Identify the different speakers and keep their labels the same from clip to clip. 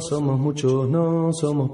Speaker 1: somos muchos, no somos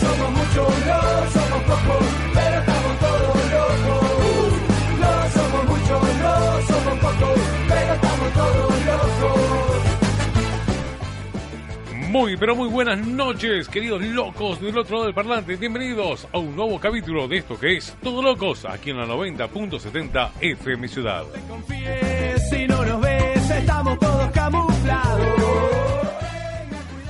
Speaker 2: somos muchos, no somos pocos, pero estamos todos locos. No somos muchos, no somos pocos, pero estamos todos locos.
Speaker 3: Muy, pero muy buenas noches, queridos locos del otro lado del parlante. Bienvenidos a un nuevo capítulo de esto que es Todo Locos, aquí en la 90.70 FM Ciudad.
Speaker 2: Confíes, si no nos ves, estamos todos camuflados.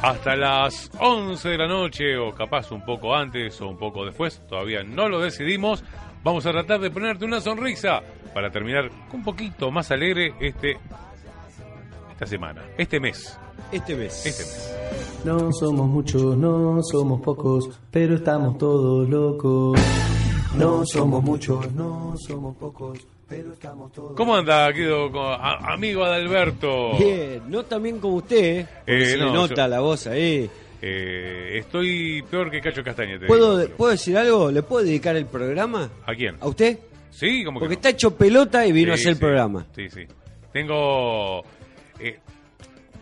Speaker 3: Hasta las 11 de la noche, o capaz un poco antes o un poco después, todavía no lo decidimos. Vamos a tratar de ponerte una sonrisa para terminar un poquito más alegre este esta semana, este mes,
Speaker 4: Este mes.
Speaker 3: este mes.
Speaker 1: No somos muchos, no somos pocos, pero estamos todos locos.
Speaker 5: No somos muchos, no somos pocos, pero estamos todos
Speaker 3: ¿Cómo anda, querido co- a- amigo Adalberto?
Speaker 4: Bien, no tan bien como usted, ¿eh? Porque
Speaker 3: Eh,
Speaker 4: se le
Speaker 3: no,
Speaker 4: nota
Speaker 3: yo-
Speaker 4: la voz ahí.
Speaker 3: Eh, estoy peor que Cacho Castaña. te
Speaker 4: ¿Puedo,
Speaker 3: digo, pero-
Speaker 4: ¿Puedo decir algo? ¿Le puedo dedicar el programa?
Speaker 3: ¿A quién?
Speaker 4: ¿A usted?
Speaker 3: Sí, como que
Speaker 4: Porque
Speaker 3: no.
Speaker 4: está hecho pelota y vino a
Speaker 3: Sí,
Speaker 4: hacer el
Speaker 3: sí.
Speaker 4: programa.
Speaker 3: Sí, sí. Tengo. eh,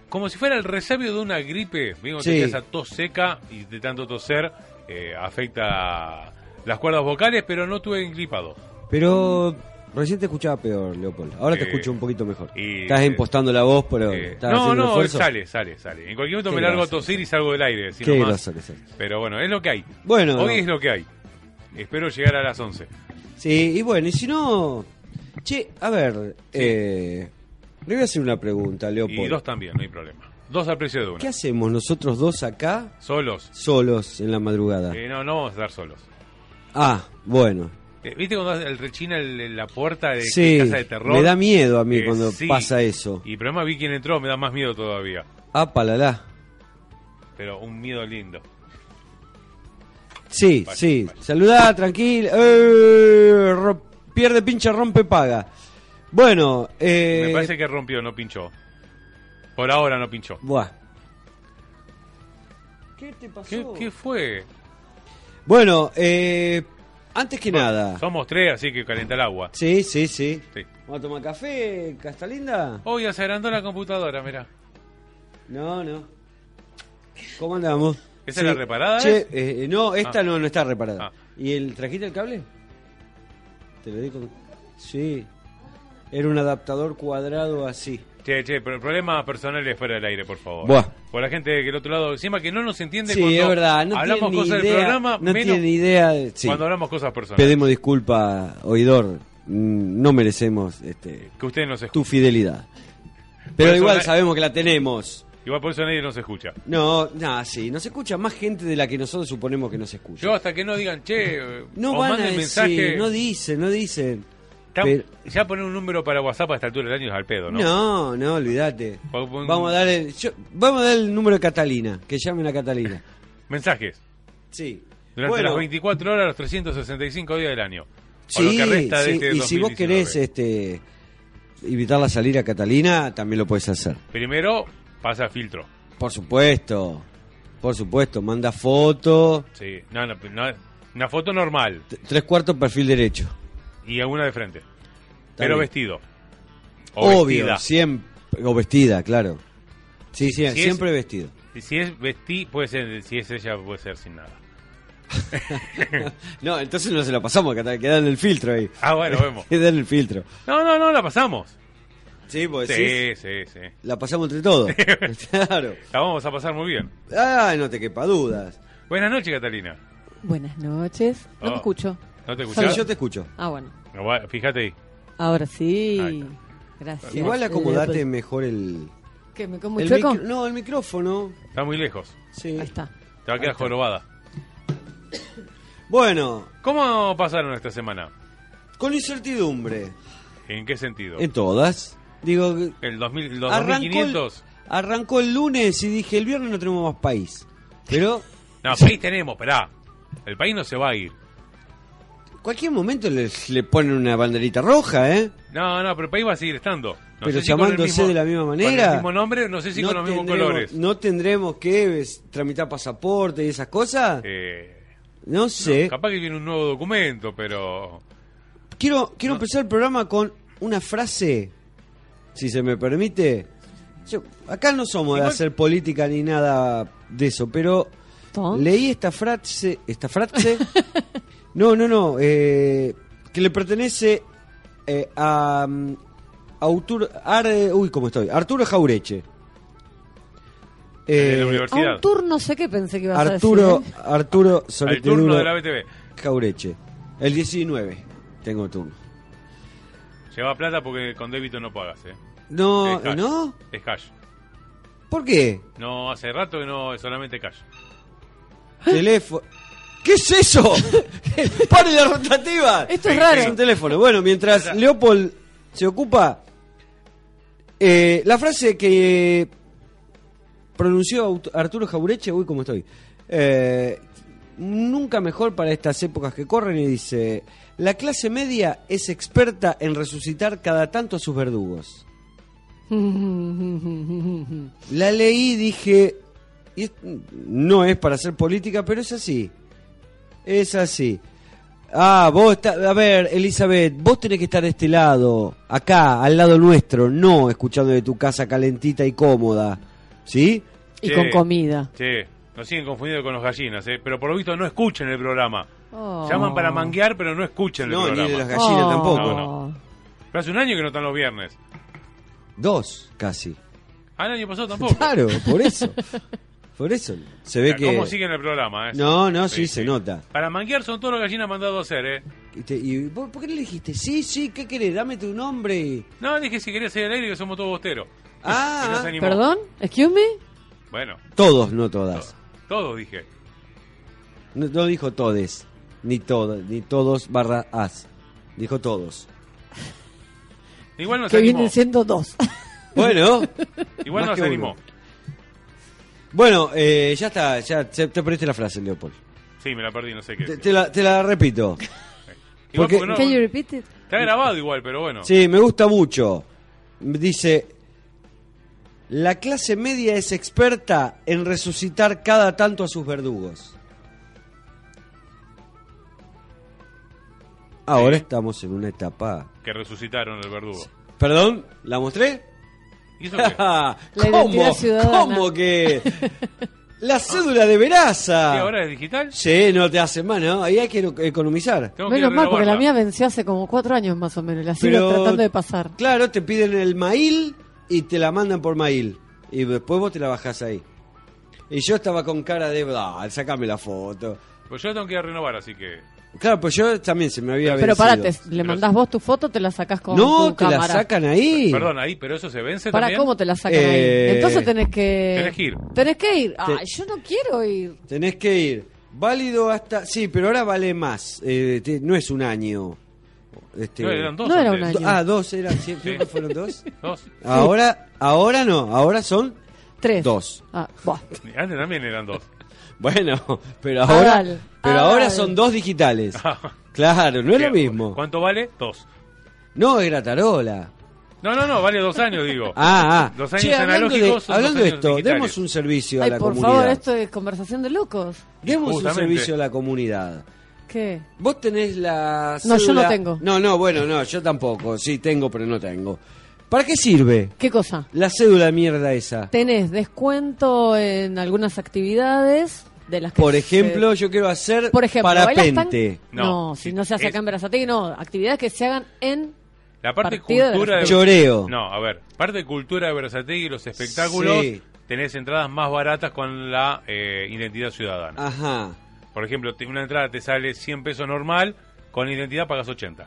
Speaker 3: como si fuera el resabio de una gripe. Vengo
Speaker 4: Sí.
Speaker 3: que esa tos seca y de tanto toser eh, afecta las cuerdas vocales, pero no tuve gripado.
Speaker 4: Pero recién te escuchaba peor, Leopoldo. Ahora te
Speaker 3: Eh,
Speaker 4: escucho un poquito mejor.
Speaker 3: y-
Speaker 4: Estás
Speaker 3: eh,
Speaker 4: impostando la voz, pero...
Speaker 3: Eh,
Speaker 4: estás
Speaker 3: no,
Speaker 4: haciendo un
Speaker 3: no,
Speaker 4: esfuerzo.
Speaker 3: sale, sale, sale. En cualquier momento
Speaker 4: Qué
Speaker 3: me largo a
Speaker 4: groso.
Speaker 3: toser y salgo del aire. así
Speaker 4: Qué
Speaker 3: nomás.
Speaker 4: groso que sos.
Speaker 3: Pero bueno, es lo que hay.
Speaker 4: Bueno,
Speaker 3: Hoy
Speaker 4: no.
Speaker 3: es lo que hay. Espero llegar a las 11.
Speaker 4: Sí, y bueno, y si no... Che, a ver, eh, le voy a hacer una pregunta,
Speaker 3: Y
Speaker 4: Leopoldo.
Speaker 3: dos también, no hay problema. Dos al precio de una.
Speaker 4: ¿Qué hacemos nosotros dos acá
Speaker 3: Solos.
Speaker 4: solos en la madrugada?
Speaker 3: Eh, no, no vamos a estar solos.
Speaker 4: Ah, bueno.
Speaker 3: Eh, ¿Viste cuando hace el rechina el- el- la puerta de
Speaker 4: Sí,
Speaker 3: casa de terror?
Speaker 4: me da miedo a mí
Speaker 3: Eh,
Speaker 4: cuando
Speaker 3: sí.
Speaker 4: pasa eso.
Speaker 3: Y el problema vi quién entró, me da más miedo todavía.
Speaker 4: Ah, palalá.
Speaker 3: Pero un miedo lindo.
Speaker 4: Sí,
Speaker 3: Vaya,
Speaker 4: sí.
Speaker 3: vaya.
Speaker 4: Saludá, tranquilo. Eh, ro- pierde, pincha, rompe, paga. Bueno, eh,
Speaker 3: Me parece que rompió, no pinchó. Por ahora no pinchó.
Speaker 4: buah. ¿Qué te pasó?
Speaker 3: ¿Qué, qué fue?
Speaker 4: Bueno, eh, antes que nada.
Speaker 3: Somos tres, así que calenta el agua.
Speaker 4: Sí, sí, sí.
Speaker 3: Sí.
Speaker 4: ¿Vamos a tomar café, Castalinda?
Speaker 3: Oh, ya se agrandó la computadora, mira.
Speaker 4: No, no. ¿Cómo andamos?
Speaker 3: ¿Esa es la reparada,
Speaker 4: Che, eh, no, esta
Speaker 3: Ah.
Speaker 4: no, no está reparada.
Speaker 3: Ah.
Speaker 4: ¿Y el trajiste el cable? Te lo digo. Sí. Era un adaptador cuadrado así.
Speaker 3: Che, che, pero problemas personales fuera del aire, por favor.
Speaker 4: Buah.
Speaker 3: Por la gente que del otro lado, encima que no nos entiende
Speaker 4: Sí,
Speaker 3: cuando
Speaker 4: es verdad. No
Speaker 3: hablamos
Speaker 4: tiene ni
Speaker 3: cosas
Speaker 4: idea,
Speaker 3: del programa,
Speaker 4: No
Speaker 3: menos
Speaker 4: tiene ni idea. de- sí.
Speaker 3: cuando hablamos cosas personales.
Speaker 4: Pedimos disculpa, oidor. Mm, No merecemos este,
Speaker 3: Que ustedes nos escuchen.
Speaker 4: tu fidelidad.
Speaker 3: Por
Speaker 4: Pero
Speaker 3: eso
Speaker 4: igual
Speaker 3: la-
Speaker 4: sabemos que la tenemos.
Speaker 3: Igual por eso nadie nos escucha.
Speaker 4: No, nada, sí. Nos escucha más gente de la que nosotros suponemos que nos escucha.
Speaker 3: Yo hasta que no digan, che,
Speaker 4: no
Speaker 3: o
Speaker 4: van a
Speaker 3: manden
Speaker 4: decir,
Speaker 3: mensaje.
Speaker 4: no dicen, no dicen.
Speaker 3: Tam-
Speaker 4: Pero-
Speaker 3: Ya poner un número para WhatsApp a esta altura del año es al pedo, ¿no?
Speaker 4: No, no, olvídate.
Speaker 3: Pa- pon-
Speaker 4: Vamos a dar el, yo- vamos a dar el número de Catalina, que llamen a Catalina.
Speaker 3: Mensajes.
Speaker 4: Sí.
Speaker 3: Durante
Speaker 4: Bueno,
Speaker 3: las 24 horas, los 365 días del año. O
Speaker 4: sí,
Speaker 3: lo que resta de
Speaker 4: sí,
Speaker 3: este
Speaker 4: y si vos
Speaker 3: 2019.
Speaker 4: querés este, invitarla a salir a Catalina, también lo puedes hacer.
Speaker 3: Primero, pasa filtro.
Speaker 4: Por supuesto, por supuesto, manda foto,
Speaker 3: Sí. No, no, no, una foto normal
Speaker 4: t- tres cuartos perfil derecho.
Speaker 3: y alguna de frente.
Speaker 4: Está
Speaker 3: pero
Speaker 4: bien.
Speaker 3: vestido. O
Speaker 4: Obvio,
Speaker 3: vestida.
Speaker 4: siempre, o vestida, claro. Sí, sí,
Speaker 3: Si es-
Speaker 4: siempre vestido.
Speaker 3: Si es vestí, puede ser. Si es ella, puede ser sin nada.
Speaker 4: No, entonces no se la pasamos, Catalina, queda en el filtro ahí.
Speaker 3: Ah, bueno, vemos.
Speaker 4: Queda en el filtro.
Speaker 3: No, no, no, la pasamos.
Speaker 4: Sí, pues
Speaker 3: Sí, sí, sí.
Speaker 4: La pasamos entre todos. claro.
Speaker 3: La vamos a pasar muy bien.
Speaker 4: Ah, no te quepa dudas.
Speaker 3: Buenas noches, Catalina.
Speaker 6: Buenas noches. No
Speaker 3: Oh.
Speaker 6: me escucho.
Speaker 3: ¿No te
Speaker 4: Sí,
Speaker 3: escuchás?
Speaker 4: yo te escucho.
Speaker 6: Ah, bueno.
Speaker 3: No, va- Fíjate ahí.
Speaker 6: Ahora sí.
Speaker 3: Ahí está.
Speaker 6: Gracias. Eh,
Speaker 4: Igual acomodate mejor el.
Speaker 6: Que me como
Speaker 4: el
Speaker 6: chueco.
Speaker 4: micro- no, el micrófono.
Speaker 3: Está muy lejos.
Speaker 4: Sí.
Speaker 6: Ahí está.
Speaker 3: Te va a quedar jorobada.
Speaker 4: Bueno,
Speaker 3: ¿Cómo pasaron esta semana?
Speaker 4: con incertidumbre.
Speaker 3: ¿En qué sentido?
Speaker 4: En todas. Digo,
Speaker 3: El 2000, los
Speaker 4: arrancó el,
Speaker 3: 2500.
Speaker 4: arrancó el lunes y dije, el viernes no tenemos más país. Pero
Speaker 3: No, país tenemos, esperá. El país no se va a ir.
Speaker 4: cualquier momento les, le ponen una banderita roja, ¿eh?
Speaker 3: No, no, pero el país va a seguir estando. No
Speaker 4: Pero
Speaker 3: con el
Speaker 4: llamándose de la misma manera.
Speaker 3: Con el mismo nombre, no sé si con los mismos
Speaker 4: tendremos-
Speaker 3: colores.
Speaker 4: no tendremos que es, tramitar pasaporte y esas cosas.
Speaker 3: Eh,
Speaker 4: no sé.
Speaker 3: Capaz que viene un nuevo documento, pero.
Speaker 4: Quiero, quiero empezar el programa con una frase, si se me permite. Yo- acá no somos de
Speaker 3: Igual-
Speaker 4: hacer política ni nada de eso, pero
Speaker 6: Tom.
Speaker 4: leí esta frase. ¿Esta frase? no, no, no. eh, que le pertenece eh, a. mm, Autur- Ar- uy, ¿cómo estoy? Arturo Jaureche.
Speaker 3: de
Speaker 4: Eh,
Speaker 3: la
Speaker 6: A un
Speaker 3: universidad.
Speaker 6: tour no sé qué pensé que ibas a
Speaker 4: Arturo,
Speaker 6: decir. ¿eh?
Speaker 4: Arturo
Speaker 3: Al turno
Speaker 4: Soletiduro
Speaker 3: de la BTV.
Speaker 4: Jaureche. El 19 tengo turno.
Speaker 3: Lleva plata porque con débito no pagas, ¿eh?
Speaker 4: No,
Speaker 3: Es cash.
Speaker 4: ¿no?
Speaker 3: Es cash.
Speaker 4: ¿Por qué?
Speaker 3: No, hace rato que no, es solamente cash.
Speaker 4: Teléfono. ¿Qué es eso? ¡Pare la rotativa!
Speaker 6: Esto es raro.
Speaker 4: Es un teléfono. Bueno, mientras
Speaker 3: Ya.
Speaker 4: Leopold se ocupa, eh, la frase que eh, pronunció Aut- Arturo Jaureche, uy, cómo estoy, eh, nunca mejor para estas épocas que corren, y dice, la clase media es experta en resucitar cada tanto a sus verdugos. La leí y dije, y es- no es para hacer política, pero es así. Es así. Ah, vos está, a ver, Elizabeth, vos tenés que estar de este lado, acá, al lado nuestro, no escuchando de tu casa calentita y cómoda. ¿Sí?
Speaker 6: y
Speaker 3: Che.
Speaker 6: con comida.
Speaker 3: Che, nos siguen confundiendo con los gallinas, ¿eh? Pero por lo visto no escuchan el programa.
Speaker 6: Oh.
Speaker 3: Llaman para manguear, pero no escuchan el
Speaker 4: No, ni
Speaker 3: programa.
Speaker 4: de las gallinas
Speaker 6: Oh.
Speaker 4: tampoco.
Speaker 3: No, Pero hace un año que no están los viernes.
Speaker 4: Dos, casi.
Speaker 3: Ah, el año pasado tampoco.
Speaker 4: Claro, por eso. Por eso. Se ve que...
Speaker 3: ¿Cómo siguen el programa, eh?
Speaker 4: No, no, sí, se nota.
Speaker 3: Para manguear son todos los gallinas mandados a hacer, ¿eh?
Speaker 4: Y te- y vos, ¿Por qué le dijiste? Sí, sí, ¿qué querés? Dame tu nombre. y-
Speaker 3: No, dije si querías ir al aire que somos todos bosteros.
Speaker 4: Ah,
Speaker 3: Y no se
Speaker 4: ah.
Speaker 3: animó.
Speaker 6: ¿Perdón? ¿Excuse me?
Speaker 3: Bueno,
Speaker 4: Todos, no todas.
Speaker 3: todos dije.
Speaker 4: No, no dijo todes, ni todas, ni todos barra as. Dijo todos.
Speaker 3: Igual nos
Speaker 6: Que
Speaker 3: animó.
Speaker 6: vienen siendo dos.
Speaker 4: Bueno,
Speaker 3: Igual
Speaker 4: más
Speaker 3: nos
Speaker 4: que
Speaker 3: animó.
Speaker 4: uno. Bueno, eh, ya está, ya se- te perdiste la frase, Leopold.
Speaker 3: Sí, me la perdí, no sé qué.
Speaker 4: Te,
Speaker 3: decía.
Speaker 4: te la, te la repito.
Speaker 3: Igual
Speaker 4: porque-
Speaker 3: porque no-
Speaker 6: Can you repeat it?
Speaker 3: Está grabado igual, pero bueno.
Speaker 4: Sí, me gusta mucho. Dice, la clase media es experta en resucitar cada tanto a sus verdugos. Ahora estamos en una etapa...
Speaker 3: Que resucitaron el verdugo.
Speaker 4: ¿Perdón? ¿La mostré?
Speaker 3: ¿Y eso qué? Sí,
Speaker 6: identidad
Speaker 4: ¿Cómo?
Speaker 6: ciudadana.
Speaker 4: ¿Cómo que? La cédula de Veraza.
Speaker 3: ahora es digital?
Speaker 4: Sí, no te hace más, ¿no? Ahí hay que economizar.
Speaker 3: Tengo que ir a
Speaker 6: Menos mal, porque
Speaker 3: renovarla.
Speaker 6: la mía venció hace como cuatro años más o menos. La sigo tratando de pasar.
Speaker 4: Claro, te piden el mail y te la mandan por mail. Y después vos te la bajás ahí. Y yo estaba con cara de, ah, sacame la foto.
Speaker 3: Pues yo tengo que ir a renovar, así que.
Speaker 4: Claro, pues yo también se me había
Speaker 6: Pero
Speaker 4: vencido.
Speaker 6: parate, le mandás vos tu foto, te la sacás con
Speaker 4: No,
Speaker 6: tu
Speaker 4: te la
Speaker 6: cámara.
Speaker 4: sacan ahí.
Speaker 3: Perdón, ahí, pero eso se vence
Speaker 6: ¿Para
Speaker 3: también.
Speaker 6: cómo te la sacan
Speaker 4: Eh,
Speaker 6: ahí? Entonces tenés que...
Speaker 3: tenés que ir.
Speaker 6: Tenés que ir. Ay,
Speaker 4: Te-
Speaker 6: yo no quiero ir.
Speaker 4: Tenés que ir. Válido hasta... Sí, pero ahora vale más. Eh, te- No es un año. Este...
Speaker 3: No, eran dos.
Speaker 6: No era
Speaker 3: antes.
Speaker 6: un año.
Speaker 4: Do- Ah, dos eran, sie- siempre
Speaker 3: Sí.
Speaker 4: fueron dos.
Speaker 3: Dos.
Speaker 4: Ahora, ahora no, ahora son.
Speaker 6: Tres.
Speaker 4: Dos.
Speaker 6: Ah, buah.
Speaker 3: Antes también eran dos.
Speaker 4: Bueno, pero ahora,
Speaker 6: Adal,
Speaker 4: pero ahora
Speaker 6: Adal.
Speaker 4: son dos digitales. Claro, no es
Speaker 3: ¿Qué?
Speaker 4: lo mismo.
Speaker 3: ¿Cuánto vale? Dos.
Speaker 4: No, era tarola.
Speaker 3: No, no, no, vale dos años, digo.
Speaker 4: Ah, ah.
Speaker 3: Los años
Speaker 4: Che, hablando de,
Speaker 3: analógicos son
Speaker 4: hablando
Speaker 3: los
Speaker 4: de
Speaker 3: años
Speaker 4: esto,
Speaker 3: digitales.
Speaker 4: demos un servicio a
Speaker 6: Ay,
Speaker 4: la
Speaker 6: por
Speaker 4: comunidad.
Speaker 6: favor, esto es conversación de locos.
Speaker 4: Demos
Speaker 3: Justamente.
Speaker 4: un servicio a la comunidad.
Speaker 6: ¿Qué?
Speaker 4: Vos tenés la
Speaker 6: No, yo
Speaker 4: cédula-
Speaker 6: no tengo.
Speaker 4: No, no, bueno, no, yo tampoco. Sí, tengo, pero no tengo. ¿Para qué sirve
Speaker 6: ¿Qué cosa?
Speaker 4: la cédula de mierda esa?
Speaker 6: Tenés descuento en algunas actividades de las que
Speaker 4: Por
Speaker 6: se-
Speaker 4: ejemplo, yo quiero hacer
Speaker 6: por ejemplo,
Speaker 4: parapente.
Speaker 6: bailas tan- No,
Speaker 3: No,
Speaker 6: si
Speaker 3: sí,
Speaker 6: no se hace
Speaker 3: es-
Speaker 6: acá en Berazategui, no. Actividades que se hagan en...
Speaker 3: La parte
Speaker 6: Partido de
Speaker 3: cultura de,
Speaker 4: Lloreo.
Speaker 3: No, a ver, parte de cultura de Versategui y los espectáculos,
Speaker 4: Sí.
Speaker 3: tenés entradas más baratas con la eh, identidad ciudadana.
Speaker 4: Ajá.
Speaker 3: Por ejemplo, te- una entrada te sale 100 pesos normal, con la identidad pagas 80.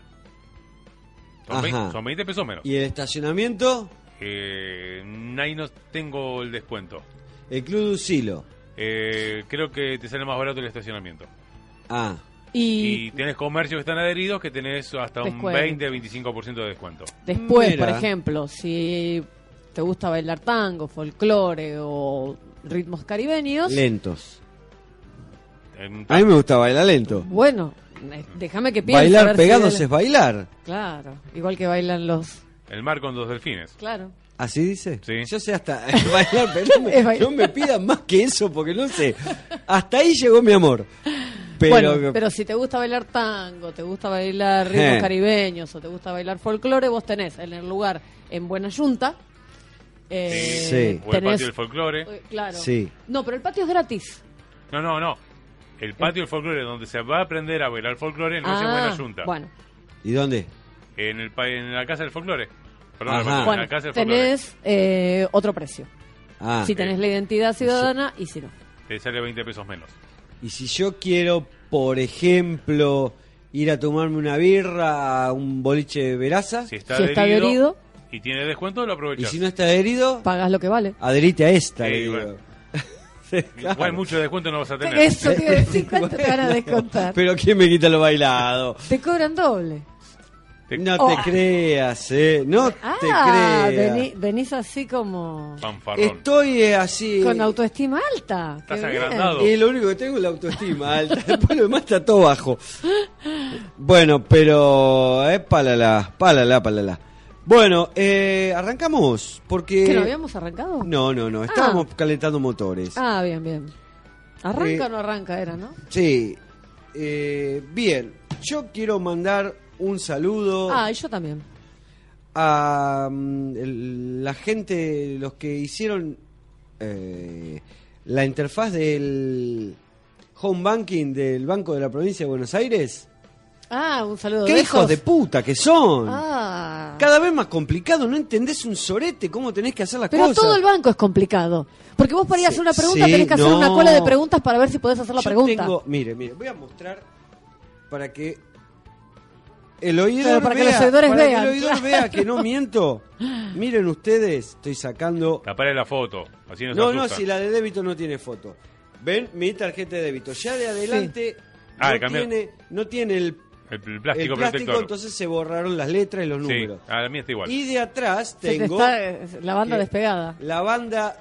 Speaker 3: Son,
Speaker 4: Ajá.
Speaker 3: 20, son 20 pesos menos.
Speaker 4: ¿Y el estacionamiento?
Speaker 3: Eh, ahí no tengo el descuento.
Speaker 4: El Club Ducilo.
Speaker 3: Eh, creo que te sale más barato el estacionamiento.
Speaker 4: Ah.
Speaker 6: Y,
Speaker 3: Y tenés comercios que están adheridos que tenés hasta un
Speaker 6: Descuento.
Speaker 3: 20-25% de descuento.
Speaker 6: después,
Speaker 4: Mira.
Speaker 6: por ejemplo, si te gusta bailar tango, folclore o ritmos caribeños,
Speaker 4: Lentos.
Speaker 3: En-
Speaker 4: A mí me gusta bailar lento.
Speaker 6: bueno, eh, déjame que piense. a
Speaker 4: Bailar
Speaker 6: ver si
Speaker 4: pegados
Speaker 6: de-
Speaker 4: es bailar.
Speaker 6: Claro, igual que bailan los...
Speaker 3: El mar con dos delfines.
Speaker 6: Claro.
Speaker 4: ¿Así dice?
Speaker 3: Sí.
Speaker 4: Yo sé hasta bailar, pero no me,
Speaker 6: Es bailar.
Speaker 4: no me pidan más que eso porque no sé. Hasta ahí llegó mi amor. Pero,
Speaker 6: bueno, pero si te gusta bailar tango, te gusta bailar ritmos
Speaker 4: Eh.
Speaker 6: caribeños o te gusta bailar folclore, vos tenés en el lugar en Buena Yunta. eh,
Speaker 4: Sí.
Speaker 3: O el
Speaker 6: tenés-
Speaker 3: patio del folclore.
Speaker 6: eh, Claro.
Speaker 4: Sí.
Speaker 6: No, pero el patio es gratis.
Speaker 3: No, no, no. El patio del folclore, donde se va a aprender a bailar folclore, no se
Speaker 6: Ah,
Speaker 3: buena junta.
Speaker 6: Bueno,
Speaker 4: ¿Y dónde?
Speaker 3: En, el, pa- en la casa del folclore. Perdón,
Speaker 4: Ajá.
Speaker 3: el patio, en la
Speaker 6: bueno
Speaker 3: casa del folclore.
Speaker 6: tenés eh, otro precio.
Speaker 4: Ah,
Speaker 6: si tenés la identidad ciudadana y si no.
Speaker 3: Te sale 20 pesos menos.
Speaker 4: y si yo quiero, por ejemplo, ir a tomarme una birra a un boliche de veraza,
Speaker 3: Si está,
Speaker 6: Si
Speaker 3: adherido,
Speaker 6: está adherido-
Speaker 3: y tiene descuento, lo
Speaker 4: y
Speaker 3: aprovechas.
Speaker 4: si no está adherido,
Speaker 6: Pagas lo que vale.
Speaker 4: adherite a esta.
Speaker 3: Sí,
Speaker 4: le digo.
Speaker 3: bueno.
Speaker 4: Claro.
Speaker 3: Igual mucho descuento no vas a tener.
Speaker 6: Eso te iba a decir, ¿cuánto te van a descontar?
Speaker 4: Pero ¿quién me quita lo bailado?
Speaker 6: Te cobran doble.
Speaker 3: Te-
Speaker 4: No
Speaker 6: Oh.
Speaker 4: te creas, eh. No te
Speaker 6: Ah,
Speaker 4: creas.
Speaker 6: veni- venís así como
Speaker 3: Fanfarrón.
Speaker 4: Estoy eh, así.
Speaker 6: con autoestima alta.
Speaker 3: Estás
Speaker 6: Qué bien.
Speaker 3: agrandado.
Speaker 4: Y lo único que tengo es la autoestima alta. Después lo demás está todo bajo. Bueno, pero. Eh, palala, palala, palala. Bueno, eh, arrancamos. Porque.
Speaker 6: ¿Que lo habíamos arrancado?
Speaker 4: Eh, No, no, no. Estábamos calentando motores.
Speaker 6: Ah, bien, bien. Arranca
Speaker 4: Eh,
Speaker 6: o no arranca era, ¿no?
Speaker 4: Sí. Eh, bien. Yo quiero mandar un saludo
Speaker 6: Ah, y yo también.
Speaker 4: a mm, el- la gente, los que hicieron eh, la interfaz del home banking del Banco de la Provincia de Buenos Aires.
Speaker 6: Ah, un saludo
Speaker 4: ¡Qué
Speaker 6: de
Speaker 4: hijos de puta que son!
Speaker 6: Ah.
Speaker 4: Cada vez más complicado, no entendés un sorete cómo tenés que hacer las
Speaker 6: Pero
Speaker 4: cosas.
Speaker 6: todo el banco es complicado. Porque vos podías
Speaker 4: Sí,
Speaker 6: hacer una pregunta,
Speaker 4: sí,
Speaker 6: tenés que hacer
Speaker 4: no.
Speaker 6: una cola de preguntas para ver si podés hacer la
Speaker 4: Yo
Speaker 6: pregunta.
Speaker 4: tengo- mire, mire, voy a mostrar para que el oidor
Speaker 6: Claro, para que
Speaker 4: vea-
Speaker 6: los oidores
Speaker 4: para que
Speaker 6: vean,
Speaker 4: el oidor
Speaker 6: claro.
Speaker 4: vea que no miento. Miren ustedes, estoy sacando
Speaker 3: Tapale la foto. Así no se
Speaker 4: No, no,
Speaker 3: asustan.
Speaker 4: si la de débito no tiene foto. Ven, mi tarjeta de débito. Ya de adelante
Speaker 3: Ah,
Speaker 4: no,
Speaker 3: el cambio.
Speaker 4: tiene, no tiene el,
Speaker 3: el, el plástico
Speaker 4: el plástico,
Speaker 3: protector.
Speaker 4: entonces se borraron las letras y los
Speaker 3: sí,
Speaker 4: números.
Speaker 3: a la mía está igual.
Speaker 4: Y de atrás
Speaker 6: Se te
Speaker 4: tengo
Speaker 6: está, eh, la banda
Speaker 4: que-
Speaker 6: despegada.
Speaker 4: la banda.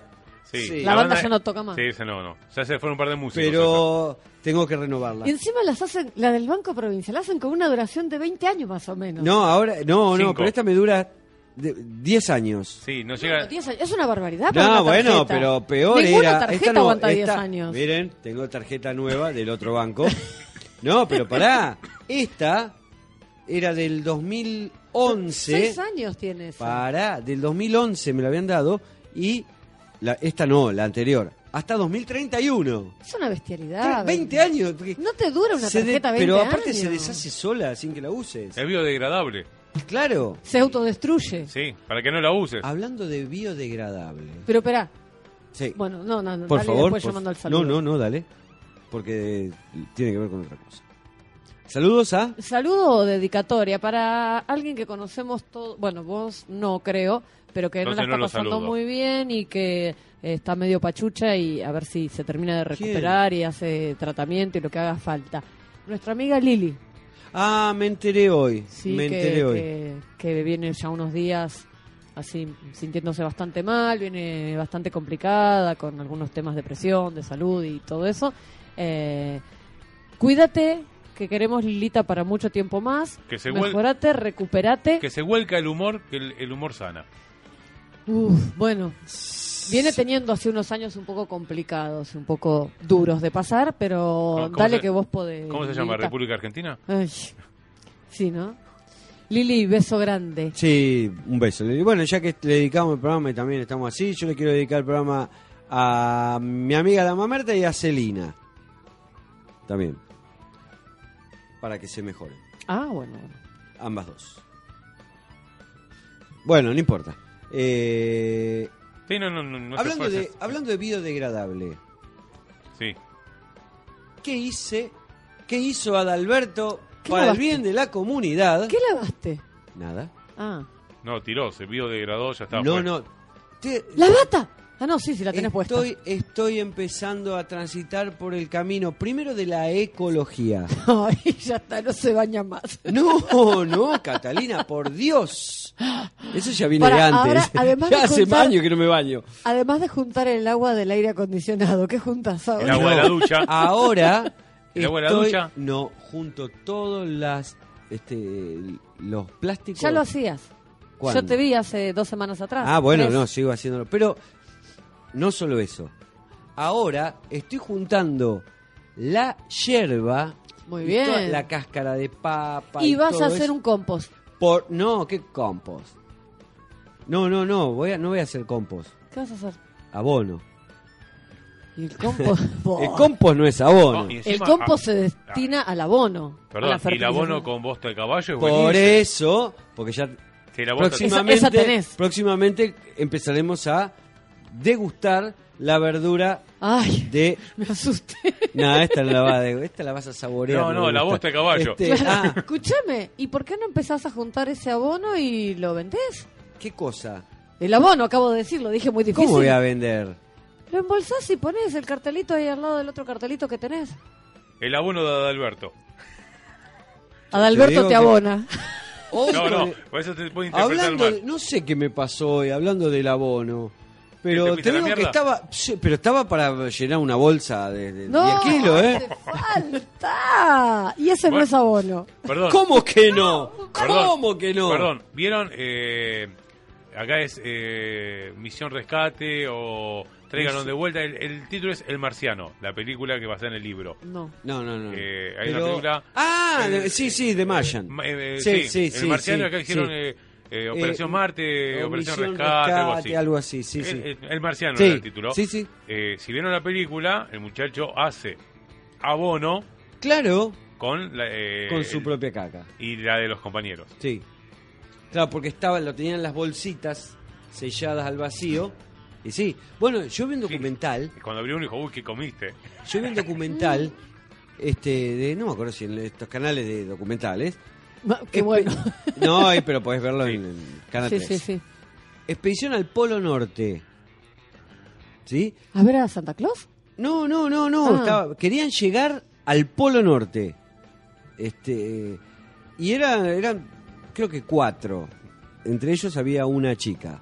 Speaker 3: Sí.
Speaker 4: sí,
Speaker 6: La banda ya no toca más.
Speaker 3: Sí, esa no, no. Ya se fueron un par de músicos.
Speaker 4: pero tengo que renovarla.
Speaker 6: Y encima las hacen, la del Banco Provincial, la hacen con una duración de 20 años más o menos.
Speaker 4: No, ahora, no, no,
Speaker 3: Cinco.
Speaker 4: pero esta me dura de- 10 años.
Speaker 3: esa. Sí,
Speaker 6: No,
Speaker 3: no llega.
Speaker 6: no, 10 años. Es una barbaridad. para
Speaker 4: No,
Speaker 6: Ah, una tarjeta.
Speaker 4: bueno, pero peor
Speaker 6: Ninguna
Speaker 4: era.
Speaker 6: tarjeta
Speaker 4: esta no,
Speaker 6: aguanta
Speaker 4: esta-
Speaker 6: 10 años.
Speaker 4: Miren, tengo tarjeta nueva del otro banco. No, pero pará. Esta era del 2011.
Speaker 6: Seis años tiene esa.
Speaker 4: Pará, del 2011 me la habían dado. Y la, esta no, la anterior. Hasta 2031.
Speaker 6: Es una bestialidad.
Speaker 4: Tre- 20 años. porque
Speaker 6: No te dura una
Speaker 4: se de-
Speaker 6: tarjeta 20
Speaker 4: Pero aparte
Speaker 6: años.
Speaker 4: se deshace sola sin que la uses.
Speaker 3: Es biodegradable.
Speaker 4: Claro.
Speaker 6: Se autodestruye.
Speaker 3: Sí, para que no la uses.
Speaker 4: Hablando de biodegradable.
Speaker 6: Pero espera,
Speaker 4: Sí.
Speaker 6: bueno, no, no, no,
Speaker 4: Por
Speaker 6: dale,
Speaker 4: favor.
Speaker 6: después
Speaker 4: por-
Speaker 6: llamando al saludo.
Speaker 4: no, no, no, dale. Porque tiene que ver con otra cosa. Saludos a.
Speaker 6: Saludo o dedicatoria para alguien que conocemos todo, bueno, vos no creo, pero que
Speaker 3: Entonces
Speaker 6: no
Speaker 3: no
Speaker 6: la
Speaker 3: lo
Speaker 6: está pasando
Speaker 3: saludo.
Speaker 6: muy bien y que eh, está medio pachucha y a ver si se termina de recuperar y hace tratamiento y lo que haga falta. Nuestra amiga Lili,
Speaker 4: Ah, me enteré hoy.
Speaker 6: sí,
Speaker 4: me
Speaker 6: que,
Speaker 4: enteré hoy.
Speaker 6: que- que viene ya unos días así sintiéndose bastante mal, viene bastante complicada con algunos temas de presión, de salud y todo eso. Eh, cuídate, que queremos Lilita para mucho tiempo más.
Speaker 3: Que se vuel-
Speaker 6: Mejorate, recuperate.
Speaker 3: Que se vuelca el humor, que el, el humor sana.
Speaker 6: Uf, bueno, viene teniendo hace unos años un poco complicados, un poco duros de pasar, pero
Speaker 3: ¿Cómo- cómo
Speaker 6: dale
Speaker 3: se-
Speaker 6: que vos podés.
Speaker 3: ¿Cómo se llama?
Speaker 6: Lilita.
Speaker 3: ¿República Argentina?
Speaker 6: Ay, sí, ¿no? Lili, beso grande.
Speaker 4: Sí, un beso. Y Bueno, ya que le dedicamos el programa y también estamos así, yo le quiero dedicar el programa a mi amiga la mamerta y a Celina. También. Para que se mejoren.
Speaker 6: Ah, bueno. bueno.
Speaker 4: Ambas dos. Bueno, no importa. Eh,
Speaker 3: Sí, no, no, no. no te
Speaker 4: hablando, de,
Speaker 3: pases.
Speaker 4: hablando de biodegradable,
Speaker 3: Sí.
Speaker 4: ¿qué hice? ¿Qué hizo Adalberto
Speaker 6: ¿Qué
Speaker 4: para el
Speaker 6: lavaste?
Speaker 4: bien de la comunidad?
Speaker 6: ¿Qué lavaste?
Speaker 4: Nada.
Speaker 6: Ah,
Speaker 3: No, tiró, se biodegradó, ya está.
Speaker 4: no,
Speaker 3: fue.
Speaker 4: no. Te-
Speaker 6: la bata. Ah, no, sí, sí, la tenés puesta.
Speaker 4: Estoy, estoy empezando a transitar por el camino, primero de la ecología.
Speaker 6: Ay, ya está, no se baña más.
Speaker 4: No, no, Catalina, por Dios. Eso ya viene
Speaker 6: Pará,
Speaker 4: de antes.
Speaker 6: ahora, además
Speaker 4: ya
Speaker 6: de
Speaker 4: hace
Speaker 6: juntar-
Speaker 4: años que no me baño.
Speaker 6: Además de juntar el agua del aire acondicionado, ¿qué juntas
Speaker 3: El
Speaker 6: ahora?
Speaker 3: agua de la ducha.
Speaker 4: Ahora.
Speaker 3: ¿El agua de la
Speaker 4: estoy-
Speaker 3: ducha?
Speaker 4: No, junto todos las, este, los plásticos.
Speaker 6: Ya lo hacías.
Speaker 4: ¿Cuándo?
Speaker 6: Yo te vi hace dos semanas atrás.
Speaker 4: Ah, bueno,
Speaker 6: Tres.
Speaker 4: no, sigo haciéndolo. Pero no solo eso. Ahora estoy juntando la yerba.
Speaker 6: Muy
Speaker 4: y
Speaker 6: bien.
Speaker 4: toda la cáscara de papa.
Speaker 6: Y vas
Speaker 4: todo
Speaker 6: a hacer
Speaker 4: eso.
Speaker 6: un compost.
Speaker 4: Por... No, ¿qué compost? No, no, no, voy a, no voy a hacer compost.
Speaker 6: ¿Qué vas a hacer?
Speaker 4: Abono.
Speaker 6: Y el compost.
Speaker 4: El compost no es abono.
Speaker 3: No, y
Speaker 6: El
Speaker 3: encima-
Speaker 6: compost
Speaker 3: ah,
Speaker 6: se destina al abono. a
Speaker 3: Perdón,
Speaker 6: la
Speaker 3: y el abono
Speaker 6: fertilización.
Speaker 3: con bosta de caballo es
Speaker 4: Por
Speaker 3: buenísimo.
Speaker 4: eso, porque ya
Speaker 3: Sí, la bosta-
Speaker 4: próximamente,
Speaker 6: Esa- esa tenés.
Speaker 4: próximamente empezaremos a degustar la verdura
Speaker 6: Ay,
Speaker 4: de...
Speaker 6: me asusté.
Speaker 4: No, esta no la vas a degustar, esta la vas a saborear.
Speaker 3: No,
Speaker 4: me
Speaker 3: no, la
Speaker 4: gusta.
Speaker 3: bosta de caballo.
Speaker 4: Este, ah,
Speaker 6: Escúchame, ¿y por qué no empezás a juntar ese abono y lo vendés?
Speaker 4: ¿Qué cosa?
Speaker 6: El abono, acabo de decir, lo dije muy difícil.
Speaker 4: ¿Cómo voy a vender?
Speaker 6: Lo embolsás y ponés el cartelito ahí al lado del otro cartelito que tenés.
Speaker 3: El abono de Adalberto.
Speaker 6: Adalberto
Speaker 4: digo
Speaker 6: te,
Speaker 4: que-
Speaker 6: abona.
Speaker 3: No,
Speaker 4: Otro
Speaker 3: no,
Speaker 4: de-
Speaker 3: por eso te puede interpretar
Speaker 4: eh, Hablando, de-
Speaker 3: mal.
Speaker 4: no sé qué me pasó hoy, hablando del abono. Pero
Speaker 3: ¿Que te fuiste
Speaker 4: te
Speaker 3: a la
Speaker 4: digo que
Speaker 3: mierda?
Speaker 4: estaba, sí, pero estaba para llenar una bolsa de, de
Speaker 6: No,
Speaker 4: 10 kilos, ¿eh?
Speaker 6: hace falta. Y ese no
Speaker 3: Bueno.
Speaker 6: es abono.
Speaker 3: Perdón.
Speaker 4: ¿Cómo que no?
Speaker 3: Perdón,
Speaker 4: ¿Cómo que no?
Speaker 3: Perdón, ¿vieron? Eh, acá es eh, Misión Rescate o Tráiganos de vuelta. El, el título es El Marciano, la película que basada en el libro.
Speaker 6: No.
Speaker 4: No, no, no.
Speaker 3: Eh, hay una película-
Speaker 4: Ah,
Speaker 3: eh,
Speaker 4: de- sí, sí, de Mayan.
Speaker 3: Ma- eh, eh,
Speaker 4: sí, sí, sí.
Speaker 3: El Marciano
Speaker 4: sí,
Speaker 3: acá hicieron
Speaker 4: sí.
Speaker 3: eh, eh, Operación
Speaker 4: Eh,
Speaker 3: Marte,
Speaker 4: o
Speaker 3: Operación
Speaker 4: Misión
Speaker 3: Rescate, algo así. Eh,
Speaker 4: Rescate, algo así, sí,
Speaker 3: el,
Speaker 4: sí.
Speaker 3: el- el Marciano
Speaker 4: Sí,
Speaker 3: era el título.
Speaker 4: sí, sí.
Speaker 3: Eh, si vieron la película, el muchacho hace abono
Speaker 4: Claro,
Speaker 3: con, la, eh,
Speaker 4: con su
Speaker 3: el-
Speaker 4: propia caca.
Speaker 3: y la de los compañeros.
Speaker 4: Sí. Claro, porque estaba, lo tenían en las bolsitas selladas al vacío. Y sí, bueno, yo vi un documental,
Speaker 3: Y Cuando abrió uno dijo, uy, ¿qué comiste?
Speaker 4: yo vi un documental,
Speaker 6: Mm.
Speaker 4: este, de, no me acuerdo si en estos canales de documentales.
Speaker 6: Ma-
Speaker 4: Este
Speaker 6: Qué bueno.
Speaker 4: Espe- No, eh, pero podés verlo en, en Canal
Speaker 6: Sí,
Speaker 4: 3.
Speaker 6: sí, sí.
Speaker 4: Expedición al Polo Norte. ¿Sí?
Speaker 6: A ver a Santa Claus.
Speaker 4: No, no, no, no.
Speaker 6: Ah.
Speaker 4: estaba- querían llegar al Polo Norte. Este. Y era, eran, creo que cuatro. Entre ellos había una chica.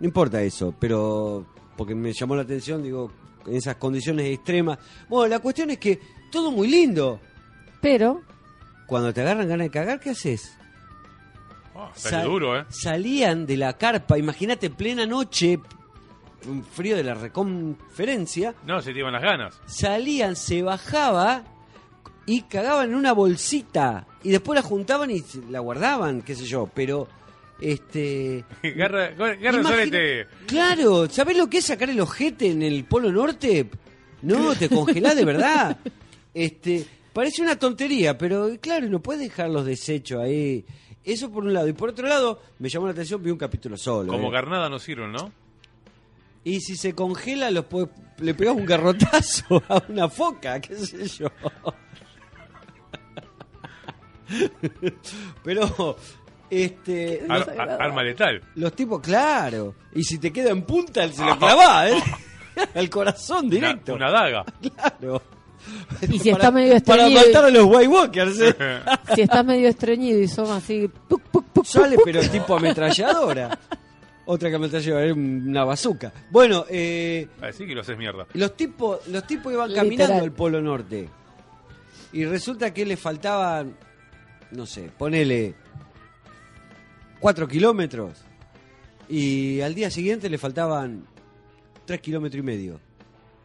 Speaker 4: No importa eso, pero. Porque me llamó la atención, digo, en esas condiciones extremas. Bueno, la cuestión es que todo muy lindo.
Speaker 6: Pero,
Speaker 4: Cuando te agarran ganas de cagar, ¿qué haces?
Speaker 3: Ah, está
Speaker 4: Sal-
Speaker 3: duro, ¿eh?
Speaker 4: Salían de la carpa, imagínate, plena noche, un frío de la reconferencia.
Speaker 3: No, se te iban las ganas.
Speaker 4: salían, se bajaba y cagaban en una bolsita y después la juntaban y se- la guardaban, qué sé yo, pero este
Speaker 3: Garra, garra
Speaker 4: imagina-
Speaker 3: solete.
Speaker 4: Claro, ¿sabés lo que es sacar el ojete en el Polo Norte? No, te congelás de verdad. Este, parece una tontería, pero claro, no puedes dejar los desechos ahí. Eso por un lado y por otro lado me llamó la atención vi un capítulo solo.
Speaker 3: Como
Speaker 4: eh.
Speaker 3: carnada no sirven, ¿no?
Speaker 4: Y si se congela, los po- le pegás un garrotazo a una foca, qué sé yo. Pero, este.
Speaker 3: Ar-
Speaker 6: sé,
Speaker 3: ar-
Speaker 6: verdad.
Speaker 3: arma letal.
Speaker 4: Los tipos, claro. Y si te queda en punta, se lo clavás, ¿eh? Al corazón
Speaker 3: Una-
Speaker 4: directo.
Speaker 3: Una, daga.
Speaker 4: Claro.
Speaker 6: Y si está medio
Speaker 4: Para
Speaker 6: estreñido y-
Speaker 4: matar a los White Walkers, ¿eh?
Speaker 6: si estás medio estreñido y son así. puc, puc, puc,
Speaker 4: Sale,
Speaker 6: puc, puc.
Speaker 4: pero tipo ametralladora. Otra que ametralladora, era una bazuca. Bueno, eh.
Speaker 3: Así que lo haces mierda.
Speaker 4: Los tipos, los tipos iban
Speaker 6: Literal.
Speaker 4: caminando al Polo Norte. Y resulta que le faltaban, no sé, ponele cuatro kilómetros. Y al día siguiente le faltaban tres kilómetros y medio.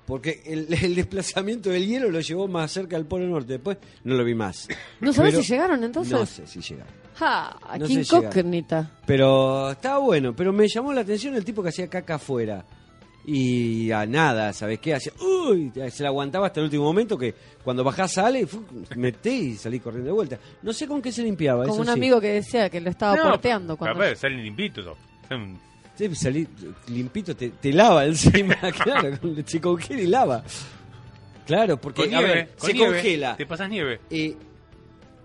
Speaker 4: Porque el, el desplazamiento del hielo lo llevó más cerca al Polo Norte. Después no lo vi más.
Speaker 6: ¿No sabés
Speaker 4: Pero-
Speaker 6: si llegaron entonces?
Speaker 4: No sé si llegaron.
Speaker 6: Ja, qué
Speaker 4: No sé llegar.
Speaker 6: incógnita.
Speaker 4: Pero estaba bueno, pero me llamó la atención el tipo que hacía caca afuera. Y a nada, ¿sabes qué? Hacía, uy, se la aguantaba hasta el último momento que cuando bajás sale, fu, meté y salí corriendo de vuelta. No sé con qué se limpiaba.
Speaker 6: Como
Speaker 4: eso
Speaker 6: un
Speaker 4: sí.
Speaker 6: amigo que decía que lo estaba
Speaker 3: No,
Speaker 6: porteando cuando.
Speaker 3: capaz, salen limpitos. ¿no? Mm.
Speaker 4: Sí, salí limpito, te, te lava encima, claro, con- se congela y lava. Claro, porque
Speaker 3: Con
Speaker 4: a
Speaker 3: nieve.
Speaker 4: ver,
Speaker 3: con
Speaker 4: se
Speaker 3: nieve.
Speaker 4: congela.
Speaker 3: Te pasas nieve.
Speaker 4: eh,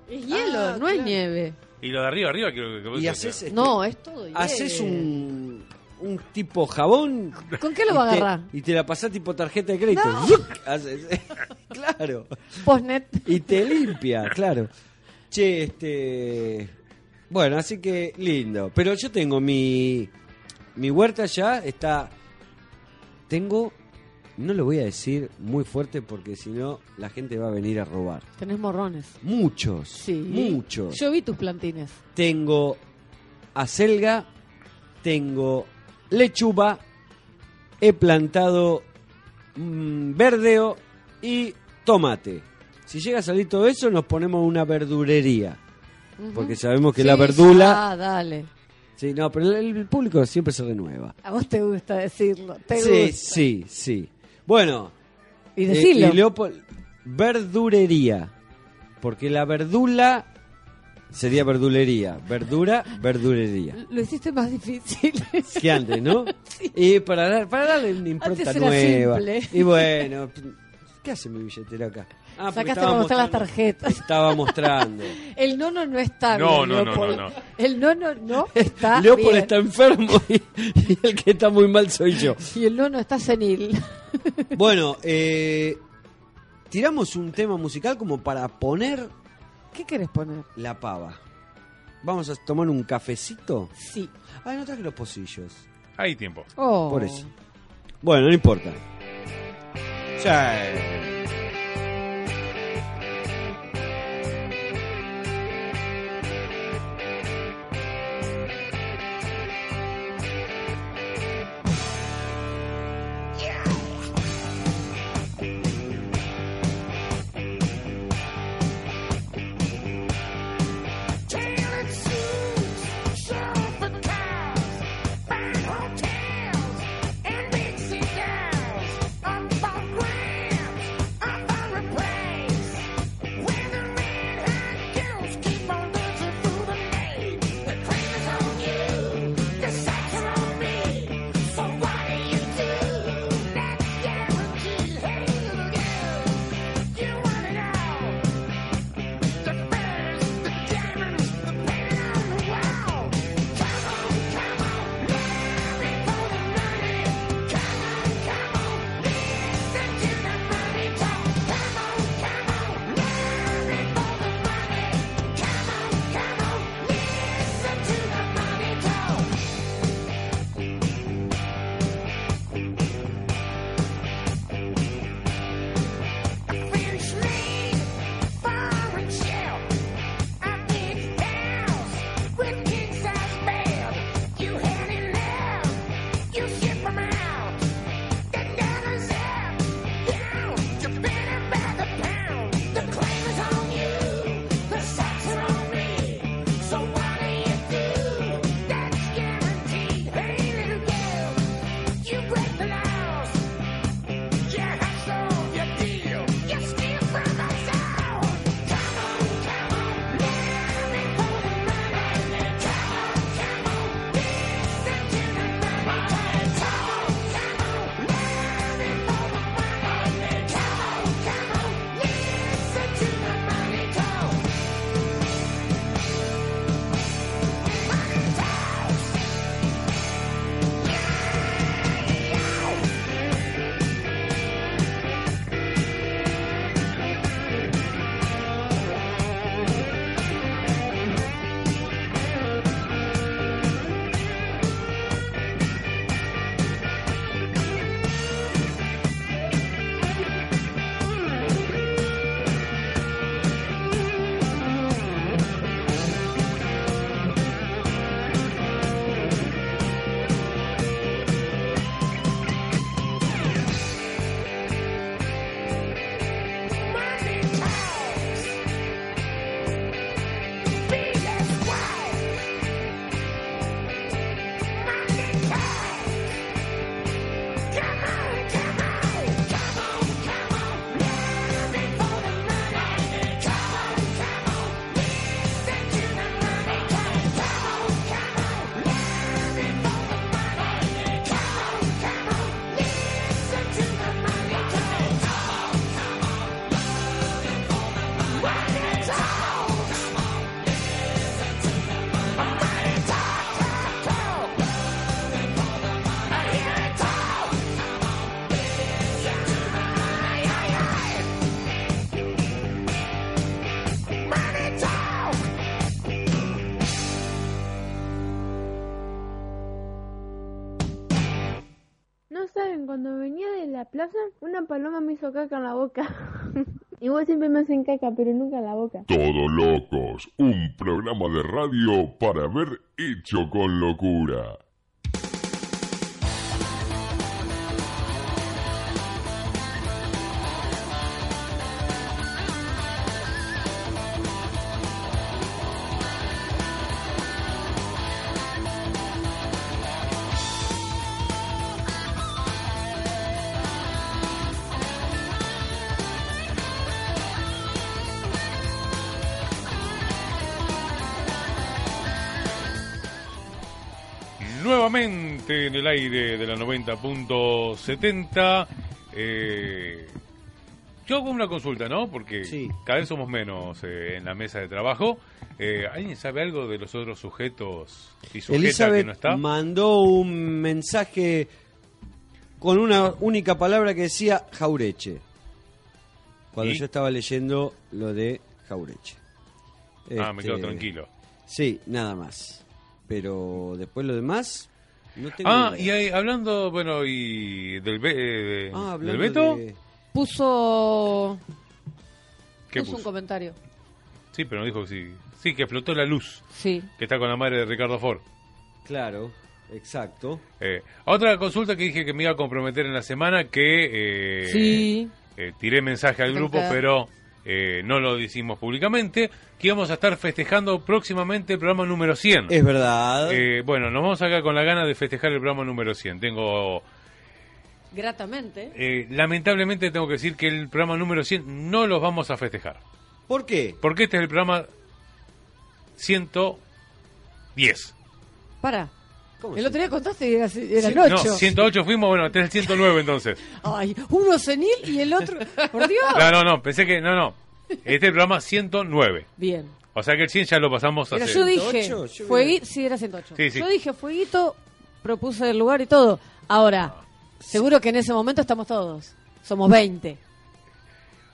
Speaker 6: Es hielo,
Speaker 4: Ah,
Speaker 6: no
Speaker 4: claro.
Speaker 6: es nieve.
Speaker 3: Y lo de arriba, arriba. Que, que-
Speaker 4: y
Speaker 3: que-
Speaker 4: haces, este,
Speaker 6: No, eh. es todo hielo.
Speaker 4: haces un, un tipo jabón
Speaker 6: ¿Con qué lo va a
Speaker 4: Y te-
Speaker 6: agarrar?
Speaker 4: Y te la pasás tipo tarjeta de crédito. ¡Zuc! Haces- claro.
Speaker 6: Postnet.
Speaker 4: Y te limpia, claro. Che, este. Bueno, así que lindo. Pero yo tengo mi. Mi huerta ya está. Tengo. No lo voy a decir muy fuerte porque si no la gente va a venir a robar.
Speaker 6: Tenés morrones.
Speaker 4: Muchos.
Speaker 6: Sí.
Speaker 4: Muchos.
Speaker 6: Yo vi tus plantines.
Speaker 4: Tengo acelga, tengo lechuga, he plantado mm, verdeo y tomate. Si llega a salir todo eso, nos ponemos una verdurería.
Speaker 6: Ujú.
Speaker 4: Porque sabemos que
Speaker 6: Sí,
Speaker 4: la verdula.
Speaker 6: Ah, dale.
Speaker 4: Sí, no, pero el, el público siempre se renueva.
Speaker 6: A vos te gusta decirlo. Te
Speaker 4: sí,
Speaker 6: gusta.
Speaker 4: sí, sí. Bueno,
Speaker 6: Y
Speaker 4: eh,
Speaker 6: decirlo.
Speaker 4: y Leopold- verdurería. Porque la verdula sería verdulería. Verdura, verdurería.
Speaker 6: Lo hiciste más difícil.
Speaker 4: Que antes, ¿no? Y para, dar- para darle una impronta
Speaker 6: Antes era
Speaker 4: nueva.
Speaker 6: simple.
Speaker 4: Y bueno, ¿qué hace mi billetera acá? Ah,
Speaker 6: Sacaste
Speaker 4: porque estaba
Speaker 6: para mostrar las
Speaker 4: mostrando-
Speaker 6: tarjetas.
Speaker 4: Estaba mostrando.
Speaker 6: El nono no está
Speaker 3: No,
Speaker 6: bien.
Speaker 3: no, no,
Speaker 6: Leopold.
Speaker 3: no, no.
Speaker 6: El nono no está
Speaker 4: Leopold
Speaker 6: Ah, bien.
Speaker 4: está enfermo y, y el que está muy mal soy yo.
Speaker 6: Y el nono está senil.
Speaker 4: Bueno, eh, tiramos un tema musical como para poner
Speaker 6: ¿Qué querés poner?
Speaker 4: la pava. Vamos a tomar un cafecito.
Speaker 6: Sí.
Speaker 4: Ay, no traje los pocillos.
Speaker 3: Hay tiempo.
Speaker 6: Oh.
Speaker 4: Por eso. Bueno, no importa. Sí.
Speaker 7: You want it all. The birds, the diamonds, the paint on the wall. Come on, come on, let me for the money. Come on, come on, listen to the money talk. Come on, come on, let me for the money. Come on, come on, listen to the money talk. French lead, foreign shell, a big house with king size bed. You had it love, you ship them out. The dollars up, down, you're better by the pound. The claim is on you, the socks are on me. So what do you do? That's guaranteed. Hey little girl, you break the laws. You hustle, you deal, you steal from us all. Come on, come on, let me for the money. Come on, come on, listen to the money talk. Come on, come on, let me for the money. Come on, come on, listen to the money talk. Money talks. Money talks. Be less wise. Money talks. Come on, come on, come on, come on. Money for the money. Come on, come on. Listen to the money talk. Come on, come on. Money for the money. Come on, come on. Listen to the money talk.
Speaker 8: No saben, cuando venía de la plaza, una paloma me hizo caca en la boca. Igual siempre me hacen caca, pero nunca en la boca.
Speaker 9: Todo Locos, un programa de radio para ver hecho con locura.
Speaker 3: nuevamente en el aire de la 90.70. Eh, yo hago una consulta, ¿no? Porque
Speaker 4: Sí.
Speaker 3: cada vez somos menos eh, en la mesa de trabajo. Eh, ¿Alguien sabe algo de los otros sujetos y sujetas que
Speaker 4: Elizabeth
Speaker 3: no está?
Speaker 4: mandó un mensaje con una única palabra que decía Jaureche. Cuando
Speaker 3: ¿Y?
Speaker 4: yo estaba leyendo lo de Jaureche.
Speaker 3: Ah, me quedo
Speaker 4: Este,
Speaker 3: tranquilo.
Speaker 4: Sí, nada más. Pero después lo demás, no tengo
Speaker 3: Ah,
Speaker 4: idea.
Speaker 3: y ahí, hablando, bueno, y del, Be- eh, de-
Speaker 4: Ah,
Speaker 3: del
Speaker 4: hablando
Speaker 3: Beto,
Speaker 4: de-
Speaker 6: Puso,
Speaker 3: ¿qué
Speaker 6: puso un
Speaker 3: puso?
Speaker 6: comentario.
Speaker 3: Sí, pero dijo que sí. Sí, que explotó la luz,
Speaker 6: Sí.
Speaker 3: que está con la madre de Ricardo Ford.
Speaker 4: Claro, exacto.
Speaker 3: Eh, otra consulta que dije que me iba a comprometer en la semana, que eh,
Speaker 6: Sí.
Speaker 3: eh, tiré mensaje al
Speaker 6: Tengo
Speaker 3: grupo,
Speaker 6: que-
Speaker 3: pero eh, no lo hicimos públicamente, que íbamos a estar festejando próximamente el programa número 100.
Speaker 4: Es verdad.
Speaker 3: Eh, bueno, nos vamos acá con la gana de festejar el programa número 100. Tengo,
Speaker 6: Gratamente.
Speaker 3: eh, lamentablemente tengo que decir que el programa número 100 no los vamos a festejar.
Speaker 4: ¿Por qué?
Speaker 3: Porque este es el programa 110.
Speaker 6: Para.
Speaker 4: ¿Cómo
Speaker 6: El
Speaker 4: se-
Speaker 6: otro día contaste y era, era el
Speaker 4: Sí,
Speaker 3: No,
Speaker 6: 8.
Speaker 3: 108 fuimos, bueno, este es el 109 entonces.
Speaker 6: Ay, uno senil y el otro. ¡Por Dios!
Speaker 3: No, no, no, pensé que, no, no. Este es el programa 109.
Speaker 6: Bien.
Speaker 3: O sea que el 100 ya lo pasamos
Speaker 4: Era
Speaker 3: hace...
Speaker 6: Yo
Speaker 4: 108,
Speaker 6: dije,
Speaker 4: yo creo.
Speaker 6: fuegui- sí, era 108.
Speaker 3: Sí, sí.
Speaker 6: Yo dije, Fueguito, propuse el lugar y todo. Ahora,
Speaker 4: Ah,
Speaker 6: seguro que en ese momento estamos todos. Somos 20.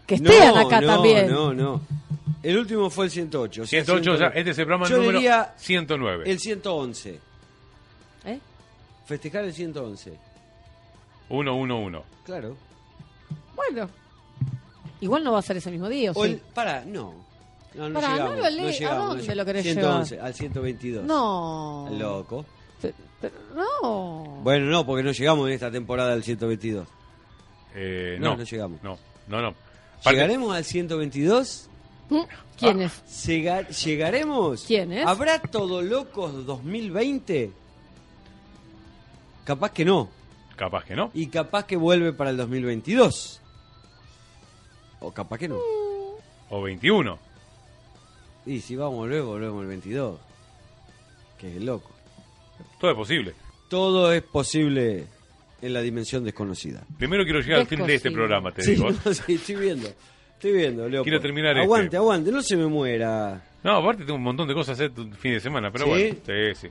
Speaker 6: Que estén
Speaker 4: No,
Speaker 6: acá
Speaker 4: no,
Speaker 6: también.
Speaker 4: No, no. El último fue el 108. o sea,
Speaker 3: 108, o sea,
Speaker 4: 109.
Speaker 3: este es el programa
Speaker 4: Yo
Speaker 3: número
Speaker 4: diría
Speaker 3: 109.
Speaker 4: el 111.
Speaker 6: ¿Eh?
Speaker 4: Festejar el 111.
Speaker 3: 111.
Speaker 4: Claro.
Speaker 6: Bueno. Igual no va a ser ese mismo día, ¿o
Speaker 4: O
Speaker 6: sí?
Speaker 4: el, para, no. No, no
Speaker 6: Pará,
Speaker 4: llegamos.
Speaker 6: no lo leí. ¿A
Speaker 4: llegamos,
Speaker 6: dónde
Speaker 4: llegamos.
Speaker 6: lo querés
Speaker 4: 111, al 122.
Speaker 6: No.
Speaker 4: Al Loco.
Speaker 6: Pe- pero no.
Speaker 4: Bueno, no, porque no llegamos en esta temporada al 122.
Speaker 3: Eh,
Speaker 4: No,
Speaker 3: no,
Speaker 4: no llegamos.
Speaker 3: No, no, no. Aparte-
Speaker 4: ¿Llegaremos al 122?
Speaker 6: Mm,
Speaker 4: Ah,
Speaker 6: ¿Quién es?
Speaker 4: Llega- ¿Llegaremos?
Speaker 6: ¿Quién es?
Speaker 4: ¿Habrá todo locos 2020? Capaz que no.
Speaker 3: Capaz que no.
Speaker 4: Y capaz que vuelve para el 2022. O capaz que no.
Speaker 6: Mm.
Speaker 3: O 21.
Speaker 4: Y si vamos a volver, volvemos el 22. Que es el loco.
Speaker 3: Todo es posible.
Speaker 4: Todo es posible en la dimensión desconocida.
Speaker 3: Primero quiero llegar al fin de este
Speaker 6: Descosido.
Speaker 3: programa, te
Speaker 4: Sí,
Speaker 3: digo.
Speaker 4: no, sí, estoy viendo. Estoy viendo, Leo.
Speaker 3: Quiero terminar
Speaker 4: Aguante,
Speaker 3: este.
Speaker 4: aguante, no se me muera.
Speaker 3: No, aparte tengo un montón de cosas a hacer tu fin de semana, pero
Speaker 4: ¿Sí?
Speaker 3: bueno. Sí, sí.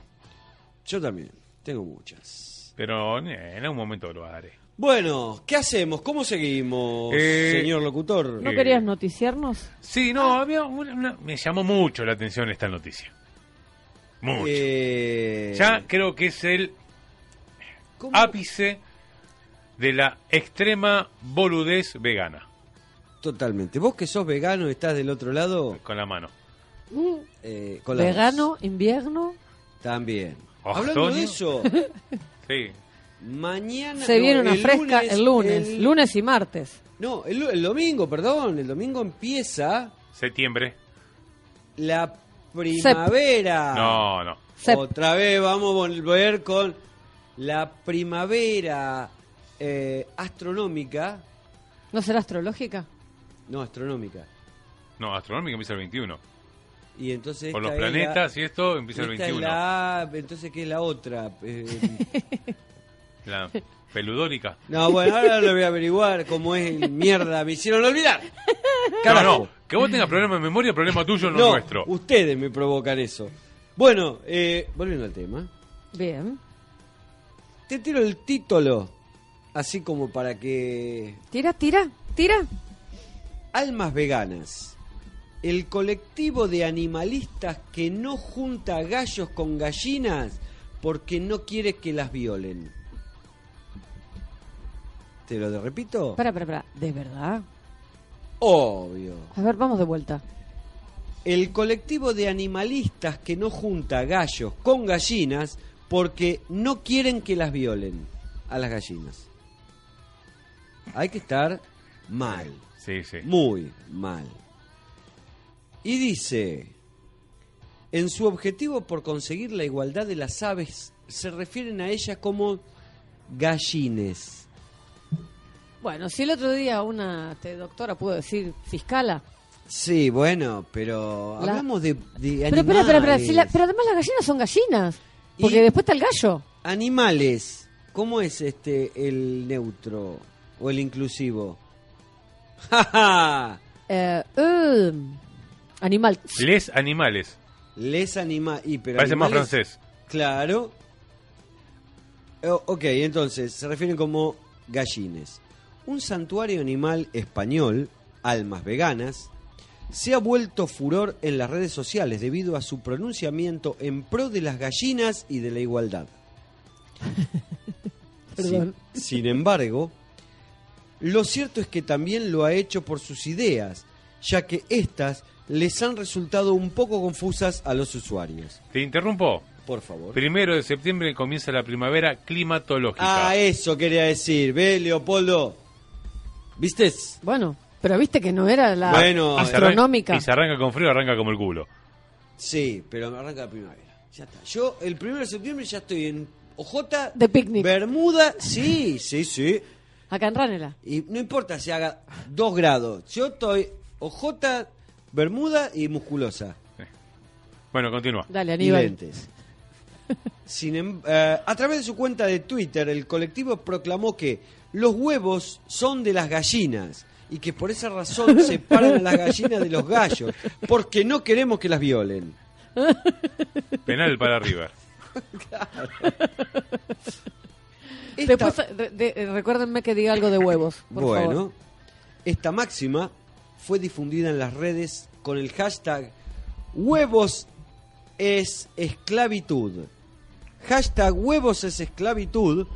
Speaker 4: Yo también, tengo muchas.
Speaker 3: Pero eh, en algún momento lo haré.
Speaker 4: Bueno, ¿qué hacemos? ¿Cómo seguimos,
Speaker 3: Eh,
Speaker 4: señor locutor?
Speaker 6: ¿No
Speaker 3: Eh.
Speaker 6: querías noticiarnos?
Speaker 3: Sí, no, había una- una- me llamó mucho la atención esta noticia. Mucho.
Speaker 4: Eh,
Speaker 3: ya ah, creo que es el
Speaker 4: ¿cómo?
Speaker 3: ápice de la extrema boludez vegana.
Speaker 4: Totalmente. Vos que sos vegano, estás del otro lado.
Speaker 3: Con la mano.
Speaker 6: Mm,
Speaker 4: eh, con la
Speaker 6: ¿Vegano? ¿Invierno?
Speaker 4: voz. También.
Speaker 3: Oh,
Speaker 4: Hablando
Speaker 3: Antonio.
Speaker 4: de eso,
Speaker 3: Sí.
Speaker 4: mañana.
Speaker 6: Se viene
Speaker 4: no,
Speaker 6: una fresca el lunes.
Speaker 4: el-
Speaker 6: Lunes y martes.
Speaker 4: No, el, lu- el domingo, perdón. El domingo empieza
Speaker 3: Septiembre.
Speaker 4: la primavera.
Speaker 3: No, no.
Speaker 6: Sep.
Speaker 4: Otra vez vamos a volver con la primavera eh, astronómica.
Speaker 6: ¿No será astrológica?
Speaker 4: No, astronómica.
Speaker 3: No, astronómico empieza el 21.
Speaker 4: Y entonces.
Speaker 3: Con los
Speaker 4: esta es la-
Speaker 3: planetas y esto empieza el
Speaker 4: esta es
Speaker 3: 21. La...
Speaker 4: la- entonces, ¿qué es la otra? Eh,
Speaker 3: peludórica.
Speaker 4: No, bueno, ahora lo voy a averiguar cómo es el mierda. Me hicieron olvidar.
Speaker 3: No,
Speaker 4: Carajo.
Speaker 3: no. Que vos tengas problema de memoria, problema tuyo, no,
Speaker 4: No,
Speaker 3: nuestro.
Speaker 4: ustedes me provocan eso. Bueno, eh, volviendo al tema.
Speaker 6: Bien.
Speaker 4: Te tiro el título, así como para que...
Speaker 6: Tira, tira, tira.
Speaker 4: Almas veganas. El colectivo de animalistas que no junta gallos con gallinas porque no quiere que las violen. ¿Te lo repito?
Speaker 6: Para, para, para. ¿De verdad?
Speaker 4: Obvio.
Speaker 6: A ver, vamos de vuelta.
Speaker 4: El colectivo de animalistas que no junta gallos con gallinas porque no quieren que las violen a las gallinas. Hay que estar mal,
Speaker 3: Sí, sí.
Speaker 4: muy mal. Y dice, en su objetivo por conseguir la igualdad de las aves, se refieren a ellas como gallines.
Speaker 6: Bueno, si el otro día una este, doctora pudo decir fiscala.
Speaker 4: Sí, bueno, pero
Speaker 6: La-
Speaker 4: hablamos de, de
Speaker 6: Pero, espera, espera, espera,
Speaker 4: animales.
Speaker 6: si la- pero además las gallinas son gallinas. Porque
Speaker 4: Y-
Speaker 6: después está el gallo.
Speaker 4: Animales. ¿Cómo es este el neutro o el inclusivo? ¡Ja, ja!
Speaker 6: Eh, eh, animal.
Speaker 3: Les animales.
Speaker 4: Les anima y pero
Speaker 3: Parece más
Speaker 4: animales-
Speaker 3: francés.
Speaker 4: Claro. O- ok, entonces, se refieren como gallines. Un santuario animal español, almas veganas, se ha vuelto furor en las redes sociales debido a su pronunciamiento en pro de las gallinas y de la igualdad.
Speaker 6: Perdón.
Speaker 4: Sin, sin embargo, lo cierto es que también lo ha hecho por sus ideas, ya que estas les han resultado un poco confusas a los usuarios.
Speaker 3: Te interrumpo.
Speaker 4: Por favor.
Speaker 3: Primero de septiembre comienza la primavera climatológica.
Speaker 4: Ah, eso quería decir, ve, Leopoldo. ¿Viste?
Speaker 6: Bueno, pero viste que no era la
Speaker 4: Bueno,
Speaker 3: Y se arranca-
Speaker 6: astronómica.
Speaker 3: Y se arranca con frío, arranca como el culo.
Speaker 4: Sí, pero me arranca la primavera. Ya está. Yo el 1 de septiembre ya estoy en Ojota.
Speaker 6: De picnic.
Speaker 4: Bermuda, sí, sí, sí.
Speaker 6: Acá en Ranela.
Speaker 4: Y no importa si haga 2 grados. Yo estoy Ojota, Bermuda y musculosa.
Speaker 3: Bueno, continúa.
Speaker 6: Dale,
Speaker 4: y
Speaker 6: Aníbal.
Speaker 4: lentes. Sin em- eh, a través de su cuenta de Twitter, el colectivo proclamó que los huevos son de las gallinas y que por esa razón separan a las gallinas de los gallos, porque no queremos que las violen.
Speaker 3: Penal para River.
Speaker 4: Esta-
Speaker 6: Después, re- de- eh, recuérdenme que diga algo de huevos. Por
Speaker 4: bueno,
Speaker 6: favor.
Speaker 4: esta máxima fue difundida en las redes con el hashtag huevos es esclavitud. Hashtag huevos es esclavitud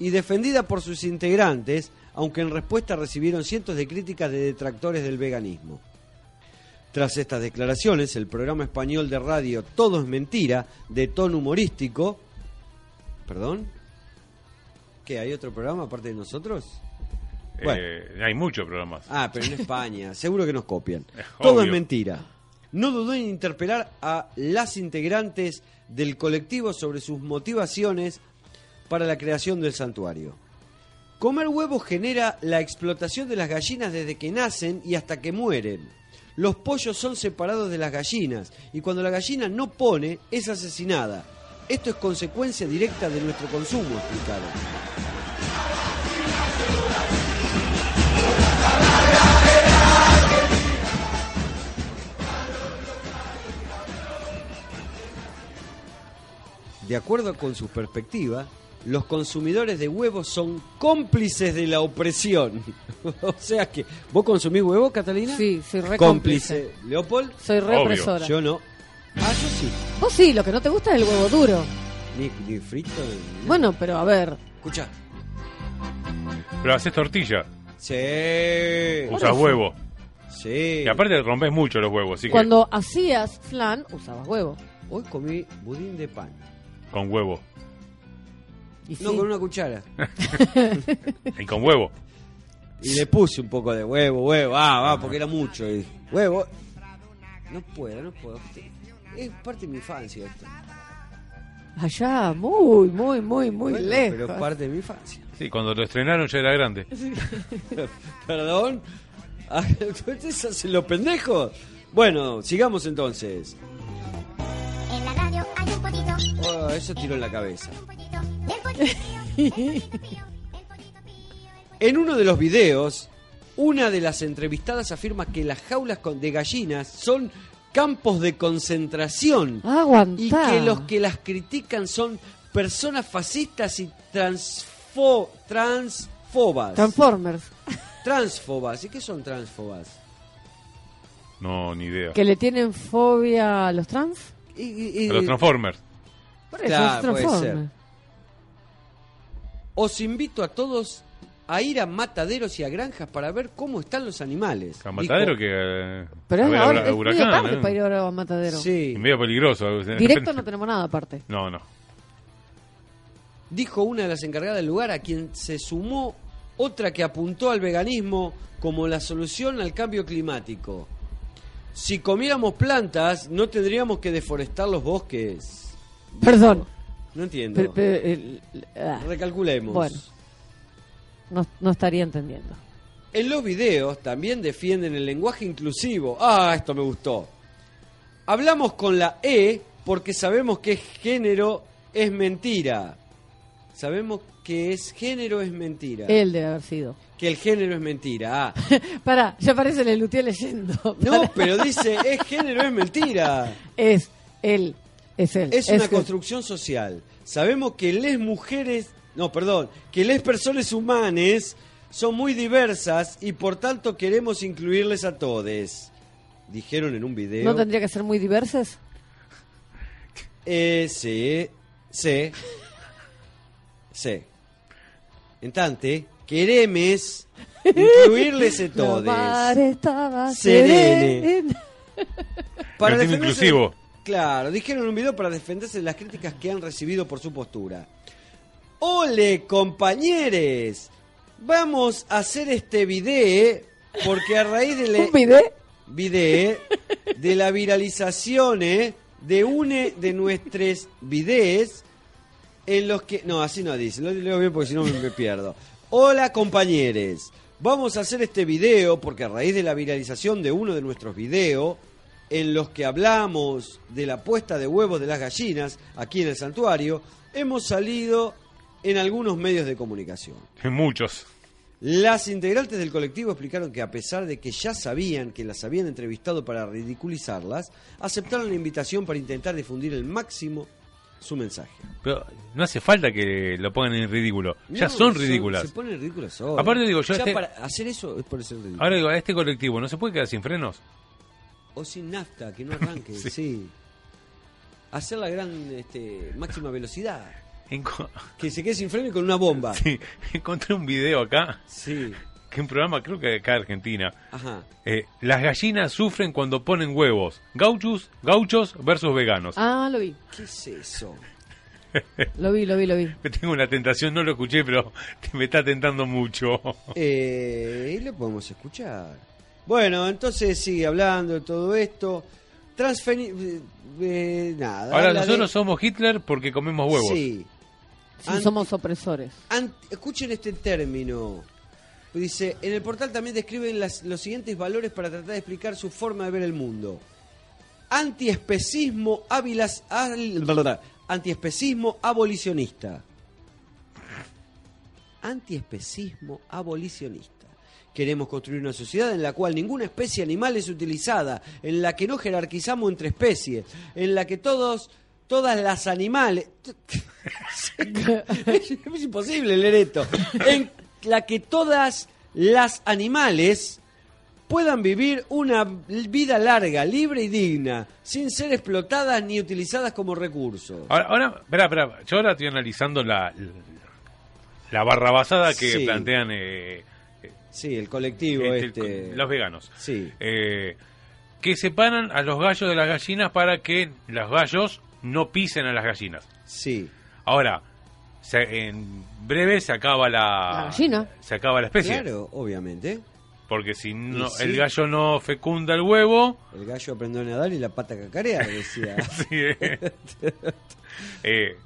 Speaker 4: y defendida por sus integrantes, aunque en respuesta recibieron cientos de críticas de detractores del veganismo. Tras estas declaraciones, el programa español de radio Todo es Mentira, de tono humorístico. ¿Perdón? ¿Qué? ¿Hay otro programa aparte de nosotros? Bueno.
Speaker 3: Eh, hay muchos programas.
Speaker 4: Ah, pero en España, seguro que nos copian.
Speaker 3: Eh,
Speaker 4: Todo
Speaker 3: obvio.
Speaker 4: es mentira. No dudó en interpelar a las integrantes del colectivo sobre sus motivaciones para la creación del santuario. Comer huevos genera la explotación de las gallinas desde que nacen y hasta que mueren. Los pollos son separados de las gallinas y cuando la gallina no pone es asesinada. Esto es consecuencia directa de nuestro consumo, explicaron. De acuerdo con su perspectiva, los consumidores de huevos son cómplices de la opresión. o sea que, ¿vos consumís huevo, Catalina?
Speaker 6: Sí, soy re
Speaker 4: Cómplice. ¿Leopold?
Speaker 6: Soy
Speaker 3: Obvio.
Speaker 6: represora.
Speaker 4: Yo no. Ah, yo sí.
Speaker 6: Vos sí, lo que no te gusta es el huevo duro.
Speaker 4: Ni, ni frito ni...
Speaker 6: Bueno, pero a ver.
Speaker 4: Escucha.
Speaker 3: Pero haces tortilla,
Speaker 4: Sí.
Speaker 3: usas huevo.
Speaker 4: Sí.
Speaker 3: Y aparte rompes mucho los huevos, así
Speaker 6: Cuando hacías flan, usabas huevo.
Speaker 4: Hoy comí budín de pan.
Speaker 3: que con huevo.
Speaker 6: Y
Speaker 4: No,
Speaker 6: sí.
Speaker 4: con una cuchara.
Speaker 3: Y con huevo.
Speaker 4: Y le puse un poco de huevo, huevo, ah, va, porque era mucho. y- huevo. No puedo, no puedo. Es parte de mi infancia esto.
Speaker 6: Allá, muy, muy, muy, muy
Speaker 4: Bueno,
Speaker 6: lejos.
Speaker 4: Pero es parte de mi infancia.
Speaker 3: Sí, cuando lo estrenaron ya era grande.
Speaker 4: Perdón. Ah, Ustedes hacen los pendejos. Bueno, sigamos entonces.
Speaker 7: En la radio hay un pollito.
Speaker 4: Oh, eso tiró en la cabeza.
Speaker 7: Un pollito. El pollito pío. El pollito pío. El pollito pío.
Speaker 4: En uno de los videos, una de las entrevistadas afirma que las jaulas con- de gallinas son campos de concentración.
Speaker 6: Aguantá.
Speaker 4: Y que los que las critican son personas fascistas y transfo- transfobas.
Speaker 6: Transformers.
Speaker 4: transfobas. ¿Y qué son transfobas?
Speaker 3: No, ni idea.
Speaker 6: ¿Que le tienen fobia a los trans?
Speaker 4: Y- y- y-
Speaker 3: A los Transformers.
Speaker 6: Por eso
Speaker 4: Claro,
Speaker 6: es
Speaker 4: puede
Speaker 6: Transformers.
Speaker 4: Os invito a todos a ir a mataderos y a granjas para ver cómo están los animales.
Speaker 3: A Matadero
Speaker 4: Dijo-
Speaker 3: que. eh,
Speaker 6: Pero
Speaker 3: a
Speaker 6: es
Speaker 3: ver,
Speaker 6: ahora,
Speaker 3: a
Speaker 6: es medio
Speaker 3: huracán.
Speaker 6: tarde
Speaker 3: ¿eh?
Speaker 6: para ir ahora a Matadero.
Speaker 4: Sí.
Speaker 3: Y medio peligroso.
Speaker 6: Directo no tenemos nada aparte.
Speaker 3: No, no.
Speaker 4: dijo una de las encargadas del lugar, a quien se sumó otra que apuntó al veganismo como la solución al cambio climático. Si comiéramos plantas, no tendríamos que deforestar los bosques.
Speaker 6: Perdón.
Speaker 4: No entiendo.
Speaker 6: Pero- pero, el- ah,
Speaker 4: Recalculemos.
Speaker 6: Bueno. no, no estaría entendiendo.
Speaker 4: En los videos también defienden el lenguaje inclusivo. Ah, esto me gustó. Hablamos con la E porque sabemos que género es mentira. Sabemos que es género es mentira.
Speaker 6: Él debe haber sido.
Speaker 4: Que el género es mentira. Ah.
Speaker 6: Pará, ya aparece el Lutier leyendo.
Speaker 4: No,
Speaker 6: Pará.
Speaker 4: pero dice, es género es mentira.
Speaker 6: Es él. Es él.
Speaker 4: Es una
Speaker 6: que-
Speaker 4: construcción social. Sabemos que les mujeres, no, perdón, que les personas humanas son muy diversas y por tanto queremos incluirles a todos. Dijeron en un video.
Speaker 6: ¿No tendría que ser muy diversas?
Speaker 4: Eh, sí, sí, sí. En tante, queremos incluirles a
Speaker 6: La mar
Speaker 4: todos.
Speaker 6: estaba
Speaker 4: Serene.
Speaker 6: serena.
Speaker 3: Pero tiene
Speaker 4: defenderse-
Speaker 3: inclusivo.
Speaker 4: Claro, dijeron en un video para defenderse de las críticas que han recibido por su postura. ¡Ole, compañeros! Vamos a hacer este video porque a raíz de la
Speaker 6: ¿Un video?
Speaker 4: video eh, de la viralización eh, de une de nuestros videos en los que... No, así no dice, lo leo bien porque si no me, me pierdo. Hola compañeros, vamos a hacer este video porque a raíz de la viralización de uno de nuestros videos en los que hablamos de la puesta de huevos de las gallinas aquí en el santuario, hemos salido en algunos medios de comunicación.
Speaker 3: Muchos.
Speaker 4: Las integrantes del colectivo explicaron que a pesar de que ya sabían que las habían entrevistado para ridiculizarlas, aceptaron la invitación para intentar difundir el máximo su mensaje.
Speaker 3: Pero no hace falta que lo pongan en ridículo. Ya
Speaker 4: No,
Speaker 3: son ridículas.
Speaker 4: Se ponen ridículas solas.
Speaker 3: Aparte digo, yo
Speaker 4: Ya
Speaker 3: este-
Speaker 4: para hacer eso es por ser ridículo.
Speaker 3: Ahora digo, a este colectivo no se puede quedar sin frenos.
Speaker 4: O sin nafta, que no arranque, sí. Hacer la gran este, máxima velocidad.
Speaker 3: Enco-
Speaker 4: Que se quede sin freno y con una bomba.
Speaker 3: Sí, encontré un video acá,
Speaker 4: Sí.
Speaker 3: que un programa creo que de acá de Argentina.
Speaker 4: Ajá.
Speaker 3: Eh, las gallinas sufren cuando ponen huevos. Gauchos, gauchos versus veganos.
Speaker 6: Ah, lo vi.
Speaker 4: ¿Qué es eso?
Speaker 6: Lo vi, lo vi, lo vi.
Speaker 3: Me Tengo una tentación, no lo escuché, pero me está tentando mucho.
Speaker 4: Eh, y lo podemos escuchar. Bueno, entonces sigue hablando de todo esto. Transferi... eh, eh, nada.
Speaker 3: Ahora
Speaker 4: habla de-
Speaker 3: nosotros somos Hitler porque comemos huevos.
Speaker 4: Sí.
Speaker 6: Sí,
Speaker 4: Anti-
Speaker 6: somos opresores.
Speaker 4: Ant- escuchen este término. Dice, en el portal también describen las- los siguientes valores para tratar de explicar su forma de ver el mundo. Antiespecismo ávilas- al- blablabla. antiespecismo abolicionista. Antiespecismo abolicionista. Queremos construir una sociedad en la cual ninguna especie animal es utilizada, en la que no jerarquizamos entre especies, en la que todos, todas las animales, es imposible leer esto. En la que todas las animales puedan vivir una vida larga, libre y digna, sin ser explotadas ni utilizadas como recursos.
Speaker 3: Ahora, ahora esperá, esperá, yo ahora estoy analizando la, la barrabasada que
Speaker 4: Sí.
Speaker 3: plantean eh,
Speaker 4: Sí, el colectivo
Speaker 3: este,
Speaker 4: este.
Speaker 3: los veganos.
Speaker 4: Sí.
Speaker 3: Eh, que separan a los gallos de las gallinas para que los gallos no pisen a las gallinas.
Speaker 4: Sí.
Speaker 3: Ahora, se- en breve se acaba la,
Speaker 6: La gallina.
Speaker 3: Se acaba la especie.
Speaker 4: Claro, obviamente.
Speaker 3: Porque si no,
Speaker 4: Y sí.
Speaker 3: el gallo no fecunda el huevo,
Speaker 4: El gallo aprendió a nadar y la pata a cacarear, decía.
Speaker 3: sí, eh, eh,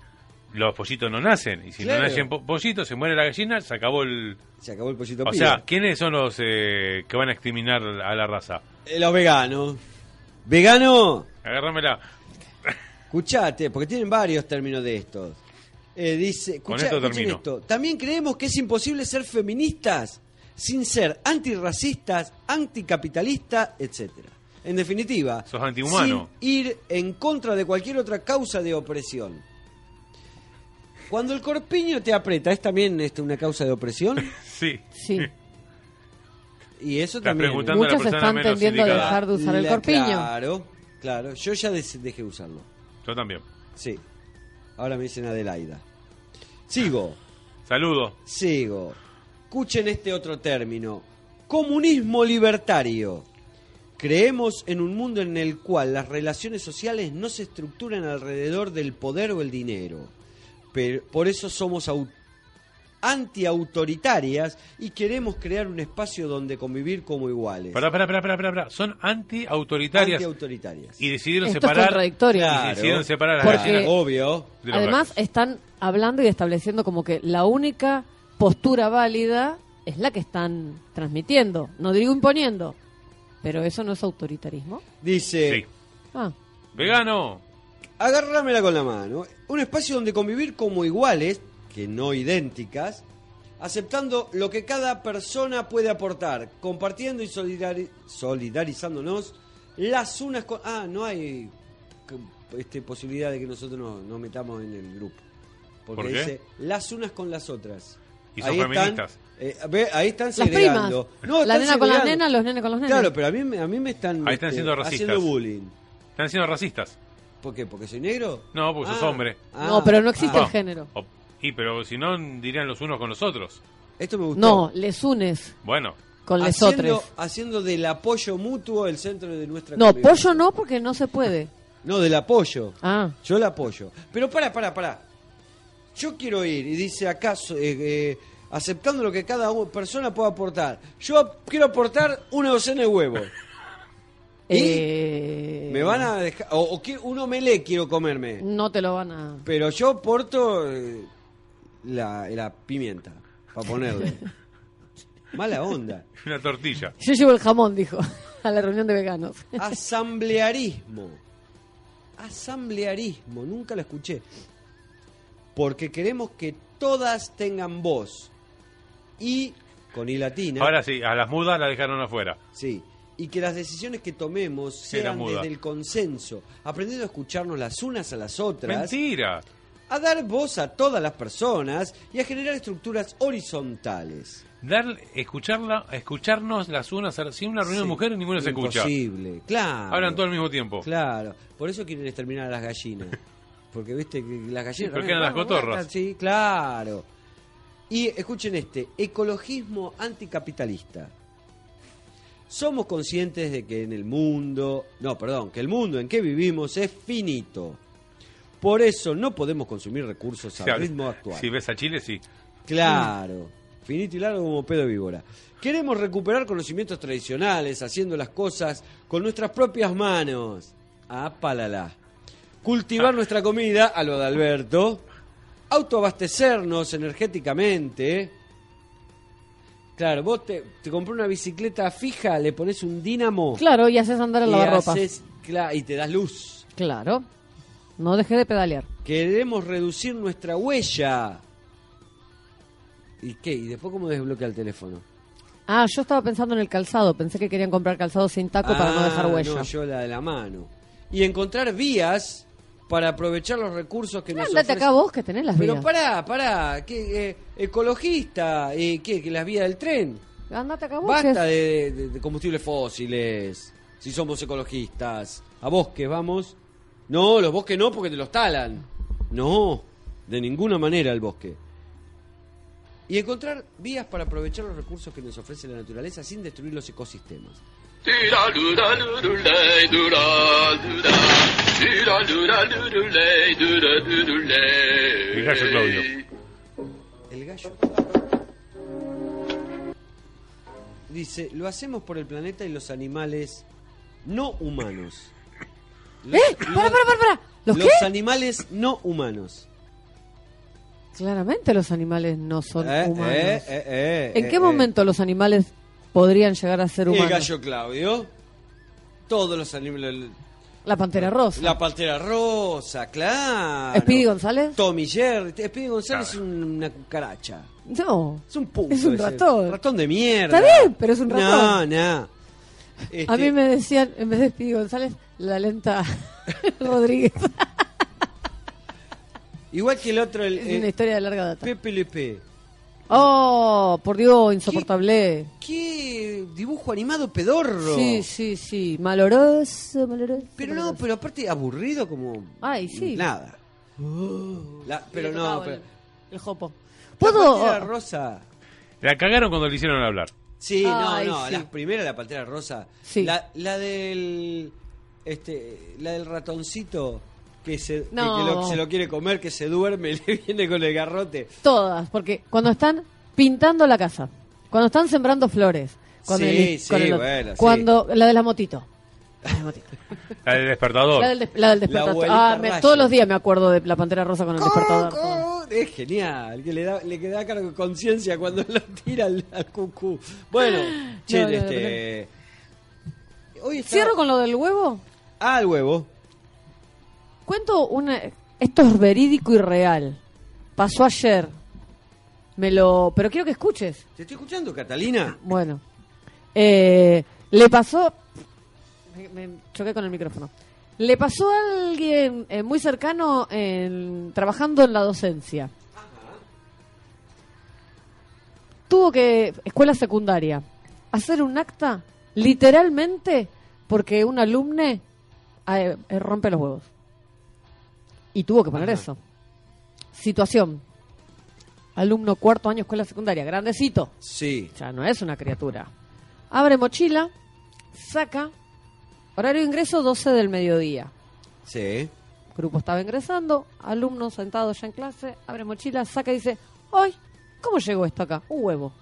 Speaker 3: los pollitos no nacen. Y si
Speaker 4: Claro.
Speaker 3: no nacen po- pollitos, se muere la gallina, se acabó el...
Speaker 4: Se acabó el pollito
Speaker 3: O
Speaker 4: pío.
Speaker 3: sea, ¿quiénes son los eh, que van a exterminar a la raza?
Speaker 4: Eh, los veganos. Vegano,
Speaker 3: Agárramela.
Speaker 4: Escuchate, porque tienen varios términos de estos. Eh, dice,
Speaker 3: Con
Speaker 4: escuchá,
Speaker 3: esto
Speaker 4: escuchen
Speaker 3: termino.
Speaker 4: esto. También creemos que es imposible ser feministas sin ser antirracistas, anticapitalistas, etcétera. En definitiva,
Speaker 3: Sos antihumano.
Speaker 4: sin ir en contra de cualquier otra causa de opresión. Cuando el corpiño te aprieta, ¿es también este, una causa de opresión?
Speaker 3: Sí.
Speaker 6: Sí.
Speaker 4: Y eso
Speaker 3: Estás
Speaker 4: también.
Speaker 3: preguntando Dando a la
Speaker 6: Muchos
Speaker 3: persona
Speaker 6: están
Speaker 3: menos
Speaker 6: tendiendo a
Speaker 3: indicada.
Speaker 6: dejar de usar el
Speaker 4: La-
Speaker 6: corpiño.
Speaker 4: Claro, claro. Yo ya des- dejé de usarlo.
Speaker 3: Yo también.
Speaker 4: Sí. Ahora me dicen Adelaida. Sigo,
Speaker 3: Saludos.
Speaker 4: sigo. Escuchen este otro término. Comunismo libertario. Creemos en un mundo en el cual las relaciones sociales no se estructuran alrededor del poder o el dinero. Pero, por eso somos au- antiautoritarias y queremos crear un espacio donde convivir como iguales.
Speaker 3: Pará, pará, pará, pará, pará, pará. Son anti-autoritarias
Speaker 4: Antiautoritarias.
Speaker 3: y decidieron
Speaker 6: Esto es
Speaker 3: separar.
Speaker 6: contradictorio.
Speaker 3: y decidieron separar a las
Speaker 6: Porque-
Speaker 3: gallinas
Speaker 4: Obvio.
Speaker 3: de los
Speaker 6: Además,
Speaker 3: gallos.
Speaker 6: están hablando y estableciendo como que la única postura válida es la que están transmitiendo. No digo imponiendo, pero eso no es autoritarismo.
Speaker 4: Dice...
Speaker 3: Sí.
Speaker 6: Ah,
Speaker 3: Vegano.
Speaker 4: Agárramela con la mano. Un espacio donde convivir como iguales que no idénticas, aceptando lo que cada persona puede aportar, compartiendo y solidari- solidarizándonos las unas con... Ah, no hay que- este, posibilidad de que nosotros no- nos metamos en el grupo. Porque
Speaker 3: ¿Por qué?
Speaker 4: dice las unas con las otras.
Speaker 3: Y son
Speaker 4: están,
Speaker 3: feministas.
Speaker 4: eh, ve, ahí están
Speaker 6: Las primas.
Speaker 4: segregando.
Speaker 6: la nena
Speaker 4: están
Speaker 6: con las
Speaker 4: segregando.
Speaker 6: nenas, los nenes con los nenes.
Speaker 4: Claro, pero a mí, me- a mí me están, este,
Speaker 3: Ahí están siendo racistas.
Speaker 4: haciendo bullying.
Speaker 3: Están siendo racistas.
Speaker 4: ¿Por qué? ¿Porque soy negro? Ah,
Speaker 3: No, porque sos hombre.
Speaker 6: no, pero no existe
Speaker 3: Ah.
Speaker 6: el género.
Speaker 3: O- y pero si no, dirían los unos con los otros.
Speaker 4: Esto me gustó.
Speaker 6: No, les unes
Speaker 3: Bueno,
Speaker 6: con les
Speaker 4: haciendo,
Speaker 6: otros.
Speaker 4: haciendo del apoyo mutuo el centro de nuestra
Speaker 6: No,
Speaker 4: convivencia.
Speaker 6: pollo no porque no se puede.
Speaker 4: No, del apoyo.
Speaker 6: Ah,
Speaker 4: Yo la apoyo. Pero para, para, para. Yo quiero ir y dice acaso, eh, eh, aceptando lo que cada u- persona pueda aportar. Yo ap- quiero aportar una docena de huevos. ¿Y?
Speaker 6: eh,
Speaker 4: Me van a dejar. O, o que un omelé quiero comerme.
Speaker 6: No te lo van a...
Speaker 4: Pero yo aporto eh, la, la pimienta, para ponerle. Mala onda.
Speaker 3: una tortilla.
Speaker 6: Yo llevo el jamón, dijo, a la reunión de veganos.
Speaker 4: Asamblearismo. Asamblearismo, nunca lo escuché. Porque queremos que todas tengan voz. Y, con I latina,
Speaker 3: Ahora sí, a las mudas las dejaron afuera.
Speaker 4: sí, y que las decisiones que tomemos
Speaker 3: Era
Speaker 4: sean
Speaker 3: muda.
Speaker 4: desde el consenso, aprendiendo a escucharnos las unas a las otras,
Speaker 3: Mentira.
Speaker 4: a dar voz a todas las personas y a generar estructuras horizontales.
Speaker 3: Dar, escucharla, escucharnos las unas a las- sin una reunión de
Speaker 4: Sí,
Speaker 3: mujeres ninguna se escucha.
Speaker 4: Imposible, claro.
Speaker 3: Hablan todo al mismo tiempo.
Speaker 4: Claro, por eso quieren exterminar a las gallinas. Porque viste que las gallinas.
Speaker 3: porque
Speaker 4: también-
Speaker 3: eran las
Speaker 4: Ah, bueno,
Speaker 3: cotorras.
Speaker 4: Sí, claro. Y escuchen este: ecologismo anticapitalista. Somos conscientes de que en el mundo. No, perdón, que el mundo en que vivimos es finito. Por eso no podemos consumir recursos
Speaker 3: Si
Speaker 4: al
Speaker 3: hablas-
Speaker 4: ritmo actual.
Speaker 3: Si ves a Chile, sí.
Speaker 4: Claro. Finito y largo como pedo de víbora. Queremos recuperar conocimientos tradicionales, haciendo las cosas con nuestras propias manos. Ah, palala. Cultivar nuestra comida, a lo de Alberto. Autoabastecernos energéticamente. Claro, vos te, te comprás una bicicleta fija, le pones un dínamo
Speaker 6: Claro, y haces andar el
Speaker 4: y,
Speaker 6: lavarropa.
Speaker 4: haces- cla- y te das luz.
Speaker 6: Claro. No dejé de pedalear.
Speaker 4: Queremos reducir nuestra huella. ¿Y qué? ¿Y después cómo desbloquea el teléfono?
Speaker 6: Ah, yo estaba pensando en el calzado. Pensé que querían comprar calzado sin taco para no
Speaker 4: Ah,
Speaker 6: dejar huella.
Speaker 4: no, yo la de la mano. Y encontrar vías para aprovechar los recursos que nos
Speaker 6: Andate acá
Speaker 4: ofrecen.
Speaker 6: vos que tenés las
Speaker 4: Pero
Speaker 6: vías.
Speaker 4: pará, pará, que eh, ecologista, eh, ¿qué? Que las vías del tren.
Speaker 6: Andate acá vos.
Speaker 4: Basta
Speaker 6: que-
Speaker 4: de, de- de combustibles fósiles, si somos ecologistas. A bosques vamos. No, los bosques no porque te los talan. No, de ninguna manera el bosque. Y encontrar vías para aprovechar los recursos que nos ofrece la naturaleza sin destruir los ecosistemas.
Speaker 3: El gallo Claudio.
Speaker 4: El gallo. Dice, lo hacemos por el planeta y los animales no humanos. Los,
Speaker 6: ¡Eh! ¡Para, para, para! para. ¿Los qué?
Speaker 4: los animales no humanos.
Speaker 6: Claramente los animales no son
Speaker 4: Eh,
Speaker 6: humanos.
Speaker 4: eh, eh, eh,
Speaker 6: ¿En
Speaker 4: eh,
Speaker 6: qué
Speaker 4: eh.
Speaker 6: momento los animales podrían llegar a ser
Speaker 4: El
Speaker 6: humanos?
Speaker 4: gallo Claudio. Todos los animales.
Speaker 6: La pantera rosa.
Speaker 4: La pantera rosa, claro.
Speaker 6: ¿Speedy González?
Speaker 4: Tommy Jerry. Speedy González
Speaker 3: Claro.
Speaker 4: es una cucaracha.
Speaker 6: No.
Speaker 4: Es un puto.
Speaker 6: Es un
Speaker 4: ese.
Speaker 6: ratón.
Speaker 4: Ratón de mierda.
Speaker 6: Está bien, pero es un ratón.
Speaker 4: No, no. Este,
Speaker 6: A mí me decían, en vez de Speedy González, la lenta Rodríguez.
Speaker 4: Igual que el otro, el,
Speaker 6: es
Speaker 4: el
Speaker 6: una historia de larga data.
Speaker 4: Pepe Le Pe.
Speaker 6: Oh, por Dios, insoportable.
Speaker 4: Qué dibujo animado pedorro.
Speaker 6: Sí, sí, sí. Maloroso, maloroso.
Speaker 4: Pero no, pero aparte aburrido como.
Speaker 6: Ay, sí.
Speaker 4: Nada. La- pero no, pero.
Speaker 6: El, el jopo.
Speaker 4: La
Speaker 6: ¿Puedo?
Speaker 4: Pantera rosa.
Speaker 3: La cagaron cuando le hicieron hablar.
Speaker 4: Sí,
Speaker 6: Ay,
Speaker 4: no, no.
Speaker 6: sí.
Speaker 4: La primera, la pantera rosa.
Speaker 6: Sí.
Speaker 4: La, la del. Este, la del ratoncito que, se, que-
Speaker 6: No.
Speaker 4: que lo- se lo quiere comer, que se duerme y le viene con el garrote.
Speaker 6: Todas, porque cuando están pintando la casa, cuando están sembrando flores, cuando
Speaker 4: Sí,
Speaker 6: el-
Speaker 4: sí,
Speaker 6: con el otro,
Speaker 4: bueno, sí.
Speaker 6: cuando la de la motito. La, de motito.
Speaker 3: La del despertador.
Speaker 6: La del, des- la del despertador.
Speaker 4: abuelita
Speaker 6: Ah, me-
Speaker 4: Raya.
Speaker 6: todos los días me acuerdo de la pantera rosa con el despertador.
Speaker 4: ¡Cucú! Es genial, que le da, le queda cargo de conciencia cuando lo tira al, al cucú. Bueno, che,
Speaker 6: No, no,
Speaker 4: este. Hoy está-
Speaker 6: Cierro con lo del huevo.
Speaker 4: Ah, el huevo.
Speaker 6: Cuento una. Esto es verídico y real. Pasó ayer. Me lo. Pero quiero que escuches.
Speaker 4: ¿Te estoy escuchando, Catalina?
Speaker 6: Bueno. Eh, le pasó. Me, me choqué con el micrófono. Le pasó a alguien eh, muy cercano en- trabajando en la docencia. Tuvo que, escuela secundaria, hacer un acta literalmente porque un alumne eh, eh, rompe los huevos. Y tuvo que poner eso. Situación. Alumno cuarto año escuela secundaria, grandecito.
Speaker 4: Sí.
Speaker 6: Ya no es una criatura. Abre mochila, saca, horario de ingreso 12 del mediodía.
Speaker 4: Sí.
Speaker 6: Grupo estaba ingresando, alumno sentado ya en clase, abre mochila, saca y dice, ¡ay! ¿Cómo llegó esto acá? Un huevo.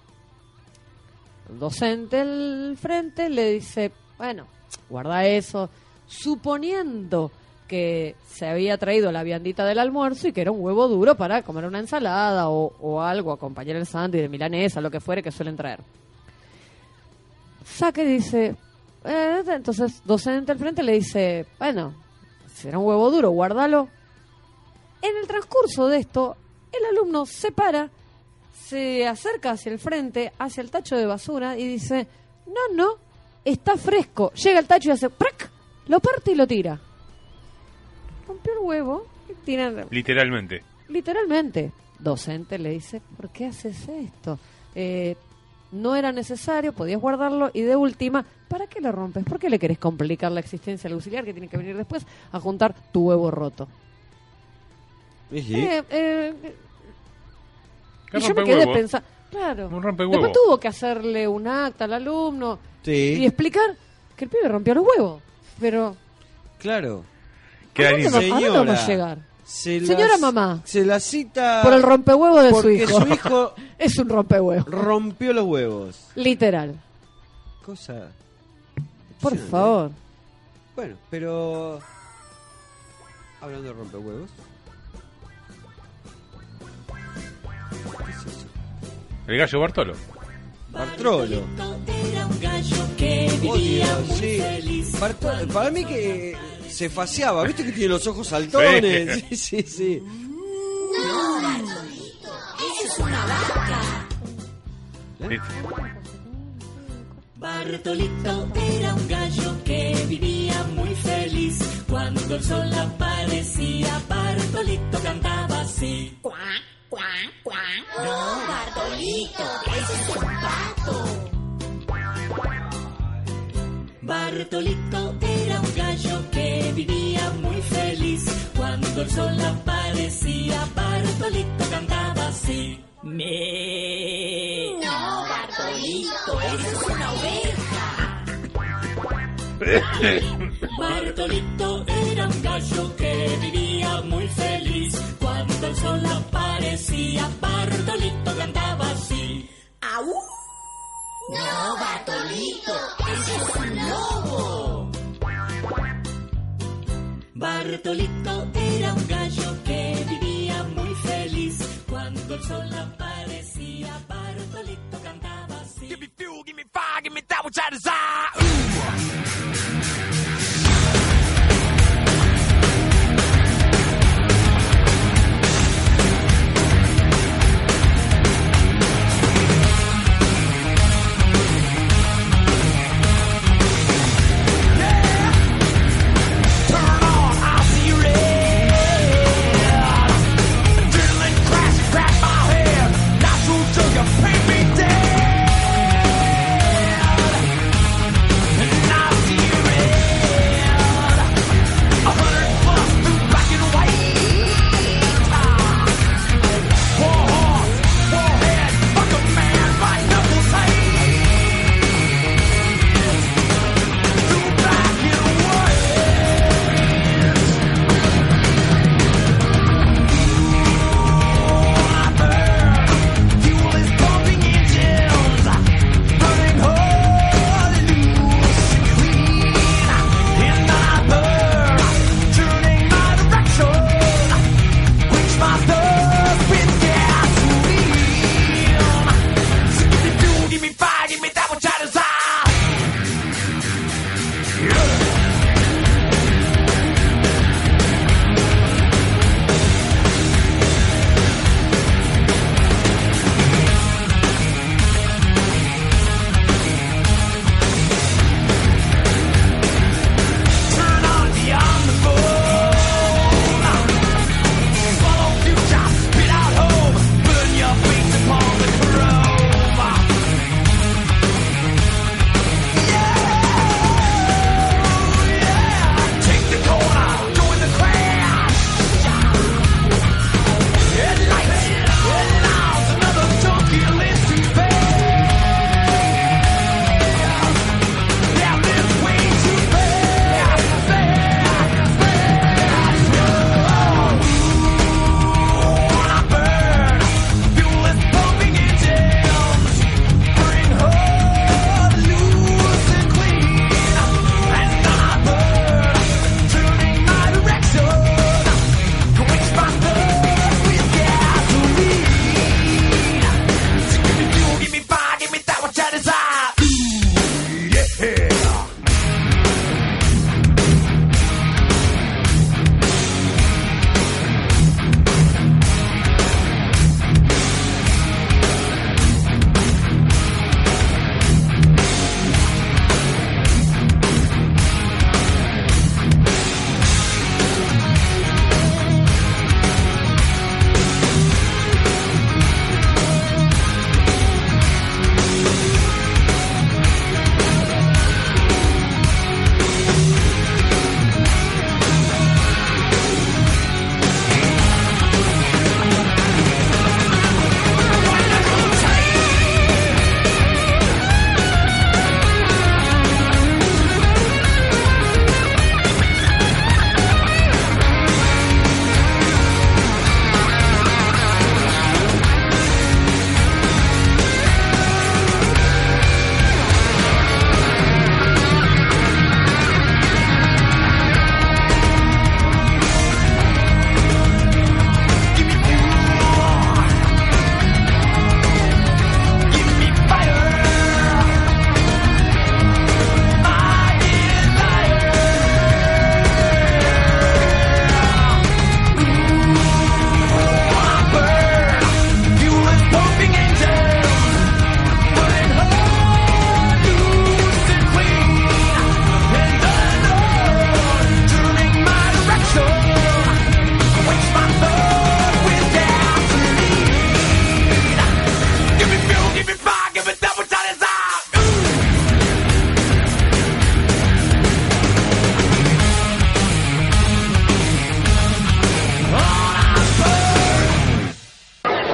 Speaker 6: El docente al frente le dice, bueno, guarda eso, suponiendo que se había traído la viandita del almuerzo y que era un huevo duro para comer una ensalada o, o algo, acompañar el sándwich de milanesa, lo que fuere que suelen traer. Saca y dice, eh, entonces docente al frente le dice, bueno, será un huevo duro, guárdalo. En el transcurso de esto, el alumno se para, se acerca hacia el frente, hacia el tacho de basura y dice, no, no, está fresco. Llega el tacho y hace, ¡prac! Lo parte y lo tira. Rompió el huevo y tira
Speaker 3: Literalmente.
Speaker 6: literalmente. Docente le dice, ¿por qué haces esto? Eh, no era necesario, podías guardarlo y de última, ¿para qué lo rompes? ¿Por qué le querés complicar la existencia al auxiliar que tiene que venir después a juntar tu huevo roto?
Speaker 4: Sí.
Speaker 6: Eh, eh,
Speaker 3: ¿Qué
Speaker 6: y yo me
Speaker 3: rompe
Speaker 6: quedé
Speaker 3: huevo?
Speaker 6: pensando, claro,
Speaker 3: Un rompehuevo.
Speaker 6: después tuvo que hacerle un acta al alumno
Speaker 4: Sí.
Speaker 6: y explicar que el pibe rompió los huevos, pero
Speaker 4: Claro.
Speaker 3: Qué
Speaker 6: ¿a dónde
Speaker 3: anime.
Speaker 6: va- a dónde vamos a llegar?
Speaker 4: se
Speaker 6: Señora mamá.
Speaker 4: Se la cita.
Speaker 6: Por el rompehuevo de
Speaker 4: Ah, porque
Speaker 6: su hijo.
Speaker 4: su hijo
Speaker 6: es un rompehuevo,
Speaker 4: rompió los huevos.
Speaker 6: literal.
Speaker 4: Cosa.
Speaker 6: Por
Speaker 4: Sí.
Speaker 6: favor.
Speaker 4: Bueno, pero. Hablando de rompehuevos. ¿Qué es eso?
Speaker 3: El gallo Bartolo.
Speaker 4: Bartolo. Odio, sí. Bartolo. Para mí que se faseaba. ¿Viste que tiene los ojos saltones? Sí, sí, sí.
Speaker 3: ¿Viste?
Speaker 10: Bartolito era un gallo que vivía muy feliz. Cuando el sol aparecía, Bartolito cantaba así. Bartolito era un gallo que vivía muy feliz. Cuando el sol aparecía, Bartolito cantaba así. Me. No, Bartolito, eso es una oveja. Bartolito era un gallo que vivía muy feliz. Cuando el sol aparecía, Bartolito cantaba así. ¡Au! No, Bartolito, ese es un lobo. Bartolito era un gallo que vivía muy feliz. Cuando el sol aparecía, Bartolito cantaba así.
Speaker 2: Adrenaline crashing, crack my head. Not so drunk, you paint me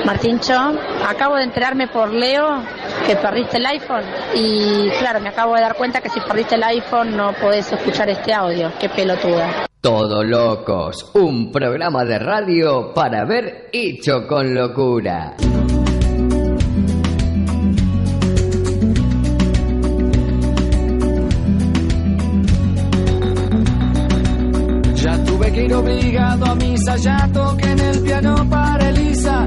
Speaker 11: Martincho, acabo de enterarme por Leo que perdiste el iPhone y claro, me acabo de dar cuenta que si perdiste el iPhone no podés escuchar este audio. Qué pelotuda.
Speaker 12: Todo Locos, un programa de radio para ver hecho con locura.
Speaker 13: Ya tuve que ir obligado a misa, ya toqué en el piano para Elisa,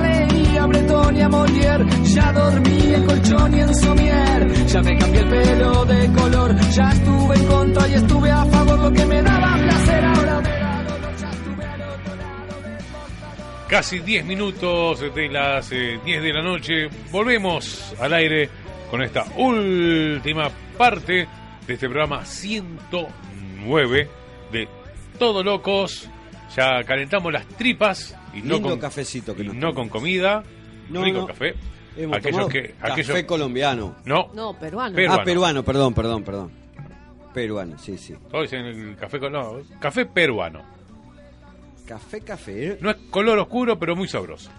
Speaker 13: leí a Breton y a Molière, ya dormí en colchón y en somier, ya me cambié el pelo de color, ya estuve en contra y estuve a favor, lo que me daba placer ahora me
Speaker 3: Casi 10 minutos de las eh, 10 de la noche. Volvemos al aire con esta última parte de este programa 109 de Todo Locos. Ya calentamos las tripas y no
Speaker 4: Lindo
Speaker 3: con
Speaker 4: cafecito que
Speaker 3: y
Speaker 4: nos
Speaker 3: no con comida.
Speaker 4: No,
Speaker 3: rico
Speaker 4: no.
Speaker 3: café.
Speaker 4: Hemos tomado café colombiano.
Speaker 3: No.
Speaker 6: No, peruano.
Speaker 4: Ah, peruano, perdón, perdón, perdón. Peruano, sí, sí.
Speaker 3: Todos dicen el café col- no, café peruano.
Speaker 4: Café, café. ¿eh?
Speaker 3: No es color oscuro, pero muy sabroso.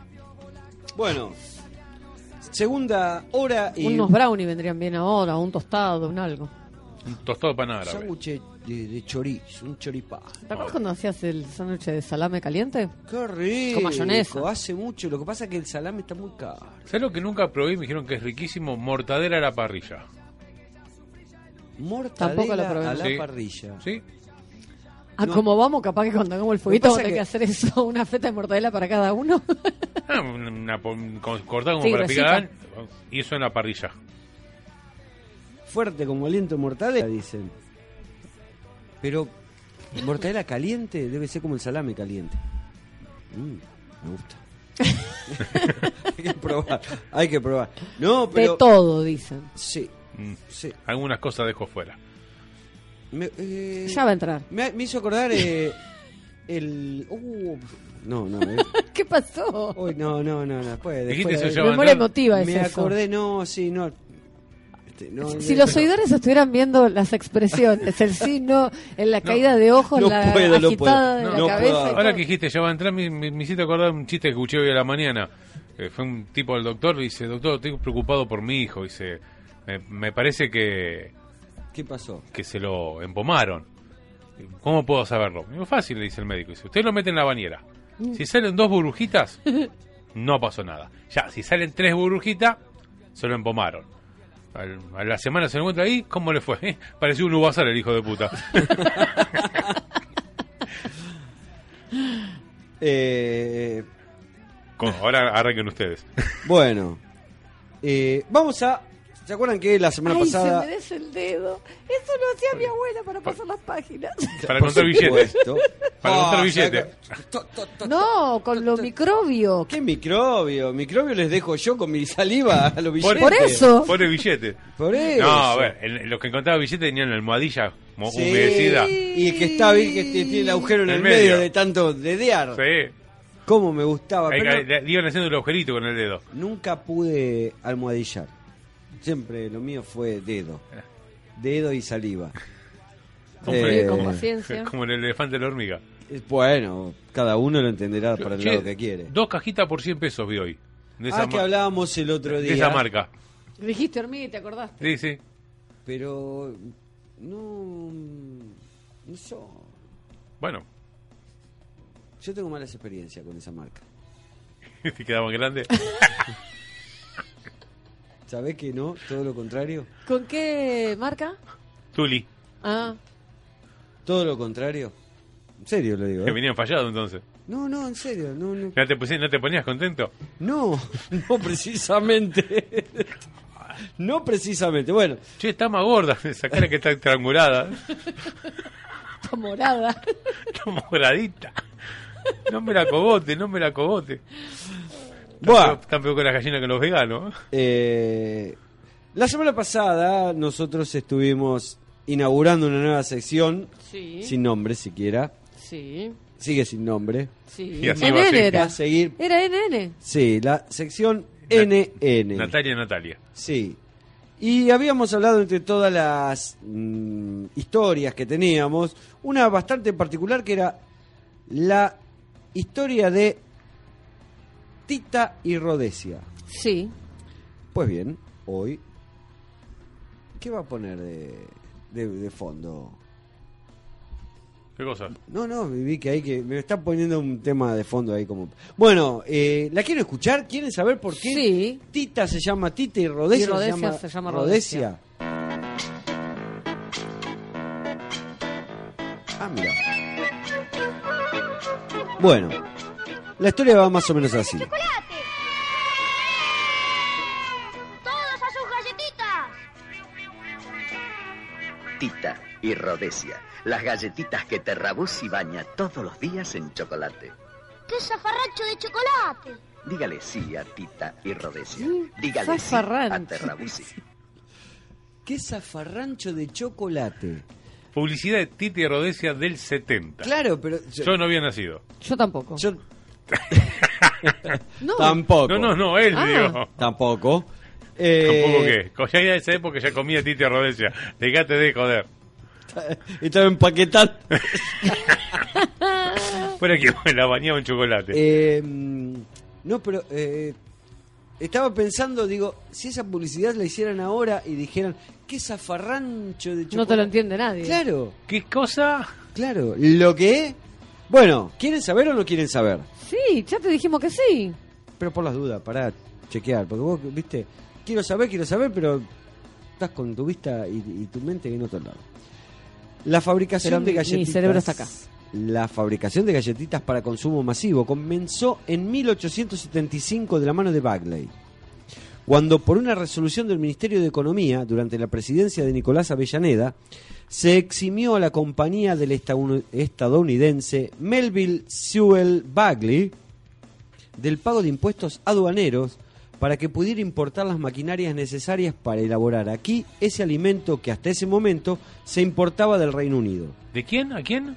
Speaker 4: Bueno, segunda hora y...
Speaker 6: Unos brownie vendrían bien ahora, un tostado, un algo.
Speaker 3: Un tostado de pan árabe.
Speaker 4: sándwich de, de chorizo, un choripá.
Speaker 6: ¿Te acuerdas cuando hacías el sándwich de salame caliente?
Speaker 4: Qué rico.
Speaker 6: Con mayonesa.
Speaker 4: Hace mucho, lo que pasa es que el salame está muy caro.
Speaker 3: ¿Sabes lo que nunca probé? y Me dijeron que es riquísimo. Mortadela a la parrilla.
Speaker 4: Mortadela
Speaker 6: Tampoco la probé.
Speaker 4: a la
Speaker 3: Sí.
Speaker 4: parrilla.
Speaker 3: Sí.
Speaker 6: Ah,
Speaker 4: No.
Speaker 6: como vamos, capaz que cuando hagamos el fueguito
Speaker 4: pasa
Speaker 6: vamos a tener
Speaker 4: que-
Speaker 6: que hacer eso, una feta de mortadela para cada uno.
Speaker 3: Ah, una, pon- co- cortá como
Speaker 6: Sí,
Speaker 3: para
Speaker 6: gruesita.
Speaker 3: picar. Y eso en la parrilla.
Speaker 4: Fuerte como aliento mortadela, dicen. Pero mortadela caliente debe ser como el salame caliente. Mm, me gusta. hay que probar, hay que probar. No, pero...
Speaker 6: De todo, dicen.
Speaker 4: Sí,
Speaker 3: Mm.
Speaker 4: sí.
Speaker 3: Algunas cosas dejo fuera.
Speaker 4: Me, eh,
Speaker 6: Ya va a entrar.
Speaker 4: me, me hizo acordar eh, el... uh, no, no, eh.
Speaker 6: ¿Qué pasó?
Speaker 4: Uy, no, no, no, no. Después,
Speaker 3: Dijiste
Speaker 4: después-
Speaker 3: eso ya va a
Speaker 6: Memoria
Speaker 3: entrar.
Speaker 6: emotiva es
Speaker 4: Me
Speaker 6: eso.
Speaker 4: acordé, no, sí, no. Este, no,
Speaker 6: Si
Speaker 4: no,
Speaker 6: los oidores estuvieran viendo las expresiones, el sí, no, en la caída de ojos,
Speaker 4: No
Speaker 6: la
Speaker 4: puedo, no
Speaker 6: agitada
Speaker 4: puedo.
Speaker 6: de
Speaker 4: No
Speaker 6: la cabeza.
Speaker 4: puedo.
Speaker 6: y
Speaker 3: Ahora
Speaker 6: todo.
Speaker 3: que dijiste, ya va a entrar, me, me- me hiciste acordar un chiste que escuché hoy a la mañana. Eh, fue un tipo al doctor y dice, doctor, estoy preocupado por mi hijo. Dice, me, me parece que,
Speaker 4: ¿Qué pasó?
Speaker 3: que se lo empomaron. ¿Cómo puedo saberlo? Muy fácil, le dice el médico. Dice, usted lo mete en la bañera. Si salen dos burbujitas, no pasó nada. Ya, si salen tres burbujitas, se lo empomaron. Al- a la semana se lo encuentra ahí, ¿cómo le fue? Pareció un ubazar el hijo de puta.
Speaker 4: Eh,
Speaker 3: Con- ahora arranquen ustedes.
Speaker 4: bueno, eh, vamos a. ¿Se acuerdan que la semana
Speaker 6: Ay,
Speaker 4: pasada.
Speaker 6: se me des el dedo. Eso lo hacía mi abuela para pasar las páginas.
Speaker 3: Para
Speaker 4: Por
Speaker 3: contar billetes.
Speaker 4: supuesto.
Speaker 3: Para contar
Speaker 4: Ah,
Speaker 3: billetes.
Speaker 4: saca- to- to- to-
Speaker 6: No, con los microbios.
Speaker 4: ¿Qué microbio? Microbio les dejo yo con mi saliva a los
Speaker 3: Por-
Speaker 4: billetes.
Speaker 6: Por eso.
Speaker 3: Pone billete.
Speaker 4: Por eso.
Speaker 3: No, a ver, el- los que encontraban billetes tenían la almohadilla mo-
Speaker 4: Sí.
Speaker 3: humedecida.
Speaker 4: Y el que está bien, que tiene el agujero en
Speaker 3: En
Speaker 4: el
Speaker 3: medio.
Speaker 4: medio, de tanto dedear.
Speaker 3: Sí.
Speaker 4: ¿Cómo me gustaba?
Speaker 3: Ahí
Speaker 4: pero
Speaker 3: ca- le, le iban haciendo el agujerito con el dedo.
Speaker 4: Nunca pude almohadillar. Siempre lo mío fue dedo.
Speaker 3: Eh.
Speaker 4: Dedo y saliva.
Speaker 3: Con-
Speaker 4: Eh,
Speaker 6: con paciencia.
Speaker 3: Como el elefante de la hormiga.
Speaker 4: Eh, Bueno, cada uno lo entenderá para el
Speaker 3: Che,
Speaker 4: lado que quiere.
Speaker 3: Dos cajitas por 100 pesos vi hoy. De esa,
Speaker 4: Ah, que
Speaker 3: mar-
Speaker 4: hablábamos el otro
Speaker 3: de
Speaker 4: día.
Speaker 3: esa marca.
Speaker 6: Dijiste hormiga y te acordaste.
Speaker 3: Sí, sí.
Speaker 4: Pero no, no so-
Speaker 3: Bueno,
Speaker 4: Yo tengo malas experiencias con esa marca.
Speaker 3: te quedaban grandes.
Speaker 4: ¿Sabés que no? Todo lo contrario.
Speaker 6: ¿Con qué marca?
Speaker 3: Tuli.
Speaker 6: Ah,
Speaker 4: Todo lo contrario. En serio lo digo.
Speaker 3: Que
Speaker 4: ¿eh?
Speaker 3: venían fallados entonces.
Speaker 4: No, no, en serio. No, no,
Speaker 3: ¿No te, pusi- no te ponías contento?
Speaker 4: no, no precisamente. No precisamente. Bueno,
Speaker 3: Che, está más gorda. Esa cara que está estrangulada.
Speaker 6: está morada.
Speaker 3: Está moradita. No me la cogote, no me la cogote.
Speaker 4: Buah.
Speaker 3: Tan peor con las gallinas que los veganos.
Speaker 4: Eh, la semana pasada nosotros estuvimos inaugurando una nueva sección,
Speaker 6: Sí.
Speaker 4: sin nombre siquiera.
Speaker 6: Sí.
Speaker 4: Sigue sin nombre.
Speaker 6: Sí.
Speaker 4: Y así
Speaker 6: NN
Speaker 4: va a seguir.
Speaker 6: era.
Speaker 4: Va a seguir.
Speaker 6: Era NN.
Speaker 4: Sí, la sección NN.
Speaker 3: Natalia, Natalia.
Speaker 4: Sí. Y habíamos hablado entre todas las mm, historias que teníamos, una bastante particular que era la historia de Tita y Rodesia.
Speaker 6: Sí.
Speaker 4: Pues bien, hoy, ¿qué va a poner de, de- de fondo?
Speaker 3: ¿Qué cosa?
Speaker 4: No, no, vi que hay que... Me están poniendo un tema de fondo ahí como... Bueno, eh, la quiero escuchar, quieren saber por qué Tita se llama Tita y Rodesia,
Speaker 6: Y Rodesia
Speaker 4: se
Speaker 6: se
Speaker 4: llama
Speaker 6: llama
Speaker 4: Rodesia. Ah, mira. Bueno, la historia va más o menos así.
Speaker 7: ¡Todos a sus galletitas!
Speaker 14: Tita y Rodesia, las galletitas que Terrabuzzi baña todos los días en chocolate.
Speaker 7: ¡Qué zafarracho de chocolate!
Speaker 14: Dígale sí a Tita y Rodesia.
Speaker 7: Sí,
Speaker 14: Dígale sí a
Speaker 4: zafarrancho.
Speaker 14: Terrabuzzi.
Speaker 4: ¿Qué zafarrancho de chocolate?
Speaker 3: Publicidad de Titi y Rodesia del 70.
Speaker 4: Claro, pero...
Speaker 3: Yo no había nacido.
Speaker 6: Yo tampoco. no.
Speaker 4: Tampoco.
Speaker 3: No, no, no, él,
Speaker 6: Ah.
Speaker 3: digo.
Speaker 4: Tampoco.
Speaker 3: Tampoco que. co- Ya era esa época ya comía Titi y Rodesia. Dejate de joder.
Speaker 4: Estaba empaquetando.
Speaker 3: Fuera que me la bañaba en chocolate.
Speaker 4: Eh, mm, no, pero eh, estaba pensando, digo, si esa publicidad la hicieran ahora y dijeran, qué zafarrancho de chocolate.
Speaker 6: No te lo entiende nadie.
Speaker 4: Claro.
Speaker 3: ¿Qué cosa?
Speaker 4: Claro, lo que es. Bueno, ¿quieren saber o no quieren saber?
Speaker 6: Sí, ya te dijimos que sí.
Speaker 4: Pero por las dudas, para chequear, porque vos, viste, quiero saber, quiero saber, pero estás con tu vista y, y tu mente en otro lado. La fabricación
Speaker 6: Pero
Speaker 4: de
Speaker 6: mi- mi
Speaker 4: galletitas.
Speaker 6: cerebro está acá.
Speaker 4: La fabricación de galletitas para consumo masivo comenzó en 1875 de la mano de Bagley, cuando por una resolución del Ministerio de Economía, durante la presidencia de Nicolás Avellaneda, se eximió a la compañía del estadoun- estadounidense Melville Sewell Bagley del pago de impuestos aduaneros para que pudiera importar las maquinarias necesarias para elaborar aquí ese alimento que hasta ese momento se importaba del Reino Unido.
Speaker 3: ¿De quién? ¿A quién?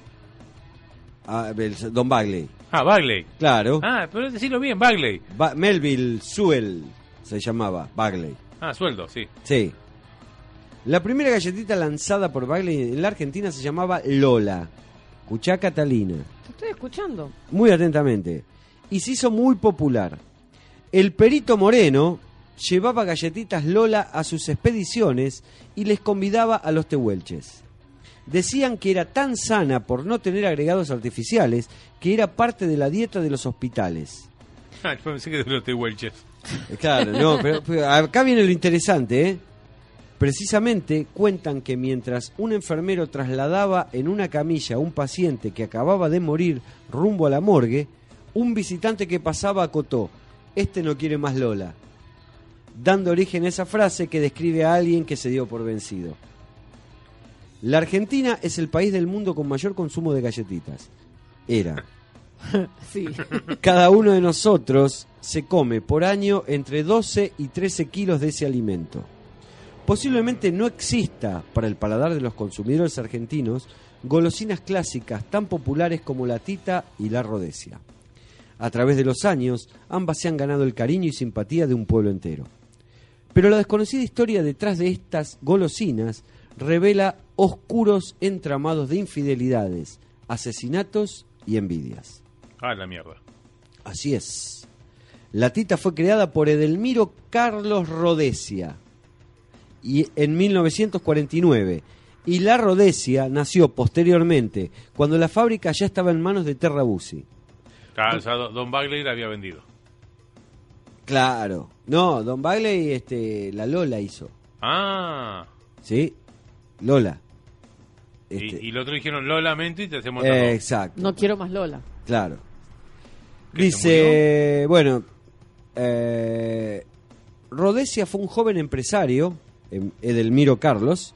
Speaker 4: Ah, el- Don Bagley.
Speaker 3: Ah, Bagley.
Speaker 4: Claro.
Speaker 3: Ah, pero decirlo bien, Bagley.
Speaker 4: Ba- Melville Sewell se llamaba Bagley.
Speaker 3: Ah, sueldo, sí.
Speaker 4: Sí. La primera galletita lanzada por Bagley en la Argentina se llamaba Lola. Cuchá Catalina.
Speaker 6: Te estoy escuchando.
Speaker 4: muy atentamente, y se hizo muy popular. El perito Moreno llevaba galletitas Lola a sus expediciones y les convidaba a los tehuelches. Decían que era tan sana por no tener agregados artificiales que era parte de la dieta de los hospitales.
Speaker 3: Ah, yo pensé que de los tehuelches.
Speaker 4: Eh, Claro, no, pero, pero acá viene lo interesante, ¿eh? Precisamente cuentan que mientras un enfermero trasladaba en una camilla a un paciente que acababa de morir rumbo a la morgue, un visitante que pasaba acotó, este no quiere más Lola, dando origen a esa frase que describe a alguien que se dio por vencido. La Argentina es el país del mundo con mayor consumo de galletitas. Era.
Speaker 6: Sí.
Speaker 4: Cada uno de nosotros se come por año entre 12 y 13 kilos de ese alimento. Posiblemente no exista para el paladar de los consumidores argentinos golosinas clásicas tan populares como la tita y la rodesia. A través de los años, ambas se han ganado el cariño y simpatía de un pueblo entero. Pero la desconocida historia detrás de estas golosinas revela oscuros entramados de infidelidades, asesinatos y envidias.
Speaker 3: Ah, la mierda.
Speaker 4: Así es. La tita fue creada por Edelmiro Carlos Rodesia y en 1949. Y la Rodesia nació posteriormente, cuando la fábrica ya estaba en manos de Terrabusi.
Speaker 3: Ah, o sea, do- Don Bagley la había vendido.
Speaker 4: Claro. No, Don Bagley, este, la Lola hizo.
Speaker 3: Ah.
Speaker 4: ¿Sí? Lola.
Speaker 3: Y, y el otro dijeron, lo lamento y te hacemos
Speaker 4: Este- Eh,
Speaker 3: otro.
Speaker 4: exacto.
Speaker 6: No quiero más Lola.
Speaker 4: Claro. Dice, bueno, eh, Rodesia fue un joven empresario, em- Edelmiro Carlos,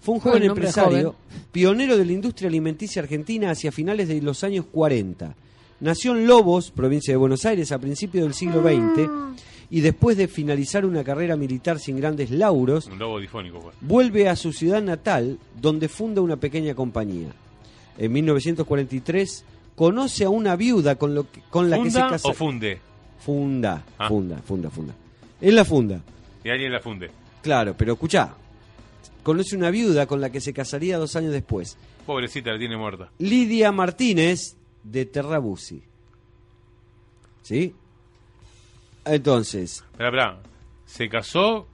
Speaker 4: fue un
Speaker 6: Buen
Speaker 4: joven
Speaker 6: nombre de
Speaker 4: empresario, pionero de la industria alimenticia argentina hacia finales de los años 40. Nació en Lobos, provincia de Buenos Aires, a principios del siglo XX y después de finalizar una carrera militar sin grandes lauros,
Speaker 3: Un lobo difónico, pues.
Speaker 4: vuelve a su ciudad natal, donde funda una pequeña compañía. En 1943 conoce a una viuda con, lo que- con la que se
Speaker 3: ¿Funda Ah.
Speaker 4: casa.
Speaker 3: o funde?
Speaker 4: Funda, funda, funda, funda. Es la funda.
Speaker 3: Y alguien la funde.
Speaker 4: Claro, pero escuchá. Conoce una viuda con la que se casaría dos años después.
Speaker 3: Pobrecita, la tiene muerta.
Speaker 4: Lidia Martínez de Terrabusi. ¿Sí? Entonces,
Speaker 3: Esperá, esperá. Se casó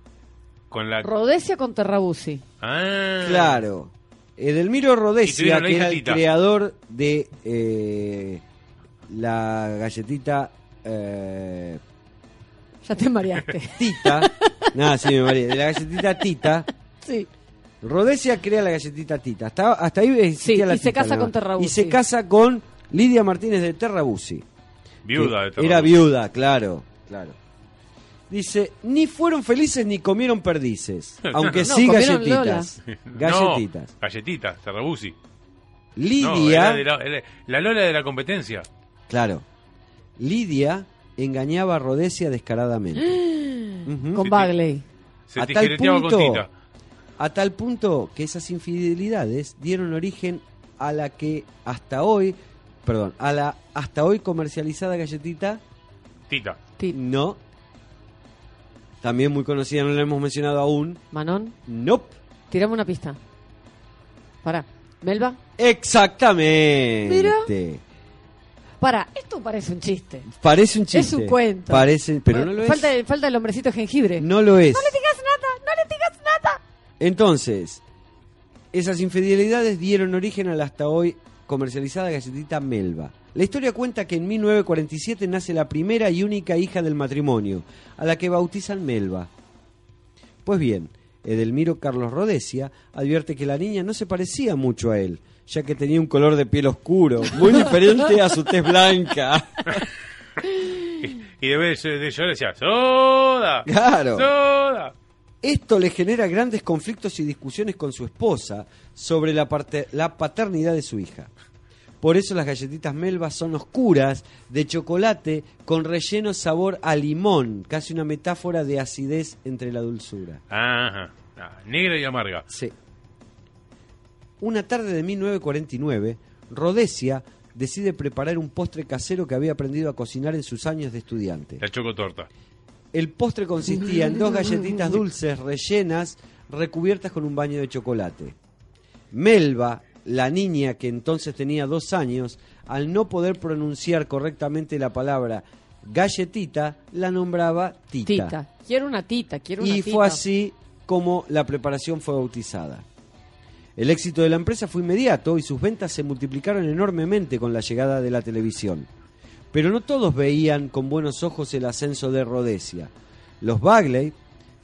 Speaker 3: con la...
Speaker 6: Rodesia con Terrabusi.
Speaker 3: Ah.
Speaker 4: Claro. Edelmiro
Speaker 3: Y tuvieron
Speaker 4: Rodesia,
Speaker 3: una
Speaker 4: que
Speaker 3: hija
Speaker 4: era el
Speaker 3: Tita.
Speaker 4: creador de eh, la galletita eh,
Speaker 6: Ya te mareaste.
Speaker 4: Tita. Nada, sí, me mareé. De la galletita Tita.
Speaker 6: sí.
Speaker 4: Rodesia crea la galletita Tita. Hasta, hasta ahí existía
Speaker 6: Sí,
Speaker 4: la
Speaker 6: y se
Speaker 4: Tita
Speaker 6: casa
Speaker 4: nada más.
Speaker 6: con Terrabusi.
Speaker 4: Y se casa con Lidia Martínez de Terrabusi.
Speaker 3: Viuda
Speaker 4: que
Speaker 3: de Terrabusi.
Speaker 4: Era viuda, claro, claro. Dice, ni fueron felices ni comieron perdices, aunque
Speaker 3: No,
Speaker 4: sí
Speaker 3: comieron
Speaker 4: galletitas.
Speaker 3: No,
Speaker 4: Galletitas.
Speaker 3: galletitas, Terrabusi. No, era
Speaker 4: Lidia,
Speaker 3: de la, era- la Lola de la competencia.
Speaker 4: claro, Lidia engañaba a Rodesia descaradamente.
Speaker 6: Mm. Con Bagley.
Speaker 3: Se tijereteaba con Tita.
Speaker 4: a tal punto que esas infidelidades dieron origen a la que hasta hoy, perdón, a la hasta hoy comercializada galletita
Speaker 3: Tita.
Speaker 4: No. También muy conocida, no la hemos mencionado aún.
Speaker 6: Manon.
Speaker 4: Nope.
Speaker 6: Tirame una pista. Pará. ¿Melba?
Speaker 4: Exactamente.
Speaker 6: Pará, esto parece un chiste.
Speaker 4: Parece un chiste.
Speaker 6: Es un cuento.
Speaker 4: Parece, pero no lo es.
Speaker 6: Falta, el- falta el hombrecito de jengibre.
Speaker 4: No lo es.
Speaker 6: No le digas nada, no le digas nada.
Speaker 4: Entonces, esas infidelidades dieron origen a la hasta hoy comercializada galletita Melba. La historia cuenta que en 1947 nace la primera y única hija del matrimonio, a la que bautizan Melba. Pues bien, Edelmiro Carlos Rodesia advierte que la niña no se parecía mucho a él, ya que tenía un color de piel oscuro, muy diferente a su tez blanca.
Speaker 3: Y de vez de yo le decía, ¡Soda!
Speaker 4: Claro.
Speaker 3: ¡Soda!
Speaker 4: Esto le genera grandes conflictos y discusiones con su esposa sobre la, parte- la paternidad de su hija. Por eso las galletitas melvas son oscuras, de chocolate, con relleno sabor a limón, casi una metáfora de acidez entre la dulzura.
Speaker 3: Ajá. Ah, negra y amarga.
Speaker 4: Sí. Una tarde de 1949, Rodesia decide preparar un postre casero que había aprendido a cocinar en sus años de estudiante.
Speaker 3: La chocotorta.
Speaker 4: El postre consistía en dos galletitas dulces rellenas recubiertas con un baño de chocolate. Melba, la niña que entonces tenía dos años, al no poder pronunciar correctamente la palabra galletita, la nombraba Tita.
Speaker 6: Tita. Quiero una tita, quiero una
Speaker 4: Y
Speaker 6: tita.
Speaker 4: fue así como la preparación fue bautizada. El éxito de la empresa fue inmediato y sus ventas se multiplicaron enormemente con la llegada de la televisión. Pero no todos veían con buenos ojos el ascenso de Rodesia. Los Bagley,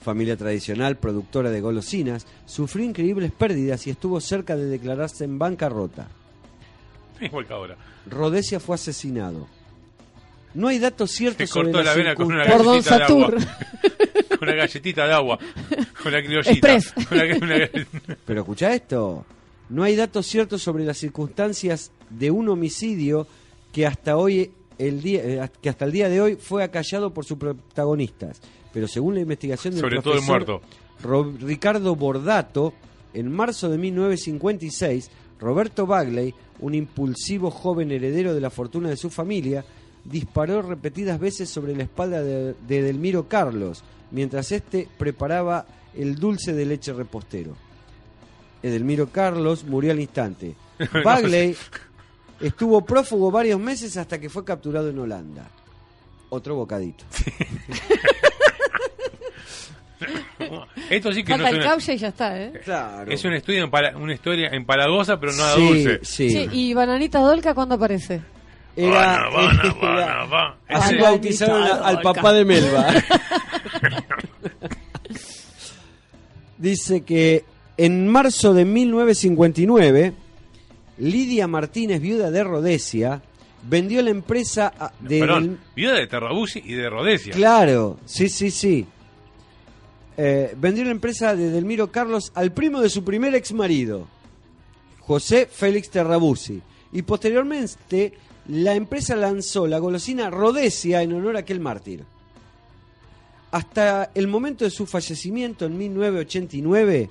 Speaker 4: familia tradicional productora de golosinas, sufrió increíbles pérdidas y estuvo cerca de declararse en bancarrota.
Speaker 3: Igual que ahora.
Speaker 4: Rodesia fue asesinado. No hay datos ciertos
Speaker 3: Te
Speaker 4: sobre
Speaker 3: cortó la
Speaker 4: las
Speaker 3: vena con una
Speaker 4: circun-
Speaker 3: galletita de agua. Con una galletita de agua. Con la criollita.
Speaker 4: Express.
Speaker 3: Con la- una-
Speaker 4: Pero escucha esto. No hay datos ciertos sobre las circunstancias de un homicidio que hasta hoy el día eh, que hasta el día de hoy fue acallado por sus protagonistas. Pero según la investigación del
Speaker 3: Sobre todo el
Speaker 4: profesor
Speaker 3: muerto.
Speaker 4: Ro- Ricardo Bordato, en marzo de 1956, Roberto Bagley, un impulsivo joven heredero de la fortuna de su familia, disparó repetidas veces sobre la espalda de, de Delmiro Carlos, mientras éste preparaba el dulce de leche repostero. Edelmiro Carlos murió al instante. Bagley estuvo prófugo varios meses hasta que fue capturado en Holanda. Otro bocadito.
Speaker 3: Esto sí que
Speaker 6: Falta
Speaker 3: no
Speaker 6: el
Speaker 3: es una...
Speaker 6: caucha y ya está, ¿eh?
Speaker 4: Claro.
Speaker 3: Es un estudio empala- una historia empalagosa, pero nada
Speaker 4: Sí,
Speaker 3: dulce.
Speaker 4: sí.
Speaker 6: Che, ¿Y Bananita Dolca cuándo aparece?
Speaker 4: Era,
Speaker 3: Habana, Habana,
Speaker 4: era-
Speaker 3: Habana.
Speaker 4: así
Speaker 3: Habana,
Speaker 4: bautizaron a- al
Speaker 3: Habana.
Speaker 4: papá de Melba. Dice que en marzo de 1959, Lidia Martínez, viuda de Rodesia, vendió la empresa a- de...
Speaker 3: Perdón, viuda de Terrabusi y de Rodesia.
Speaker 4: Claro, sí, sí, sí. Eh, vendió la empresa de Delmiro Carlos al primo de su primer exmarido, José Félix Terrabusi, y posteriormente la empresa lanzó la golosina Rhodesia en honor a aquel mártir. Hasta el momento de su fallecimiento en 1989,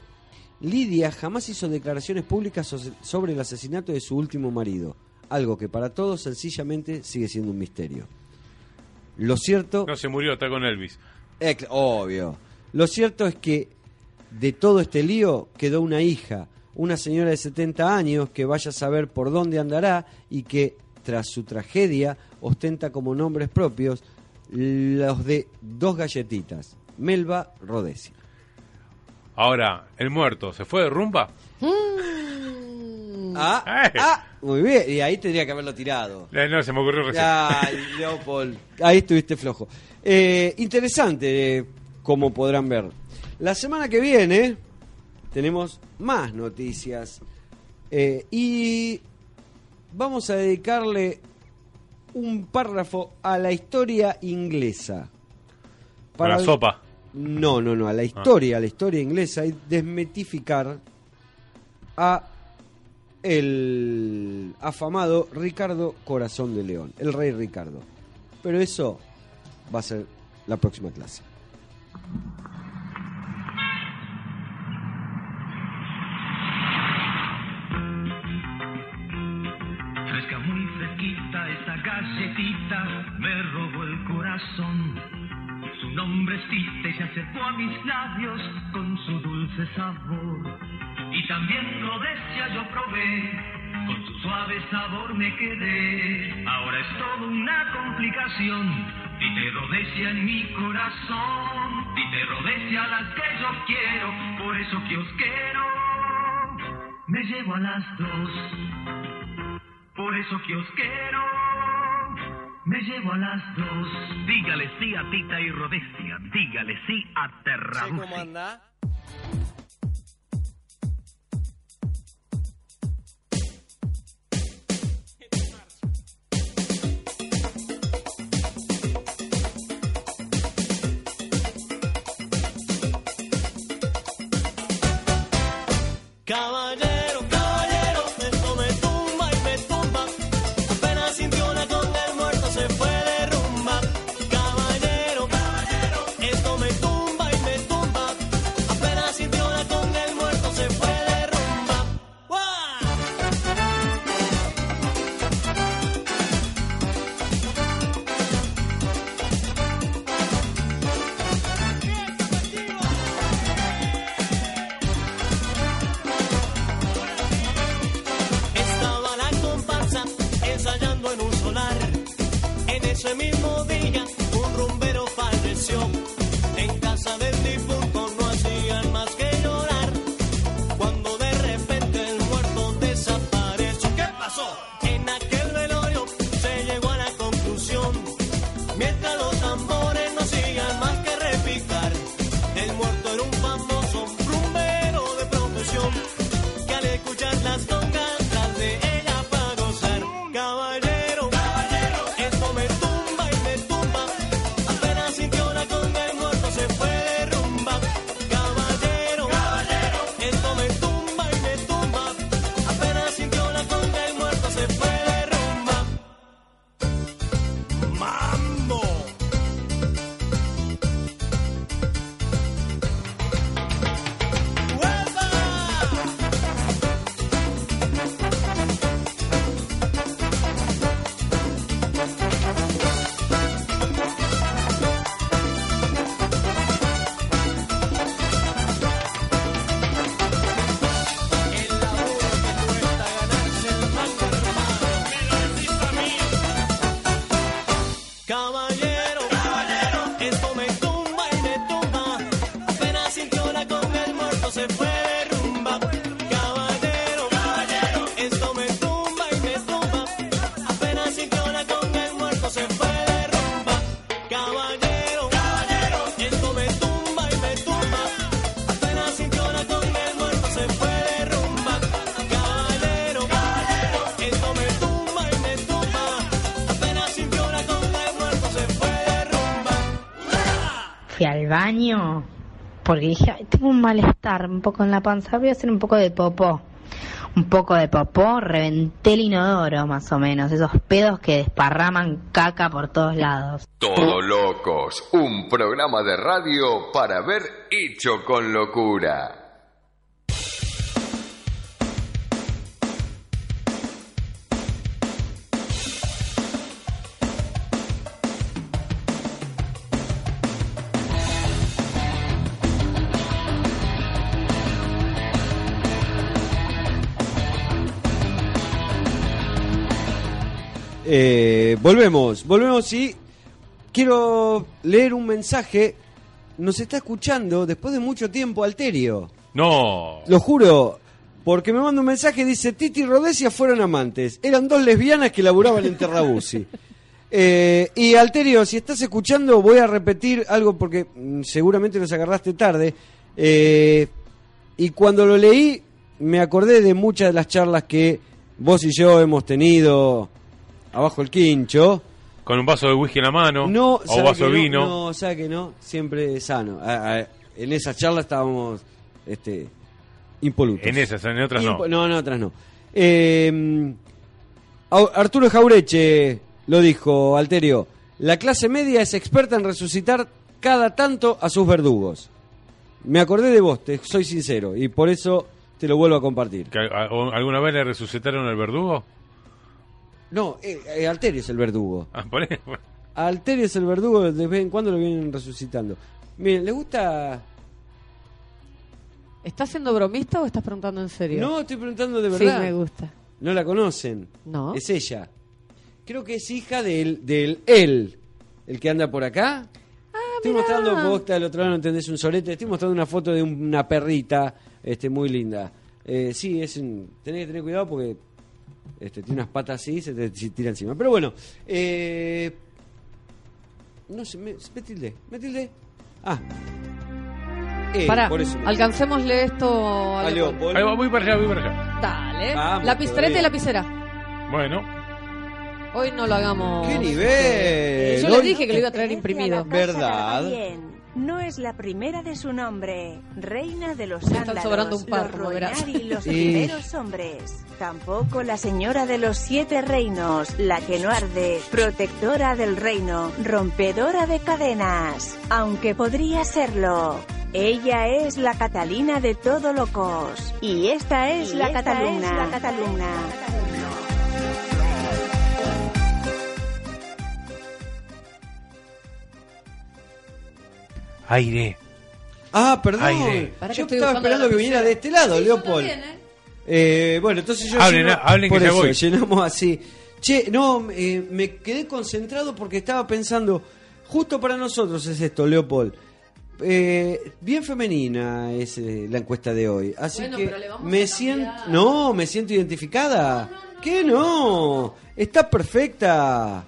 Speaker 4: Lidia jamás hizo declaraciones públicas so- sobre el asesinato de su último marido, algo que para todos sencillamente sigue siendo un misterio. Lo cierto,
Speaker 3: No se murió, está con Elvis.
Speaker 4: eh, cl- obvio. Lo cierto es que de todo este lío quedó una hija, una señora de 70 años que vaya a saber por dónde andará y que tras su tragedia ostenta como nombres propios los de dos galletitas, Melba Rodesi.
Speaker 3: Ahora, el muerto, ¿se fue de rumba?
Speaker 4: Ah, ah, muy bien, y ahí tendría que haberlo tirado.
Speaker 3: Eh, no, se me ocurrió recién.
Speaker 4: Ay, Leopold. Ahí estuviste flojo. Eh, interesante, eh, como podrán ver. La semana que viene tenemos más noticias. Eh, y vamos a dedicarle un párrafo a la historia inglesa.
Speaker 3: Para sopa.
Speaker 4: No, no, no, a la historia, a la historia inglesa y desmetificar a el afamado Ricardo Corazón de León, el rey Ricardo. Pero eso va a ser la próxima clase.
Speaker 15: Fresca, muy fresquita, esa galletita me robó el corazón. Su nombre es Tita y se acercó a mis labios con su dulce sabor. Y también Rodesia yo probé, con su suave sabor me quedé. Ahora es toda una complicación, Tita y Rodesia en mi corazón. Tita y Rodesia las que yo quiero, por eso que os quiero. Me llevo a las dos. Por eso que os quiero, me llevo a las dos. Dígale sí a Tita y Rodesia, dígale sí a Terramusi.
Speaker 16: Caballero, caballero, esto me tumba y me tumba. Apenas sintió una con el muerto se fue de rumba. Caballero, caballero, esto me tumba y me tumba. Apenas sintió una con el muerto se fue de rumba. Estaba la comparsa ensayando en un solar. En ese mismo día un rumbero falleció. En casa del difunto no hacían más que llorar. Cuando de repente el muerto desapareció. ¿Qué pasó? En aquel velorio se llegó a la conclusión. Mientras los tambores no hacían más que repicar. El muerto era un famoso rumbero de profesión que al escuchar las tocatas de ella para gozar. Caballero, caballero, esto me tumba y me tumba. Apenas sintió la con el muerto se fue de rumba. Caballero, caballero, esto me tumba y me tumba. Apenas sintió la con el muerto se fue de rumba. Mambo. Caballero, caballero, esto me tumba y me tumba. Apenas sintió la con el muerto se fue de rumba. Caballero, caballero, esto me tumba y me tumba. Apenas sintió la con el muerto se fue de rumba. Caballero, caballero, esto me tumba y me tumba. Apenas sintió la con el muerto se fue de rumba. Caballero, caballero, esto me tumba y me tumba. Apenas sintió la con el muerto se fue de rumba.
Speaker 11: Fui al baño porque dije, "Ay, tengo un malestar un poco en la panza, voy a hacer un poco de popó. un poco de popó, reventé el inodoro más o menos, esos pedos que desparraman caca por todos lados.
Speaker 12: Todo Locos, un programa de radio para ver hecho con locura.
Speaker 4: Eh, volvemos, volvemos y quiero leer un mensaje. Nos está escuchando después de mucho tiempo Alterio.
Speaker 3: No.
Speaker 4: Lo juro, porque me manda un mensaje dice, Titi y Rodesia fueron amantes. Eran dos lesbianas que laburaban en Terrabusi. Eh, y Alterio, si estás escuchando, voy a repetir algo porque mm, seguramente nos agarraste tarde. Eh, y cuando lo leí, me acordé de muchas de las charlas que vos y yo hemos tenido abajo el quincho.
Speaker 3: Con un vaso de whisky en la mano.
Speaker 4: No,
Speaker 3: o
Speaker 4: sabe
Speaker 3: vaso
Speaker 4: que
Speaker 3: de
Speaker 4: no,
Speaker 3: vino.
Speaker 4: No, sabe que no, siempre sano. A- a- en esas charlas estábamos este, impolutos.
Speaker 3: En esas, en otras no.
Speaker 4: Impo- No, en otras no. Eh, Au- Arturo Jaureche lo dijo, Alterio. La clase media es experta en resucitar cada tanto a sus verdugos. Me acordé de vos, te soy sincero, y por eso te lo vuelvo a compartir.
Speaker 3: ¿Que a- o- ¿Alguna vez le resucitaron al verdugo?
Speaker 4: No, eh, eh, Alterio es el verdugo.
Speaker 3: Ah, por ahí.
Speaker 4: A Alterio es el verdugo, de vez en cuando lo vienen resucitando. Miren, ¿les gusta?
Speaker 6: ¿Estás siendo bromista o estás preguntando en serio?
Speaker 4: No, estoy preguntando de
Speaker 6: Sí,
Speaker 4: verdad.
Speaker 6: me gusta.
Speaker 4: No la conocen.
Speaker 6: No.
Speaker 4: Es ella. Creo que es hija del, del él, el que anda por acá.
Speaker 6: Ah,
Speaker 4: estoy mostrando, vos está del otro lado, no entendés un solete. Estoy mostrando una foto de un- una perrita este, muy linda. Eh, sí, es un- tenés que tener cuidado porque este, tiene unas patas así y se te se tira encima. Pero bueno, eh, no sé, me, me tildé, me tildé. Ah. Eh,
Speaker 6: Pará,
Speaker 4: por eso me-
Speaker 6: alcancémosle esto
Speaker 4: A
Speaker 6: a
Speaker 4: Leopold.
Speaker 3: Ahí va, voy para allá, voy para allá.
Speaker 6: Dale.
Speaker 4: Vamos,
Speaker 6: Lapicereta
Speaker 4: todavía.
Speaker 6: y lapicera.
Speaker 3: Bueno,
Speaker 6: Hoy no lo hagamos.
Speaker 4: ¡Qué nivel!
Speaker 6: Yo le
Speaker 4: Hoy-
Speaker 6: dije que lo iba a
Speaker 17: Este
Speaker 6: traer imprimido.
Speaker 4: ¿Verdad?
Speaker 17: Bien, no es la primera de su nombre. Reina de los
Speaker 6: Me están
Speaker 17: ándalos,
Speaker 6: sobrando un par,
Speaker 17: los
Speaker 6: como verás.
Speaker 17: Ruinari, los
Speaker 4: Eh,
Speaker 6: Sí.
Speaker 17: primeros hombres. Tampoco la señora de los siete reinos, la que no arde, protectora del reino, rompedora de cadenas, aunque podría serlo. Ella es la Catalina de todo locos. Y esta es,
Speaker 11: Y
Speaker 17: la,
Speaker 11: esta
Speaker 17: Cataluna.
Speaker 11: es la
Speaker 17: Cataluna.
Speaker 3: aire.
Speaker 4: Ah, perdón.
Speaker 3: Aire.
Speaker 6: Pará que
Speaker 4: yo
Speaker 6: estoy
Speaker 4: estaba
Speaker 6: buscando
Speaker 4: esperando
Speaker 6: la
Speaker 4: que viniera
Speaker 6: lapicera.
Speaker 4: de este lado,
Speaker 6: Sí, yo
Speaker 4: Leopold.
Speaker 6: también, ¿eh?
Speaker 4: Eh, bueno, entonces yo.
Speaker 3: Hablen, ah, hablen
Speaker 4: por
Speaker 3: que ya
Speaker 4: eso,
Speaker 3: voy.
Speaker 4: Llenamos así. Che, no, eh, me quedé concentrado porque estaba pensando. Justo para nosotros es esto, Leopold. Eh, bien femenina es eh, la encuesta de hoy. Así
Speaker 6: Bueno,
Speaker 4: que
Speaker 6: pero le vamos
Speaker 4: me siento. No, me siento identificada. ¿Qué no? Está perfecta.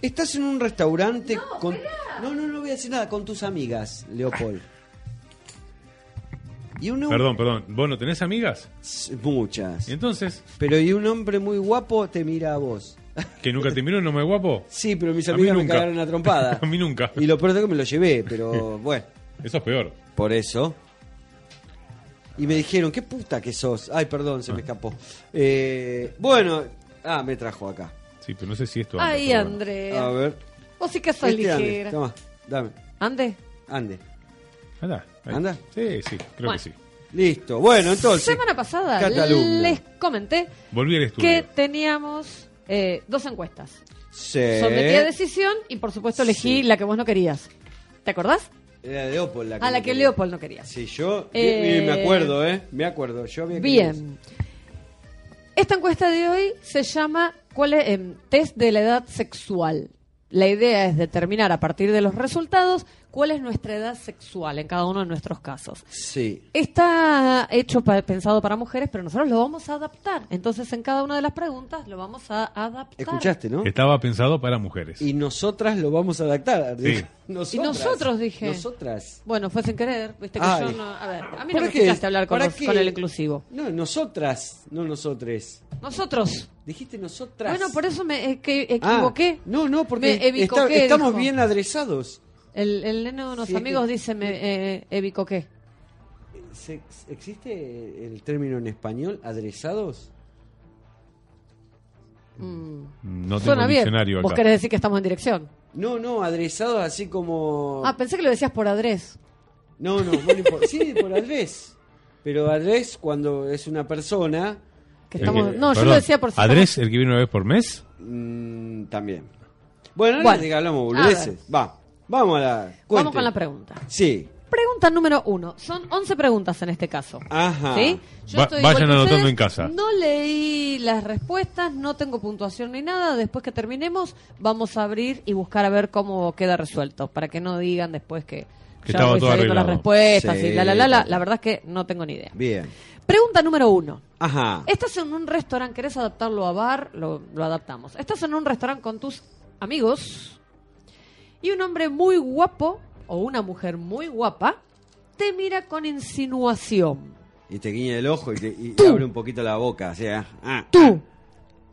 Speaker 4: Estás en un restaurante con. No, no, no voy a decir nada. Con tus amigas, Leopold. Y un hombre-
Speaker 3: Perdón, perdón. ¿Vos no tenés amigas?
Speaker 4: Muchas.
Speaker 3: Entonces,
Speaker 4: Pero y un hombre muy guapo te mira a vos.
Speaker 3: ¿que nunca te miró un hombre guapo?
Speaker 4: Sí, pero mis
Speaker 3: A mí
Speaker 4: amigas me
Speaker 3: nunca.
Speaker 4: cagaron a trompada.
Speaker 3: A mí nunca.
Speaker 4: Y lo peor es que me lo llevé, pero bueno.
Speaker 3: Eso es peor.
Speaker 4: Por eso. Y me dijeron, qué puta que sos. Ay, perdón,
Speaker 3: Ah.
Speaker 4: se me escapó. Eh, bueno, ah, me trajo acá.
Speaker 3: Sí, pero no sé si esto.
Speaker 6: Ay, Andrea.
Speaker 4: A ver.
Speaker 6: Vos sí que sos
Speaker 4: Este ande,
Speaker 6: ligera.
Speaker 4: Toma, dame.
Speaker 6: Ande.
Speaker 4: Ande.
Speaker 3: Anda. ahí.
Speaker 4: ¿Anda?
Speaker 3: Sí, sí, creo
Speaker 6: Bueno.
Speaker 3: que sí.
Speaker 4: Listo. Bueno, entonces.
Speaker 6: Semana pasada
Speaker 4: Cataluña.
Speaker 6: les comenté
Speaker 3: Volví al
Speaker 6: que
Speaker 3: estudio.
Speaker 6: teníamos eh, dos encuestas.
Speaker 4: Sí.
Speaker 6: Sometí a decisión y por supuesto elegí la que vos no querías. ¿Te acordás?
Speaker 4: Era Leopold la
Speaker 6: a la
Speaker 4: me
Speaker 6: que
Speaker 4: quería.
Speaker 6: Leopold no quería.
Speaker 4: Sí, yo.
Speaker 6: Eh,
Speaker 4: y- y me acuerdo, ¿eh? Me acuerdo. Yo había querido eso.
Speaker 6: Bien. Esta encuesta de hoy se llama ¿cuál es, em, Test de la Edad Sexual. La idea es determinar a partir de los resultados cuál es nuestra edad sexual en cada uno de nuestros casos.
Speaker 4: Sí.
Speaker 6: Está hecho pa- pensado para mujeres, pero nosotros lo vamos a adaptar. Entonces, en cada una de las preguntas lo vamos a adaptar.
Speaker 4: Escuchaste, ¿no?
Speaker 3: Estaba pensado para mujeres.
Speaker 4: Y nosotras lo vamos a adaptar.
Speaker 3: Sí.
Speaker 4: Nosotras.
Speaker 6: Y nosotros, dije.
Speaker 4: Nosotras.
Speaker 6: Bueno, fue sin querer, viste que
Speaker 4: Ay.
Speaker 6: yo no. A ver, a mí no
Speaker 4: ¿Para
Speaker 6: me
Speaker 4: qué?
Speaker 6: escuchaste hablar con,
Speaker 4: ¿Para
Speaker 6: los-
Speaker 4: qué?
Speaker 6: con el inclusivo.
Speaker 4: No, nosotras, no nosotres.
Speaker 6: Nosotros.
Speaker 4: Dijiste nosotras.
Speaker 6: Bueno, por eso me eh, que
Speaker 4: Ah,
Speaker 6: equivoqué.
Speaker 4: no, no, porque
Speaker 6: Me evicoqué,
Speaker 4: está- estamos
Speaker 6: dijo.
Speaker 4: bien adresados.
Speaker 6: El, el neno de unos
Speaker 4: Sí, eh. es
Speaker 6: amigos
Speaker 4: que-
Speaker 6: dice me eh, evicoqué.
Speaker 4: se- ¿Existe el término en español, adresados?
Speaker 6: Mm.
Speaker 3: No tengo
Speaker 6: Suena bien.
Speaker 3: diccionario
Speaker 6: Vos
Speaker 3: acá.
Speaker 6: querés decir que estamos en dirección.
Speaker 4: No, no, adresados así como...
Speaker 6: Ah, pensé que lo decías por adrés.
Speaker 4: No, no, bueno, por- sí, por adres. Pero adres cuando es una persona...
Speaker 6: Que
Speaker 3: El Eh, que- perdón, ¿Adrés el que viene una vez por mes?
Speaker 4: Mm, también. Bueno, no
Speaker 6: Bueno,
Speaker 4: diga, hablamos
Speaker 6: a
Speaker 4: boludeces. Va, vamos a la... cuente.
Speaker 6: Vamos con la pregunta.
Speaker 4: Sí.
Speaker 6: Pregunta número uno. Son 11 preguntas en este caso.
Speaker 4: Ajá.
Speaker 6: ¿Sí?
Speaker 3: Va-
Speaker 6: estoy
Speaker 3: vayan
Speaker 6: igual que
Speaker 3: anotando
Speaker 6: ustedes.
Speaker 3: en casa.
Speaker 6: No leí las respuestas, no tengo puntuación ni nada. Después que terminemos, vamos a abrir y buscar a ver cómo queda resuelto. Para que no digan después que,
Speaker 3: Que estaba
Speaker 6: voy
Speaker 3: todo
Speaker 6: sabiendo las
Speaker 3: arreglado.
Speaker 6: respuestas
Speaker 4: Sí.
Speaker 6: y la, la, la, la. La verdad es que no tengo ni idea.
Speaker 4: Bien.
Speaker 6: Pregunta número uno.
Speaker 4: Ajá.
Speaker 6: Estás en un restaurante, querés adaptarlo a bar, lo, lo adaptamos. Estás en un restaurante con tus amigos y un hombre muy guapo o una mujer muy guapa te mira con insinuación.
Speaker 4: Y te guiña el ojo y te y
Speaker 6: Tú.
Speaker 4: abre un poquito la boca. O sea, ah,
Speaker 6: Tú,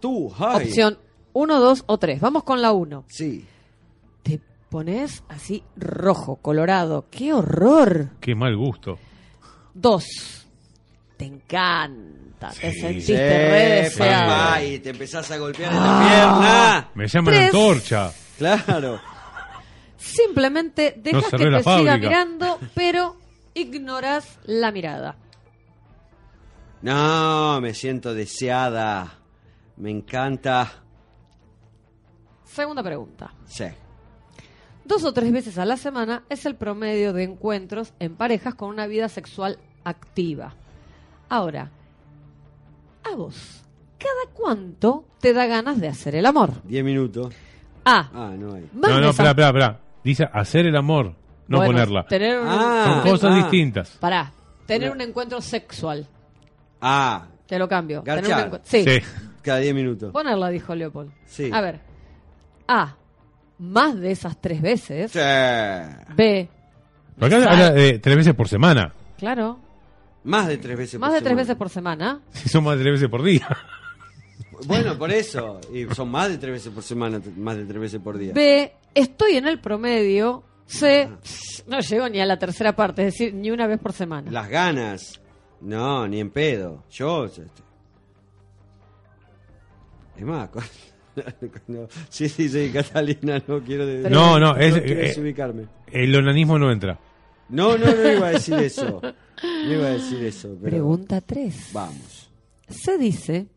Speaker 4: tú, ay.
Speaker 6: opción 1, 2 o 3. Vamos con la 1.
Speaker 4: Sí.
Speaker 6: Te pones así rojo, colorado. ¡Qué horror!
Speaker 3: Qué mal gusto.
Speaker 6: 2. Te encanta, te
Speaker 4: Sí,
Speaker 6: sentiste re deseado.
Speaker 4: papá, y te empezás a golpear en la
Speaker 6: Ah.
Speaker 3: Me llaman
Speaker 6: Tres.
Speaker 3: antorcha.
Speaker 4: pierna. Claro.
Speaker 6: Simplemente dejas
Speaker 3: cerré
Speaker 6: que
Speaker 3: la
Speaker 6: te
Speaker 3: fábrica.
Speaker 6: siga mirando, pero ignoras la mirada.
Speaker 4: No, me siento deseada. Me encanta.
Speaker 6: Segunda pregunta.
Speaker 4: Sí.
Speaker 6: Dos o tres veces a la semana es el promedio de encuentros en parejas con una vida sexual activa. Ahora, a vos, ¿cada cuánto te da ganas de hacer el amor?
Speaker 4: Diez minutos.
Speaker 6: A.
Speaker 4: Ah, no hay.
Speaker 6: Más
Speaker 3: no,
Speaker 6: de esa-
Speaker 3: no, espera, espera, espera. Dice hacer el amor, no
Speaker 6: Bueno,
Speaker 3: ponerla.
Speaker 6: Tener un...
Speaker 4: Ah,
Speaker 3: Son cosas
Speaker 4: ah.
Speaker 3: distintas.
Speaker 6: Pará, tener un encuentro sexual.
Speaker 4: Ah,
Speaker 6: Te lo cambio. Tener un
Speaker 4: Garchar.
Speaker 6: encuentro- Sí.
Speaker 4: cada diez minutos.
Speaker 6: Ponerla, dijo Leopold.
Speaker 4: Sí.
Speaker 6: A ver. A. Más de esas tres veces.
Speaker 4: Sí.
Speaker 6: B.
Speaker 3: Pero acá habla de tres veces por semana.
Speaker 6: Claro.
Speaker 4: Más de tres veces
Speaker 6: Más
Speaker 4: por
Speaker 6: de tres
Speaker 4: semana.
Speaker 6: veces por semana.
Speaker 3: Si son más de tres veces por día.
Speaker 4: Bueno, por eso. Y son más de tres veces por semana, t- más de tres veces por día.
Speaker 6: B. Estoy en el promedio. C. No llego ni a la tercera parte, es decir, ni una vez por semana.
Speaker 4: Las ganas. No, ni en pedo. Yo. este, Es más, cu- cuando- sí, sí, sí, Catalina, no quiero. de-
Speaker 3: No, no, es-
Speaker 4: quiero
Speaker 3: eh,
Speaker 4: desubicarme.
Speaker 3: El onanismo no entra.
Speaker 4: No, no, no iba a decir eso. No iba a decir eso. Pero
Speaker 6: Pregunta 3.
Speaker 4: Vamos.
Speaker 6: Se dice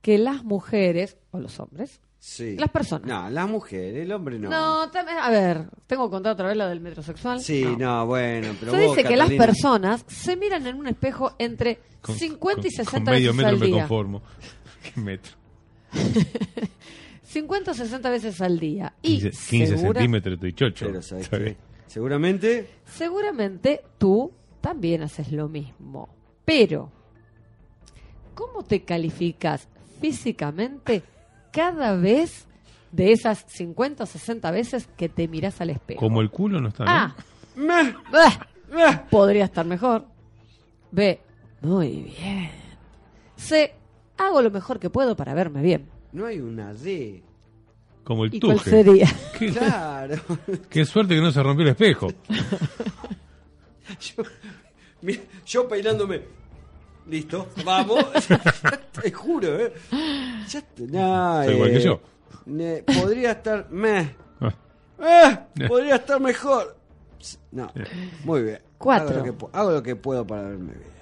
Speaker 6: que las mujeres, o los hombres,
Speaker 4: Sí.
Speaker 6: Las personas.
Speaker 4: No, las mujeres, el hombre no.
Speaker 6: no, también- a ver, tengo contado otra vez la del metrosexual.
Speaker 4: Sí, no, bueno, pero
Speaker 6: Se
Speaker 4: vos,
Speaker 6: dice que las
Speaker 4: Catalina-
Speaker 6: personas se miran en un espejo entre 50 y 60
Speaker 3: Con medio
Speaker 6: veces
Speaker 3: metro
Speaker 6: al
Speaker 3: me
Speaker 6: día.
Speaker 3: conformo. ¿Qué metro?
Speaker 6: 50 o 60 veces al día. Y
Speaker 3: 15, 15
Speaker 6: segura-
Speaker 3: centímetros tu chocho.
Speaker 4: Pero, ¿sabes
Speaker 3: Está
Speaker 4: qué?
Speaker 3: bien.
Speaker 4: Seguramente.
Speaker 6: seguramente tú también haces lo mismo. Pero, ¿cómo te calificas físicamente cada vez de esas 50 o 60 veces que te miras al espejo?
Speaker 3: Como el culo no está, ¿no?
Speaker 6: Ah,
Speaker 4: Meh.
Speaker 6: Bah, Podría estar mejor. B. Muy bien. C. Hago lo mejor que puedo para verme bien.
Speaker 4: No hay una D.
Speaker 3: Como el
Speaker 6: ¿Y cuál
Speaker 3: tuje.
Speaker 6: sería?
Speaker 3: Qué,
Speaker 4: Claro.
Speaker 3: qué suerte que no se rompió el espejo.
Speaker 4: Yo, mira, yo peinándome. Listo, vamos. Te juro, ¿eh? Ya te- nah,
Speaker 3: Soy igual
Speaker 4: eh,
Speaker 3: que yo.
Speaker 4: ne- podría estar. Meh.
Speaker 3: Ah.
Speaker 4: Eh, podría estar mejor. No, muy bien.
Speaker 6: Cuatro.
Speaker 4: Hago lo que, pu- hago lo que puedo para verme bien.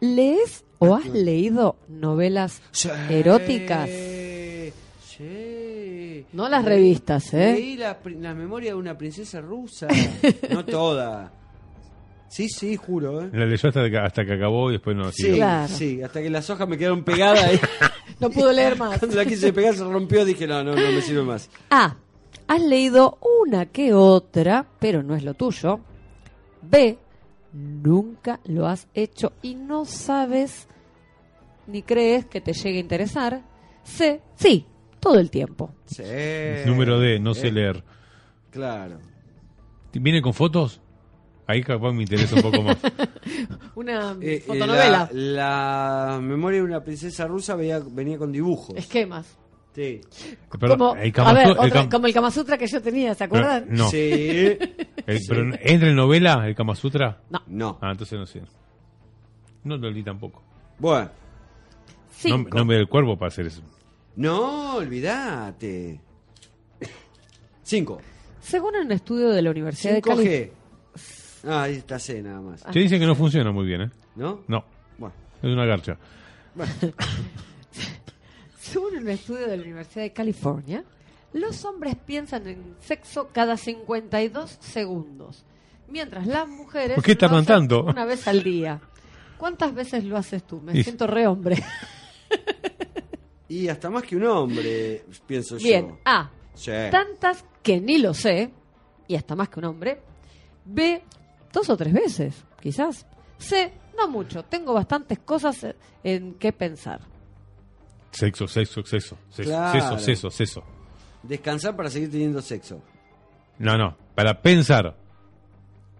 Speaker 6: ¿Lees o has leído novelas eróticas?
Speaker 4: Sí, sí.
Speaker 6: No las revistas, ¿eh?
Speaker 4: Leí la, pri- la memoria de una princesa rusa. no toda. Sí, sí, juro, ¿eh?
Speaker 3: La leyó hasta que, hasta que acabó y después no
Speaker 4: Sí,
Speaker 3: siguió.
Speaker 6: Claro.
Speaker 4: sí, hasta que las hojas me quedaron pegadas. y
Speaker 6: No puedo leer más.
Speaker 4: cuando la quise pegar se rompió, dije, no, no, no me sirve más.
Speaker 6: A. Ah, Has leído una que otra, pero no es lo tuyo. B. Nunca lo has hecho y no sabes ni crees que te llegue a interesar. C. Sí, todo el tiempo.
Speaker 4: Sí.
Speaker 3: Número D, no sé
Speaker 4: Eh,
Speaker 3: leer.
Speaker 4: Claro.
Speaker 3: ¿Viene con fotos? Ahí capaz me interesa un poco más.
Speaker 6: Una
Speaker 4: Eh, eh,
Speaker 6: fotonovela.
Speaker 4: la, la memoria de una princesa rusa veía- venía con dibujos.
Speaker 6: Esquemas.
Speaker 4: Sí.
Speaker 3: Eh, Perdón,
Speaker 6: como,
Speaker 3: el Kama
Speaker 6: a ver,
Speaker 3: Sutra- el
Speaker 6: otra-
Speaker 3: Kama-
Speaker 6: como el Kama Sutra que yo tenía, ¿se acuerdan?
Speaker 3: Pero, no.
Speaker 4: Sí.
Speaker 3: El- pero, ¿Entra en novela el Kama Sutra?
Speaker 6: No.
Speaker 4: No.
Speaker 3: Ah, entonces no sé. No lo leí tampoco.
Speaker 4: Bueno.
Speaker 3: No, no me da el cuervo para hacer eso.
Speaker 4: No, olvídate. Cinco.
Speaker 6: Según un estudio de la Universidad de
Speaker 4: 5G.
Speaker 6: California.
Speaker 4: Ah, ahí está C nada más.
Speaker 6: Ah.
Speaker 3: Te dicen que no funciona muy bien, ¿eh?
Speaker 4: ¿No?
Speaker 3: No.
Speaker 4: Bueno.
Speaker 3: Es una garcha.
Speaker 6: Según un estudio de la Universidad de California, los hombres piensan en sexo cada 52 segundos, mientras las mujeres
Speaker 3: ¿Por qué
Speaker 6: lo
Speaker 3: tardan
Speaker 6: hacen
Speaker 3: tanto?
Speaker 6: una vez al día. ¿Cuántas veces lo haces tú? Me
Speaker 4: Y-
Speaker 6: siento re hombre.
Speaker 4: Y hasta más que un hombre, pienso
Speaker 6: Bien, Ah, A.
Speaker 4: yo. Sí.
Speaker 6: Tantas que ni lo sé, y hasta más que un hombre. B. Dos o tres veces, quizás. C. No mucho. Tengo bastantes cosas eh, en qué pensar.
Speaker 3: Sexo, sexo, sexo. Sexo,
Speaker 4: Claro.
Speaker 3: sexo, sexo, sexo.
Speaker 4: Descansar para seguir teniendo sexo.
Speaker 3: No, no. Para pensar.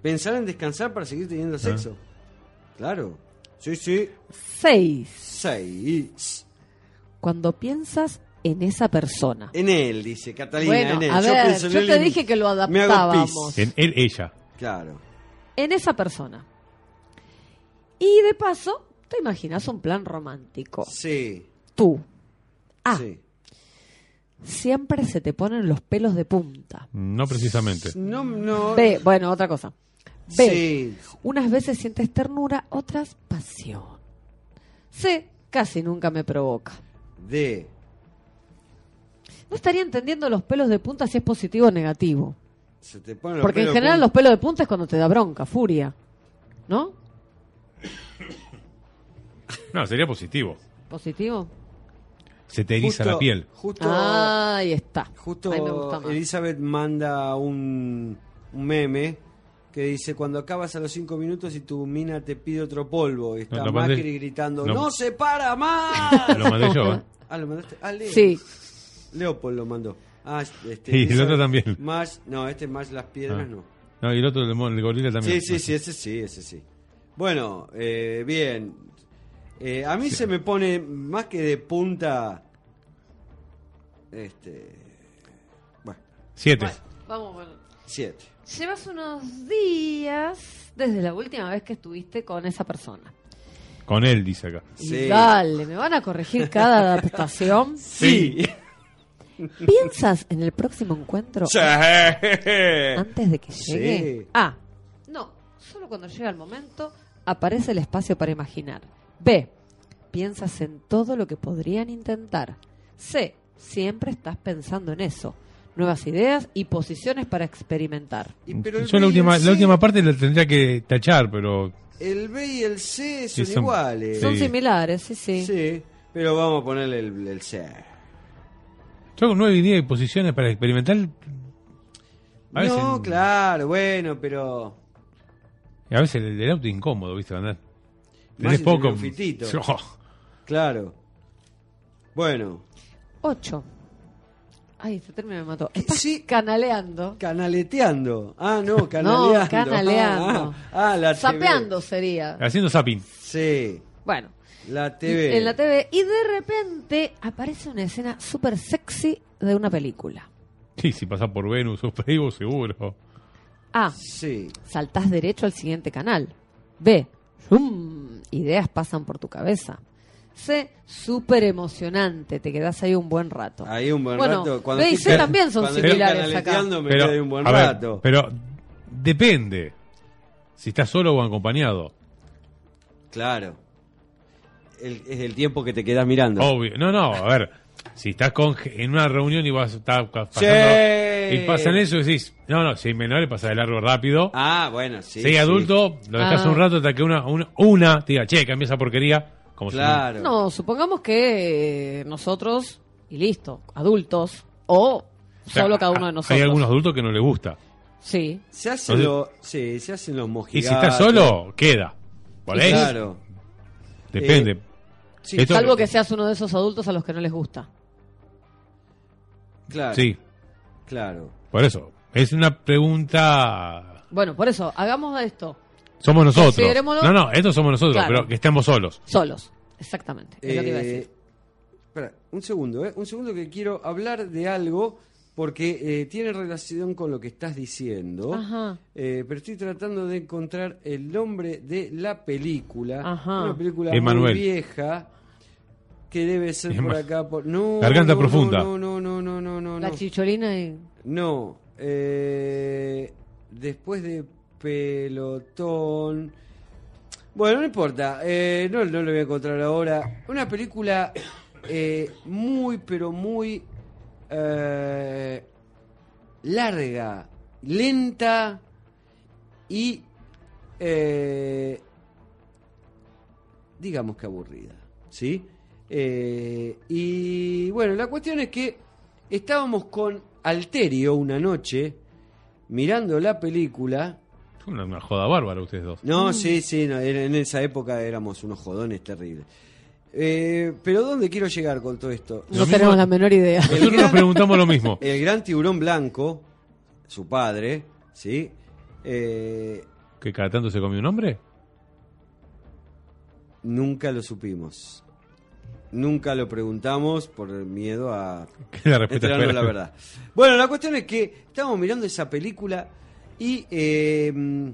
Speaker 4: Pensar en descansar para seguir teniendo sexo. Claro. Sí, sí.
Speaker 6: Seis.
Speaker 4: Seis.
Speaker 6: Cuando piensas en esa persona.
Speaker 4: En él, dice Catalina.
Speaker 6: bueno,
Speaker 4: en él.
Speaker 6: a
Speaker 4: yo
Speaker 6: ver,
Speaker 4: pienso
Speaker 6: yo,
Speaker 4: en él
Speaker 6: te
Speaker 4: y
Speaker 6: dije que lo
Speaker 4: me hago pis.
Speaker 6: adaptábamos.
Speaker 3: En él, ella.
Speaker 4: Claro.
Speaker 6: En esa persona. Y de paso, te imaginas un plan romántico.
Speaker 4: Sí.
Speaker 6: Tú. A.
Speaker 4: Sí.
Speaker 6: Siempre se te ponen los pelos de punta.
Speaker 3: No precisamente.
Speaker 4: No, no.
Speaker 6: B, bueno, otra cosa. B,
Speaker 4: Sí.
Speaker 6: unas veces sientes ternura, otras pasión. C, casi nunca me provoca.
Speaker 4: D.
Speaker 6: No estaría entendiendo los pelos de punta si es positivo o negativo.
Speaker 4: Se te ponen los
Speaker 6: Porque en
Speaker 4: pelos
Speaker 6: general
Speaker 4: pun-
Speaker 6: los pelos de punta es cuando te da bronca, furia. ¿No?
Speaker 3: No, sería positivo.
Speaker 6: ¿Positivo?
Speaker 3: Se te eriza
Speaker 4: Justo-
Speaker 3: la piel.
Speaker 4: Justo.
Speaker 6: Ah, ahí está.
Speaker 4: Justo
Speaker 6: Ahí me gusta más.
Speaker 4: Elizabeth manda un, un meme que dice, cuando acabas a los cinco minutos y tu mina te pide otro polvo, está
Speaker 3: No, lo mandé-
Speaker 4: Macri gritando,
Speaker 3: no.
Speaker 4: no. se para más!
Speaker 3: Lo mandé yo, ¿eh?
Speaker 4: Ah, ¿lo mandaste? Ah, Leo.
Speaker 6: Sí.
Speaker 4: Leopold lo mandó. Ah, este,
Speaker 3: Sí, el
Speaker 4: Elizabeth
Speaker 3: otro también.
Speaker 4: Más, no, este más las piedras,
Speaker 3: Ah.
Speaker 4: no.
Speaker 3: No, y el otro, el, mon- el gorila también. pues,
Speaker 4: Sí, sí, sí, ese sí, ese sí. Bueno, eh, bien. Eh, a mí se me pone más que de punta... Este... Bueno,
Speaker 3: Siete.
Speaker 6: Vamos, bueno.
Speaker 4: siete.
Speaker 6: Llevas unos días desde la última vez que estuviste con esa persona.
Speaker 3: Con él, dice acá.
Speaker 6: Y Dale, me van a corregir cada adaptación.
Speaker 4: Sí.
Speaker 6: ¿Piensas en el próximo encuentro
Speaker 4: Sí.
Speaker 6: antes de que llegue?
Speaker 4: Sí.
Speaker 6: A. No, solo cuando llega el momento aparece el espacio para imaginar. B. Piensas en todo lo que podrían intentar. C. Siempre estás pensando en eso. Nuevas ideas y posiciones para experimentar.
Speaker 4: Y pero el
Speaker 3: Yo
Speaker 4: B y
Speaker 3: la última,
Speaker 4: el
Speaker 3: la
Speaker 4: C-
Speaker 3: última parte la tendría que tachar, pero
Speaker 4: El B y el C
Speaker 3: Sí,
Speaker 4: son,
Speaker 3: son-
Speaker 4: iguales.
Speaker 6: Son
Speaker 3: Sí.
Speaker 6: similares, sí, sí.
Speaker 4: Sí, pero vamos a ponerle el, el C.
Speaker 3: yo con nueve y 10 posiciones para experimentar. A veces,
Speaker 4: No, claro, bueno, pero.
Speaker 3: a veces el, el auto es incómodo, ¿viste? Andar.
Speaker 4: Más
Speaker 3: Tenés
Speaker 4: si
Speaker 3: poco. Oh,
Speaker 4: tenés un fitito.
Speaker 3: Yo-
Speaker 4: Claro. Bueno,
Speaker 6: 8. Ay, este término me mató. Estás
Speaker 4: Sí.
Speaker 6: canaleando.
Speaker 4: canaleteando. Ah, no, canaleando.
Speaker 6: No, canaleando.
Speaker 4: Ah, ah, la TV.
Speaker 6: Sapeando sería.
Speaker 3: Haciendo zapping.
Speaker 4: Sí,
Speaker 6: Bueno,
Speaker 4: la
Speaker 6: y-
Speaker 4: TV.
Speaker 6: en la TV. Y de repente aparece una escena súper sexy de una película.
Speaker 3: Sí, si pasás por Venus o Facebook, seguro.
Speaker 6: A.
Speaker 4: Sí.
Speaker 6: Saltás derecho al siguiente canal. B. Zoom, ideas pasan por tu cabeza. C. Súper emocionante. Te quedás ahí un buen rato.
Speaker 4: Ahí un buen
Speaker 6: Bueno,
Speaker 4: rato.
Speaker 6: B y
Speaker 4: estoy
Speaker 6: C
Speaker 4: can-
Speaker 6: también son
Speaker 4: cuando estoy
Speaker 6: similares acá.
Speaker 4: canaleteando, me quedé ahí un buen
Speaker 3: a ver,
Speaker 4: rato.
Speaker 3: pero depende. Si estás solo o acompañado.
Speaker 4: Claro. El- es el tiempo que te quedas mirando.
Speaker 3: Obvio. No, no, a ver. Si estás con, ge- en una reunión y vas a estar ca-
Speaker 4: Sí.
Speaker 3: pasando. Y pasan eso y decís, no, no, si hay menores, pasa de largo rápido.
Speaker 4: Ah, bueno, sí.
Speaker 3: si hay
Speaker 4: sí.
Speaker 3: adulto, lo dejas
Speaker 6: Ah.
Speaker 3: un rato hasta que una, una, una te diga, che, cambia esa porquería. Como si no-
Speaker 4: Claro.
Speaker 6: No, supongamos que eh, nosotros, y listo, adultos, o
Speaker 3: O sea,
Speaker 6: solo cada uno de nosotros.
Speaker 3: Hay algunos adultos que no les gusta.
Speaker 6: Sí.
Speaker 4: Se hacen,
Speaker 3: Entonces-
Speaker 4: lo- sí, se hacen los mojigatos.
Speaker 3: Y si estás solo, queda. Por ahí
Speaker 4: Claro.
Speaker 3: depende.
Speaker 4: Eh, Sí,
Speaker 3: Esto-
Speaker 6: Salvo que seas uno de esos adultos a los que no les gusta.
Speaker 4: Claro.
Speaker 3: Sí,
Speaker 4: Claro.
Speaker 3: por eso. Es una pregunta.
Speaker 6: Bueno, por eso, hagamos esto.
Speaker 3: Somos nosotros.
Speaker 6: Considerémoslo-
Speaker 3: No, no, estos somos nosotros,
Speaker 6: Claro.
Speaker 3: pero que estemos solos.
Speaker 6: Solos. Exactamente. Es lo que iba a
Speaker 4: Eh,
Speaker 6: decir.
Speaker 4: espera, un segundo, ¿eh? Un segundo que quiero hablar de algo porque eh, tiene relación con lo que estás diciendo.
Speaker 6: Ajá.
Speaker 4: Eh, pero estoy tratando de encontrar el nombre de la película.
Speaker 6: Ajá.
Speaker 4: Una película
Speaker 3: Emanuel.
Speaker 4: muy vieja que debe ser
Speaker 3: Ema-
Speaker 4: por acá. Por... No,
Speaker 3: Garganta
Speaker 4: no, no,
Speaker 3: profunda.
Speaker 4: No, no, no, no, no, no.
Speaker 6: La
Speaker 4: no.
Speaker 6: chicholina y...
Speaker 4: No. eh, después de pelotón. Bueno, no importa. eh, no, no lo voy a encontrar ahora. Una película eh, muy, pero muy eh, larga, lenta y, eh, digamos que aburrida. ¿Sí? Eh, y bueno, la cuestión es que estábamos con Alterio una noche mirando la película.
Speaker 3: Fue una, una joda bárbara ustedes dos.
Speaker 4: No, sí, sí, no, en en esa época éramos unos jodones terribles. Eh, pero ¿dónde quiero llegar con todo esto?
Speaker 6: No tenemos la menor idea.
Speaker 3: Nosotros nos preguntamos lo mismo.
Speaker 4: El gran tiburón blanco, su padre, ¿sí? Eh,
Speaker 3: ¿Que cada tanto se comió un hombre?
Speaker 4: nunca lo supimos. Nunca lo preguntamos por miedo a
Speaker 3: Que la respuesta
Speaker 4: enterarnos
Speaker 3: fuera-
Speaker 4: la verdad. Bueno, la cuestión es que estábamos mirando esa película y eh, mm,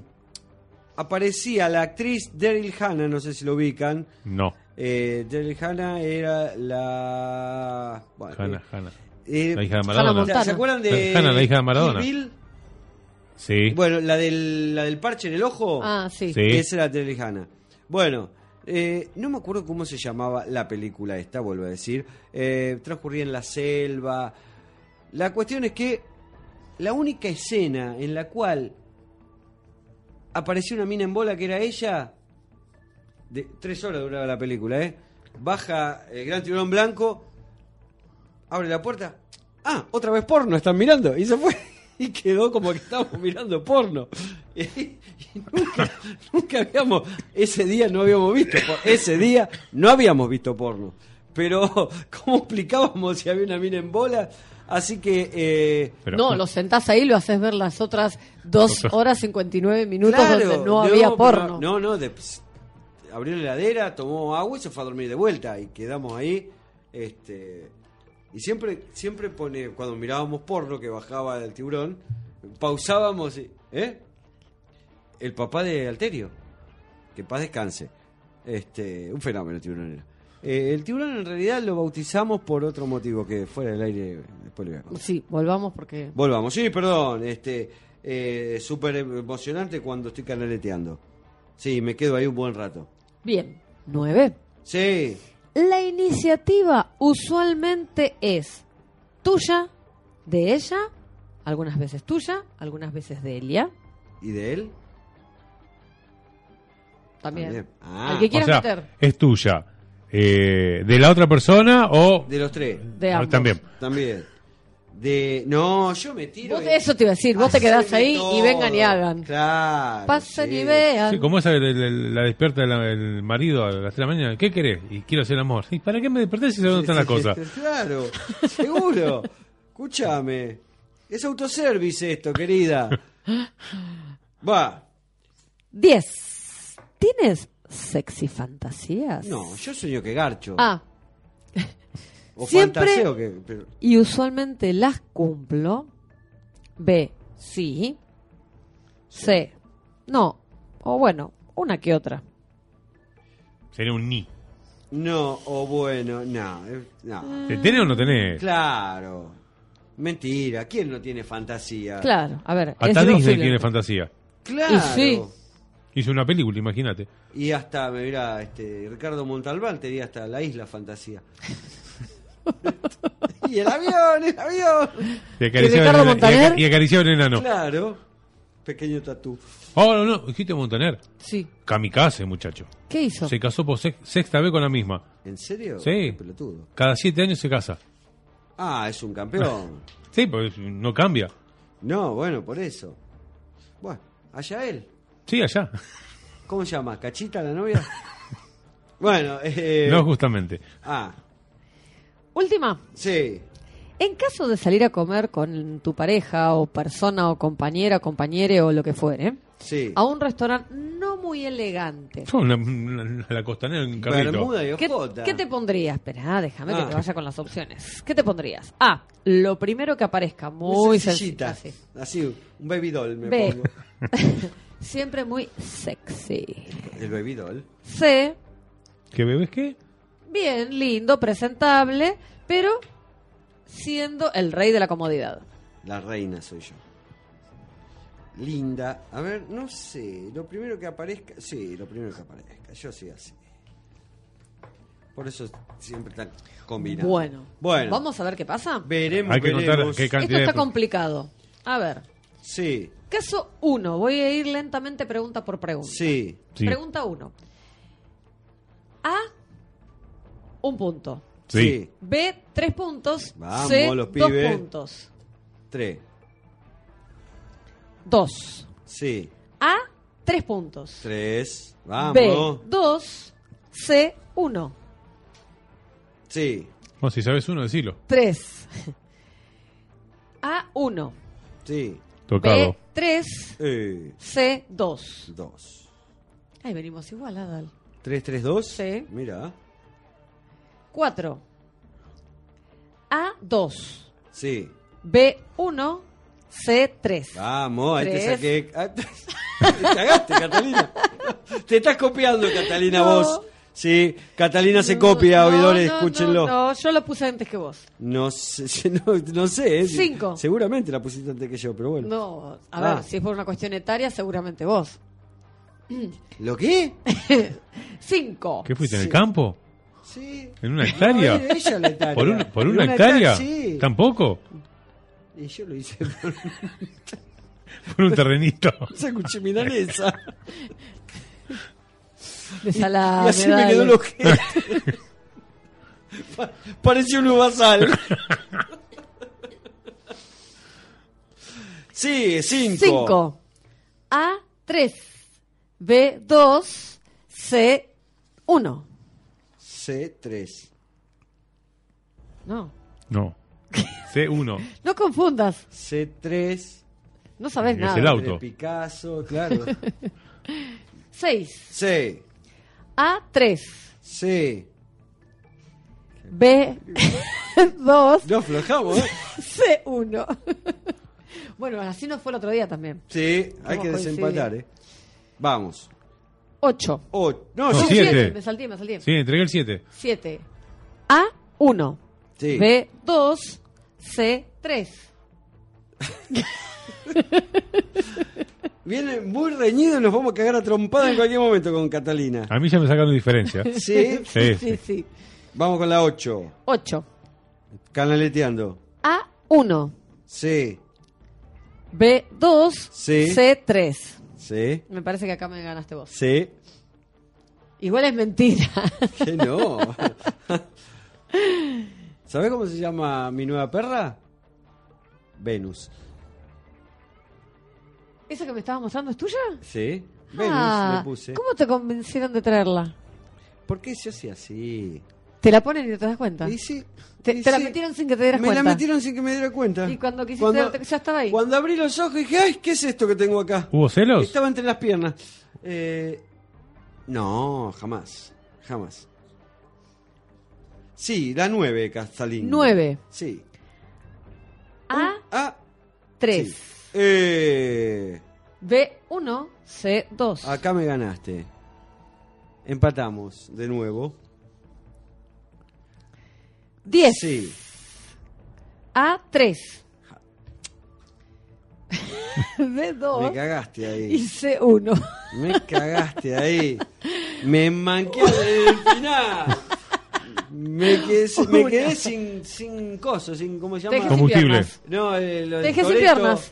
Speaker 4: aparecía la actriz Daryl Hannah, no sé si lo ubican.
Speaker 3: No.
Speaker 4: Eh, Daryl Hannah era la... bueno,
Speaker 3: Hanna,
Speaker 4: eh,
Speaker 3: Hanna.
Speaker 4: eh,
Speaker 3: la hija de Maradona.
Speaker 4: ¿Se acuerdan de
Speaker 3: Hanna, la hija de Maradona.
Speaker 4: Kill Bill?
Speaker 3: Sí.
Speaker 4: Bueno, la del, la del parche en el ojo.
Speaker 6: Ah, sí. Sí.
Speaker 4: Esa era Daryl Hannah. Bueno, eh, no me acuerdo cómo se llamaba la película esta, vuelvo a decir. Eh, transcurría en la selva. La cuestión es que la única escena en la cual apareció una mina en bola que era ella. De, tres horas duraba la película, ¿eh? Baja el gran tiburón blanco, abre la puerta. Ah, otra vez porno, están mirando. Y se fue. Y quedó como que estábamos mirando porno. Y, y nunca, nunca habíamos. Ese día no habíamos visto. por- Ese día no habíamos visto porno. Pero, ¿cómo explicábamos si había una mina en bola? Así que. eh,
Speaker 6: no, lo sentás ahí y lo haces ver las otras 2 horas 59 minutos
Speaker 4: Claro,
Speaker 6: donde no había
Speaker 4: pero-
Speaker 6: porno.
Speaker 4: No, no, de- pss, abrió la heladera, tomó agua y se fue a dormir de vuelta. Y quedamos ahí. Este, y siempre, siempre pone, cuando mirábamos porno que bajaba del tiburón, pausábamos. y- ¿Eh? El papá de Alterio. Que paz descanse. Este, un fenómeno, el tiburón era. Eh, el tiburón en realidad lo bautizamos por otro motivo que fuera del aire. Después le voy a contar.
Speaker 6: Sí, volvamos porque...
Speaker 4: Volvamos, sí, perdón. Este, eh, súper emocionante cuando estoy canaleteando. Sí, me quedo ahí un buen rato.
Speaker 6: Bien, 9.
Speaker 4: Sí,
Speaker 6: La iniciativa usualmente es tuya, de ella, algunas veces tuya, algunas veces de Elia,
Speaker 4: ¿y de él?
Speaker 6: también.
Speaker 4: También. Ah.
Speaker 6: Al que
Speaker 3: O
Speaker 6: quieras
Speaker 3: sea,
Speaker 6: meter.
Speaker 3: es tuya. Eh, ¿De la otra persona o...?
Speaker 4: De los tres.
Speaker 6: De ambos.
Speaker 3: También.
Speaker 4: También. De. No, yo me tiro.
Speaker 6: Vos-
Speaker 4: y-
Speaker 6: eso te iba a decir, vos te quedás
Speaker 4: Haceme
Speaker 6: ahí y
Speaker 4: todo.
Speaker 6: vengan y hagan.
Speaker 4: Claro.
Speaker 6: Pasen
Speaker 4: sí.
Speaker 6: y vean.
Speaker 3: Sí, como esa, de- de- de- la despierta el, el marido a las 3 de la mañana. ¿Qué querés? Y quiero hacer amor. ¿Y para qué me desperté si se dónde están las cosas?
Speaker 4: Claro, seguro. Escúchame. Es autoservice esto, querida. Va.
Speaker 6: 10. ¿Tienes sexy fantasías?
Speaker 4: No, yo sueño que garcho.
Speaker 6: Ah,
Speaker 4: o
Speaker 6: siempre-
Speaker 4: fantaseo que. pero-
Speaker 6: y usualmente las cumplo. B, sí. C, no. O bueno, una que otra.
Speaker 3: Sería un ni.
Speaker 4: No, o bueno, no, eh,
Speaker 6: Mm.
Speaker 4: no.
Speaker 3: ¿Te tenés o no tenés?
Speaker 4: Claro. Mentira, ¿quién no tiene fantasía?
Speaker 6: Claro, a ver.
Speaker 3: Hasta
Speaker 6: es
Speaker 3: Disney
Speaker 6: imposible.
Speaker 3: tiene fantasía.
Speaker 4: Claro.
Speaker 6: Y sí.
Speaker 3: Hizo una película, imagínate.
Speaker 4: Y hasta, mira, este Ricardo Montalbán tenía hasta la isla fantasía. y el avión, el avión.
Speaker 3: Y acariciaba
Speaker 6: Ricardo
Speaker 3: el- y
Speaker 6: Montaner?
Speaker 3: aca- y acariciaba el enano.
Speaker 4: Claro. Pequeño tatú.
Speaker 3: Oh, no, no, dijiste Montaner.
Speaker 6: Sí.
Speaker 3: Kamikaze, muchacho.
Speaker 6: ¿Qué hizo?
Speaker 3: Se casó por sex- sexta vez con la misma.
Speaker 4: ¿En serio?
Speaker 3: Sí.
Speaker 4: Qué pelotudo.
Speaker 3: Cada siete años se casa.
Speaker 4: Ah, es un campeón.
Speaker 3: Sí, pues no cambia.
Speaker 4: No, bueno, por eso. Bueno, allá él.
Speaker 3: Sí, allá.
Speaker 4: ¿Cómo se llama? ¿Cachita la novia? bueno, eh,
Speaker 3: No, justamente.
Speaker 4: Ah,
Speaker 6: Última.
Speaker 4: sí.
Speaker 6: En caso de salir a comer con tu pareja o persona o compañera, compañere o lo que fuere,
Speaker 4: Sí.
Speaker 6: a un restaurante no muy elegante.
Speaker 3: Fue una- una- la costanera en un carrito.
Speaker 4: Bermuda y
Speaker 6: ¿Qué,
Speaker 4: Ojota.
Speaker 6: qué te pondrías? Espera, déjame
Speaker 4: Ah.
Speaker 6: que te vaya con las opciones. ¿Qué te pondrías? A. Lo primero que aparezca, muy sencillita.
Speaker 4: sencillita. Así, un baby doll me
Speaker 6: B.
Speaker 4: pongo.
Speaker 6: Siempre muy sexy.
Speaker 4: El baby doll.
Speaker 6: C.
Speaker 3: ¿Qué bebés qué?
Speaker 6: Bien, lindo, presentable, pero siendo el rey de la comodidad.
Speaker 4: La reina soy yo. Linda. A ver, no sé. Lo primero que aparezca. Sí, lo primero que aparezca. Yo soy así. Por eso siempre tan combinado.
Speaker 6: Bueno,
Speaker 4: Bueno.
Speaker 6: vamos a ver qué pasa.
Speaker 4: Veremos,
Speaker 3: Hay que contar
Speaker 4: veremos.
Speaker 3: qué
Speaker 6: Esto está complicado. A ver,
Speaker 4: Sí,
Speaker 6: caso 1. Voy a ir lentamente pregunta por pregunta.
Speaker 4: sí.
Speaker 6: Pregunta 1. A, un punto.
Speaker 4: Sí.
Speaker 6: B, tres puntos.
Speaker 4: Vamos,
Speaker 6: C,
Speaker 4: los
Speaker 6: dos
Speaker 4: pibes.
Speaker 6: puntos.
Speaker 4: Tres.
Speaker 6: Dos.
Speaker 4: Sí.
Speaker 6: A, tres puntos.
Speaker 4: Tres. Vamos.
Speaker 6: B, dos. C, uno.
Speaker 4: Sí.
Speaker 3: Vos, si sabes uno, decilo.
Speaker 6: Tres. A, uno.
Speaker 4: Sí.
Speaker 3: Tocado.
Speaker 6: B, tres.
Speaker 4: Eh,
Speaker 6: C, dos.
Speaker 4: dos.
Speaker 6: Ahí venimos igual, Adal.
Speaker 4: Tres, tres, dos. Sí. Mira.
Speaker 6: Cuatro. A, dos.
Speaker 4: Sí.
Speaker 6: B1, C3.
Speaker 4: Vamos, ahí te
Speaker 6: Tres.
Speaker 4: saqué. Ah, Te cagaste, Catalina. Te estás copiando, Catalina,
Speaker 6: No.
Speaker 4: vos. Sí, Catalina se copia,
Speaker 6: No,
Speaker 4: oidores,
Speaker 6: no,
Speaker 4: escúchenlo. No,
Speaker 6: No, no, yo lo puse antes que vos.
Speaker 4: sé, no, no sé. eh, si-
Speaker 6: Cinco.
Speaker 4: Seguramente la pusiste antes que yo, pero bueno.
Speaker 6: No, a
Speaker 4: Ah.
Speaker 6: ver, si es por una cuestión etaria, seguramente vos.
Speaker 4: ¿Lo qué?
Speaker 6: 5.
Speaker 3: ¿Qué fuiste en el campo?
Speaker 4: Sí.
Speaker 3: ¿En una hectárea?
Speaker 4: era ella la hectárea.
Speaker 3: ¿Por, una- por
Speaker 4: En
Speaker 3: una
Speaker 4: una
Speaker 3: hectárea?
Speaker 4: hectárea, sí.
Speaker 3: ¿Tampoco?
Speaker 4: Y yo lo hice por
Speaker 3: Por un terrenito.
Speaker 4: esa cuchimilanesa.
Speaker 6: De salame,
Speaker 4: y así me
Speaker 6: dale.
Speaker 4: quedó el ojete. Pa- Parecía un uvasal. sí,
Speaker 6: 5.
Speaker 4: cinco.
Speaker 6: A3, B2, C1.
Speaker 4: C3.
Speaker 6: No,
Speaker 3: No. C1.
Speaker 6: no confundas,
Speaker 4: C3.
Speaker 6: no sabes
Speaker 3: Es
Speaker 6: nada.
Speaker 3: el auto.
Speaker 4: Picasso, claro.
Speaker 6: 6.
Speaker 4: C.
Speaker 6: A3,
Speaker 4: C.
Speaker 6: B2,
Speaker 4: No aflojamos, ¿eh?
Speaker 6: C1. Bueno, así nos fue el otro día también.
Speaker 4: Sí, hay
Speaker 6: Vamos,
Speaker 4: que
Speaker 6: coincide.
Speaker 4: desempatar, ¿eh? Vamos.
Speaker 6: 8.
Speaker 4: Ocho. No,
Speaker 3: No,
Speaker 4: sí,
Speaker 3: siete.
Speaker 6: Me salté, me salté.
Speaker 3: Sí, entregué el 7.
Speaker 6: 7. A1,
Speaker 4: Sí.
Speaker 6: B2, C3.
Speaker 4: Viene muy reñido y nos vamos a cagar a trompada en cualquier momento con Catalina.
Speaker 3: A mí ya me sacaron diferencia.
Speaker 4: Sí.
Speaker 3: Sí,
Speaker 6: Sí, sí.
Speaker 4: Vamos con la 8.
Speaker 6: 8.
Speaker 4: Canaleteando.
Speaker 6: A1,
Speaker 4: Sí.
Speaker 6: B2,
Speaker 4: Sí.
Speaker 6: C3.
Speaker 4: Sí.
Speaker 6: Me parece que acá me ganaste vos.
Speaker 4: Sí.
Speaker 6: Igual es mentira.
Speaker 4: Que no. ¿Sabés cómo se llama mi nueva perra? Venus.
Speaker 6: ¿Esa que me estaba mostrando es tuya?
Speaker 4: Sí. Venus
Speaker 6: Ah,
Speaker 4: le puse.
Speaker 6: ¿Cómo te convencieron de traerla?
Speaker 4: ¿Por qué se hace así?
Speaker 6: ¿Te la ponen y no te das cuenta?
Speaker 4: Y sí,
Speaker 6: te
Speaker 4: y
Speaker 6: te la
Speaker 4: sí.
Speaker 6: metieron sin que te dieras
Speaker 4: Me
Speaker 6: cuenta.
Speaker 4: la metieron sin que me diera cuenta.
Speaker 6: Y cuando quisiste
Speaker 4: Cuando-
Speaker 6: darte- ya estaba ahí.
Speaker 4: Cuando abrí los ojos dije, ay, ¿qué es esto que tengo acá?
Speaker 3: ¿Hubo celos?
Speaker 4: Estaba entre las piernas. Eh, no, jamás. Jamás. Sí, la 9, Castalín.
Speaker 6: Nueve.
Speaker 4: Sí.
Speaker 6: A3,
Speaker 4: Ah, eh,
Speaker 6: B1, C2.
Speaker 4: acá me ganaste. Empatamos de nuevo.
Speaker 6: 10.
Speaker 4: Sí.
Speaker 6: A3.
Speaker 4: Me
Speaker 6: B2
Speaker 4: cagaste
Speaker 6: y
Speaker 4: ahí.
Speaker 6: C1.
Speaker 4: Me cagaste ahí. Me manqué en el final. Me quedé, sin- me quedé sin, sin coso, sin, ¿cómo se
Speaker 6: Te dejé
Speaker 4: llama?
Speaker 6: sin
Speaker 3: Combustible.
Speaker 6: piernas.
Speaker 4: No, eh, lo
Speaker 6: Te
Speaker 4: del
Speaker 6: dejé sin
Speaker 4: Toretto.
Speaker 6: piernas.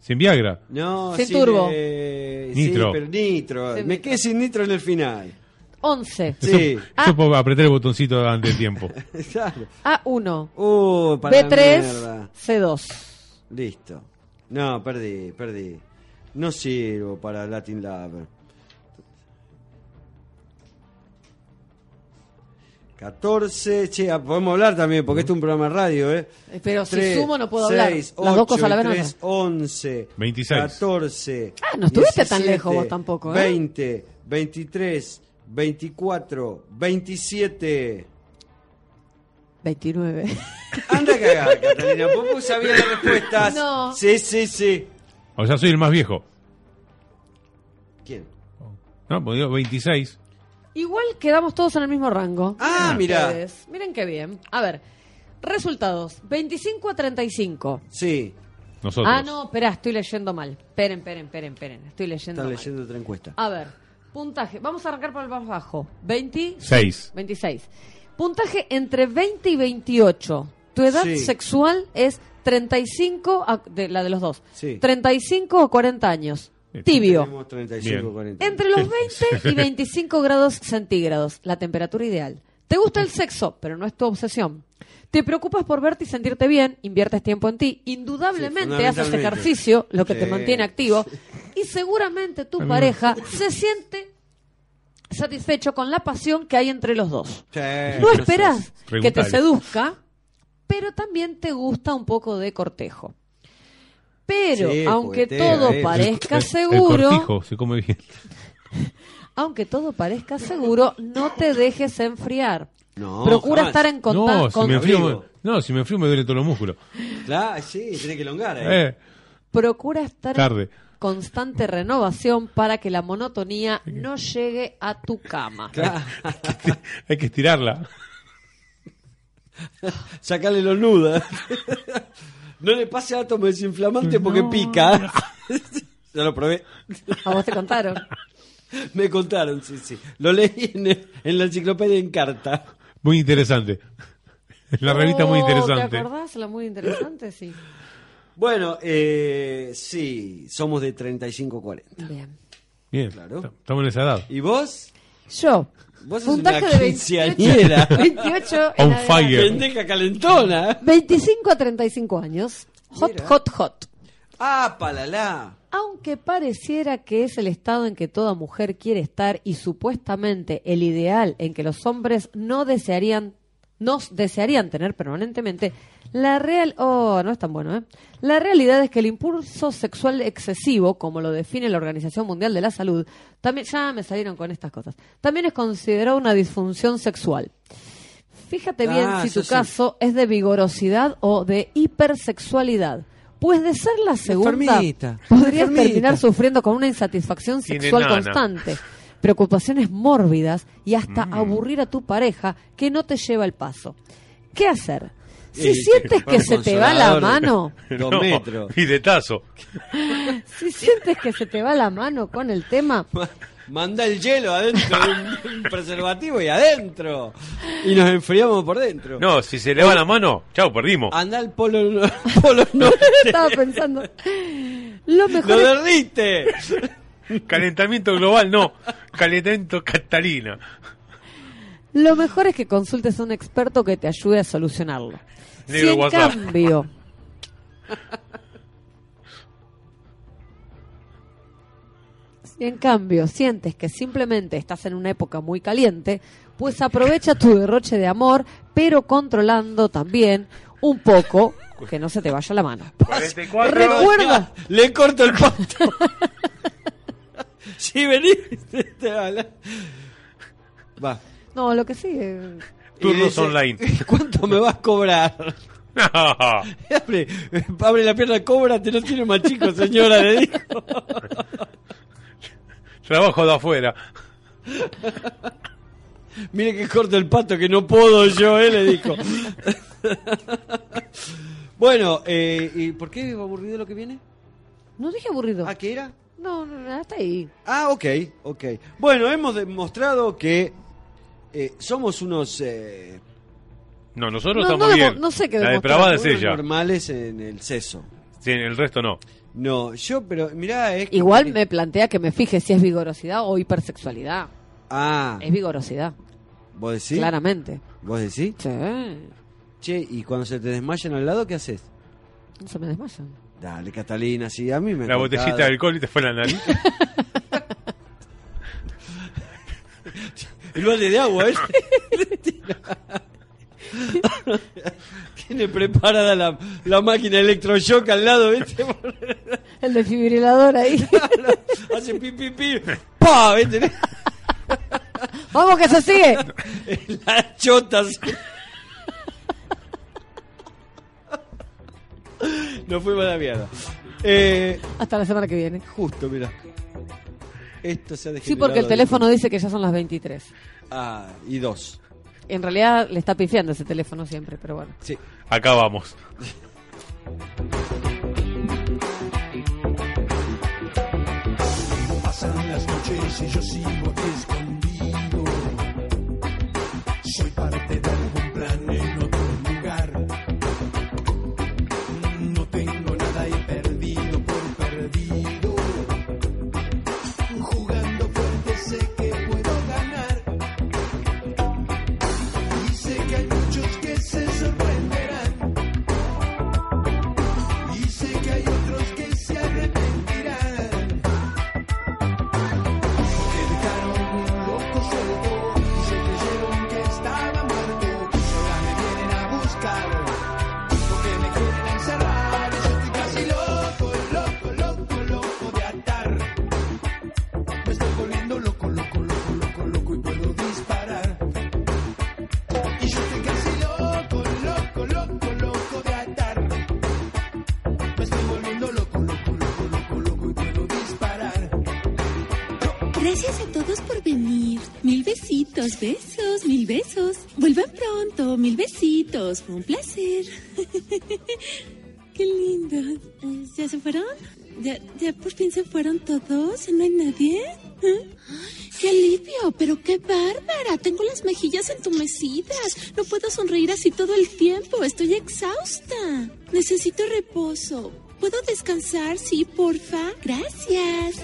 Speaker 3: Sin Viagra.
Speaker 4: No,
Speaker 6: Sin turbo.
Speaker 4: eh,
Speaker 3: Nitro.
Speaker 4: Sí, pero nitro.
Speaker 6: Sin
Speaker 4: me
Speaker 6: nitro.
Speaker 4: quedé sin nitro en el final.
Speaker 6: 11.
Speaker 4: Sí.
Speaker 6: Ah.
Speaker 3: Eso por apretar el botoncito antes del tiempo.
Speaker 4: Claro.
Speaker 6: A1.
Speaker 4: Uh, para la
Speaker 6: B3,
Speaker 4: mierda.
Speaker 6: C2.
Speaker 4: Listo. No, perdí, perdí. No sirvo para Latin Lover. 14, che, ah, podemos hablar también, porque este es un programa de radio, ¿eh?
Speaker 6: Eh, pero si
Speaker 4: Tres,
Speaker 6: sumo no puedo hablar.
Speaker 4: seis,
Speaker 6: Las dos
Speaker 4: ocho
Speaker 6: cosas a la
Speaker 4: y
Speaker 6: vez no
Speaker 4: tres, 11,
Speaker 3: 26.
Speaker 4: 14.
Speaker 6: Ah, no estuviste tan lejos vos tampoco, ¿eh?
Speaker 4: 20, 23, 24, 27.
Speaker 6: 29.
Speaker 4: Anda a cagar, Catalina. Popo sabía las respuestas.
Speaker 6: No.
Speaker 4: Sí, sí, sí.
Speaker 3: O sea, soy el más viejo.
Speaker 4: ¿Quién?
Speaker 3: No, porque digo 26.
Speaker 6: Igual quedamos todos en el mismo rango.
Speaker 4: Ah,
Speaker 6: Miren
Speaker 4: mirá.
Speaker 6: ustedes. Miren qué bien. A ver, resultados: 25 a 35.
Speaker 4: Sí.
Speaker 3: Nosotros.
Speaker 6: Ah, no, espera, estoy leyendo mal. Esperen, esperen, esperen, esperen. Estoy leyendo
Speaker 4: Está
Speaker 6: mal. Ah,
Speaker 4: leyendo otra encuesta.
Speaker 6: A ver, puntaje. Vamos a arrancar por el más bajo. 26.
Speaker 4: Seis.
Speaker 6: 26. Puntaje entre 20 y 28. Tu edad
Speaker 4: Sí.
Speaker 6: sexual es 35, a- de, la de los dos.
Speaker 4: Sí.
Speaker 6: 35 o 40 años. Tibio.
Speaker 4: Tenemos 35, 40.
Speaker 6: Entre los 20 y 25 grados centígrados, la temperatura ideal. Te gusta el sexo, pero no es tu obsesión. Te preocupas por verte y sentirte bien, inviertes tiempo en ti, indudablemente haces
Speaker 18: fundamentalmente.
Speaker 6: ejercicio, lo que te
Speaker 18: Sí.
Speaker 6: mantiene activo, y seguramente tu
Speaker 18: A mí me-
Speaker 6: pareja se siente satisfecho con la pasión que hay entre los dos.
Speaker 18: Eh,
Speaker 4: Sí,
Speaker 6: No
Speaker 4: no
Speaker 6: esperás
Speaker 4: sé.
Speaker 6: que te
Speaker 4: Preguntale.
Speaker 6: seduzca, pero también te gusta un poco de cortejo. Pero
Speaker 3: Sí,
Speaker 6: aunque
Speaker 3: juguetea,
Speaker 6: todo
Speaker 3: eh.
Speaker 6: parezca
Speaker 3: El- el-
Speaker 6: seguro,
Speaker 3: El cortijo se come bien.
Speaker 6: aunque todo parezca seguro, no te dejes enfriar.
Speaker 4: No,
Speaker 6: Procura
Speaker 4: jamás.
Speaker 6: estar en contacto
Speaker 3: No, si me enfrío, me- no, si me enfrío me duele todo el músculo.
Speaker 4: Claro, sí, tiene que elongar ahí.
Speaker 3: Eh,
Speaker 6: Procura estar
Speaker 3: tarde.
Speaker 6: en constante renovación para que la monotonía no llegue a tu cama.
Speaker 3: Hay que estirarla.
Speaker 4: Sacale los nudos. no le pase átomo desinflamante porque pica. Ya lo probé.
Speaker 6: A vos te contaron.
Speaker 4: Me contaron, sí, sí. Lo leí en, en la enciclopedia en carta.
Speaker 3: Muy interesante. La revista muy
Speaker 6: Oh, ¿Te
Speaker 3: interesante.
Speaker 6: acordás? La muy interesante, sí.
Speaker 4: Bueno, eh, sí, somos de 35 40.
Speaker 6: Bien.
Speaker 3: Bien, estamos en esa edad.
Speaker 4: ¿Y vos?
Speaker 6: Yo.
Speaker 4: Vos sos
Speaker 6: Puntaje
Speaker 4: una
Speaker 6: de 28,
Speaker 4: quinceañera.
Speaker 6: 28 en
Speaker 3: On
Speaker 6: adelante.
Speaker 3: fire.
Speaker 4: Pendeja calentona.
Speaker 6: 25 a 35 años. Hot, hot, hot.
Speaker 4: Ah, palala.
Speaker 6: Aunque pareciera que es el estado en que toda mujer quiere estar y supuestamente el ideal en que los hombres no desearían, nos desearían tener permanentemente, la real, oh, no es tan bueno, ¿eh? La realidad es que el impulso sexual excesivo, como lo define la Organización Mundial de la Salud, también ya me salieron con estas cosas. También es considerado una disfunción sexual. Fíjate bien
Speaker 18: Ah,
Speaker 6: si
Speaker 18: eso
Speaker 6: tu
Speaker 18: sí.
Speaker 6: caso es de vigorosidad o de hipersexualidad. Pues de ser la segunda,
Speaker 4: Enfermita,
Speaker 6: podrías
Speaker 4: enfermita.
Speaker 6: terminar sufriendo con una insatisfacción
Speaker 4: Tiene
Speaker 6: sexual
Speaker 4: nana.
Speaker 6: constante, preocupaciones mórbidas y hasta aburrir a tu pareja que no te lleva el paso. ¿Qué hacer? Si
Speaker 3: Y-
Speaker 6: sientes que se te va la
Speaker 3: Consolador.
Speaker 6: mano,
Speaker 3: No,
Speaker 4: Dos metros.
Speaker 3: Y de tazo.
Speaker 6: si sientes que se te va la mano con el tema,
Speaker 4: Manda el hielo adentro de un, un preservativo y adentro. Y nos enfriamos por dentro.
Speaker 3: No, si se le va la mano, chao, perdimos.
Speaker 4: Anda al polo, no- polo norte.
Speaker 6: estaba pensando, lo
Speaker 4: ¡Lo
Speaker 6: mejor es
Speaker 4: derrite!
Speaker 3: Calentamiento global, no. Calentamiento Catalina.
Speaker 6: Lo mejor es que consultes a un experto que te ayude a solucionarlo.
Speaker 3: Negro
Speaker 6: si en
Speaker 3: WhatsApp.
Speaker 6: cambio. Si en cambio sientes que simplemente estás en una época muy caliente, pues aprovecha tu derroche de amor, pero controlando también un poco que no se te vaya la mano. Recuerda.
Speaker 4: Le corto el pasto. si venís, te, te va la- Este, Va.
Speaker 6: No, lo que eh, sigue.
Speaker 4: Y
Speaker 3: Turnos
Speaker 4: dice,
Speaker 3: online.
Speaker 4: ¿Cuánto me vas a cobrar? abre, abre la pierna, cóbrate, no tiene más chico, señora, le dijo.
Speaker 3: Trabajo de afuera.
Speaker 4: Mire que corto el pato que no puedo yo, eh, le dijo. bueno, eh, ¿y por qué aburrido lo que viene? Ah,
Speaker 6: No dije aburrido. ¿A
Speaker 4: qué era?
Speaker 6: No, no, no, hasta ahí.
Speaker 4: Ah, ok, ok. Bueno, hemos demostrado que eh, somos unos... eh,
Speaker 3: No, nosotros
Speaker 4: No,
Speaker 3: estamos
Speaker 4: no demo-
Speaker 3: bien.
Speaker 4: no sé qué
Speaker 3: La
Speaker 4: demostrar,
Speaker 3: depravada es
Speaker 4: algunos
Speaker 3: ella.
Speaker 4: normales en el seso.
Speaker 3: Sí, el resto no.
Speaker 4: No, yo, pero mirá, es que-
Speaker 6: Igual me plantea que me fije si es vigorosidad o hipersexualidad.
Speaker 4: Ah,
Speaker 6: Es vigorosidad,
Speaker 4: ¿vos decís?
Speaker 6: Eh, claramente.
Speaker 4: ¿Vos decís?
Speaker 6: Sí.
Speaker 4: Che, ¿y cuando se te desmayan al lado, qué haces?
Speaker 6: No se me desmayan.
Speaker 4: Dale, Catalina, sí, a mí me...
Speaker 3: La
Speaker 4: has
Speaker 3: botellita de
Speaker 4: contado.
Speaker 3: alcohol y te fue la nariz.
Speaker 4: El balde de agua, ¿eh? Tiene preparada la, la máquina electroshock al lado, ¿viste?
Speaker 6: El desfibrilador ahí.
Speaker 4: Hace pi, pi, pi. ¡Pa! ¿Viste?
Speaker 6: Vamos que se sigue.
Speaker 4: Las chotas. No fuimos a la mierda. Eh,
Speaker 6: Hasta la semana que viene.
Speaker 4: Justo, mira. Esto se ha
Speaker 6: Sí, porque el
Speaker 4: degenerado.
Speaker 6: teléfono dice que ya son las 23.
Speaker 4: Ah, y dos.
Speaker 6: En realidad le está pifiando ese teléfono siempre, pero bueno.
Speaker 4: Sí.
Speaker 3: Acá vamos.
Speaker 18: Pasan las noches y yo sigo escondido. Soy parte de algún plan en otro lugar. No tengo nada y perdido por perdido. Jugando fuerte sé que puedo ganar. Y sé que hay muchos que se sorprenderán. Y sé que hay otros que se arrepentirán. Me dejaron loco suelto y se creyeron que estaba muerto. Ahora me vienen a buscar porque me quieren encerrar. Y yo estoy casi loco, loco, loco, loco de atar. Me estoy volviendo loco, loco, loco, loco, loco y puedo disparar. Y yo estoy casi loco, loco, loco, loco de atar. Me estoy volviendo loco, loco, loco, loco, loco y puedo disparar.
Speaker 19: Gracias a todos por venir. Mil besitos, besos, mil besos. Vuelvan pronto, mil besitos. Fue un placer. Qué lindo. Eh, ¿Ya se fueron? ¿Ya, ya por fin se fueron todos? ¿Ya no hay nadie? ¿Ah? ¡Qué alivio! Pero qué bárbara. Tengo las mejillas entumecidas. No puedo sonreír así todo el tiempo. Estoy exhausta. Necesito reposo. ¿Puedo descansar? Sí, porfa. Gracias.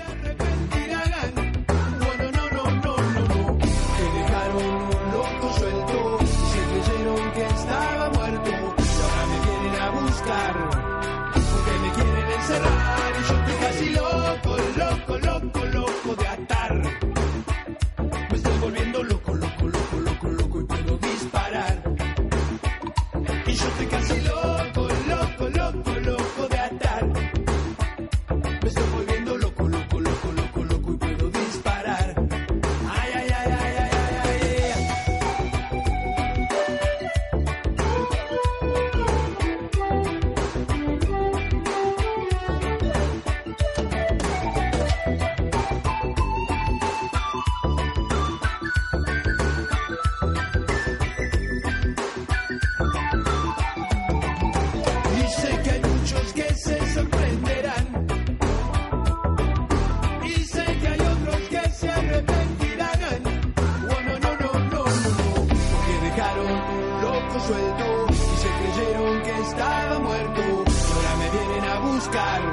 Speaker 18: Me dejaron loco suelto y se creyeron que estaba muerto. Y ahora me vienen a buscar porque me quieren encerrar. Y yo estoy casi loco, loco, loco, loco de atar. Me estoy volviendo loco, loco, loco, loco, loco y puedo disparar. Y yo estoy casi loco, loco, loco, loco de atar. Me estoy volviendo loco, loco, loco, loco, loco y puedo disparar. Ay, ay, ay, ay, ay, ay, ay, ay. Y sé que hay muchos que se sorprenderán. Y sé que hay otros que se arrepentirán. Oh, no, no, no, no, no. Me dejaron loco suelto y se creyeron que estaba muerto. Y ahora me vienen a buscar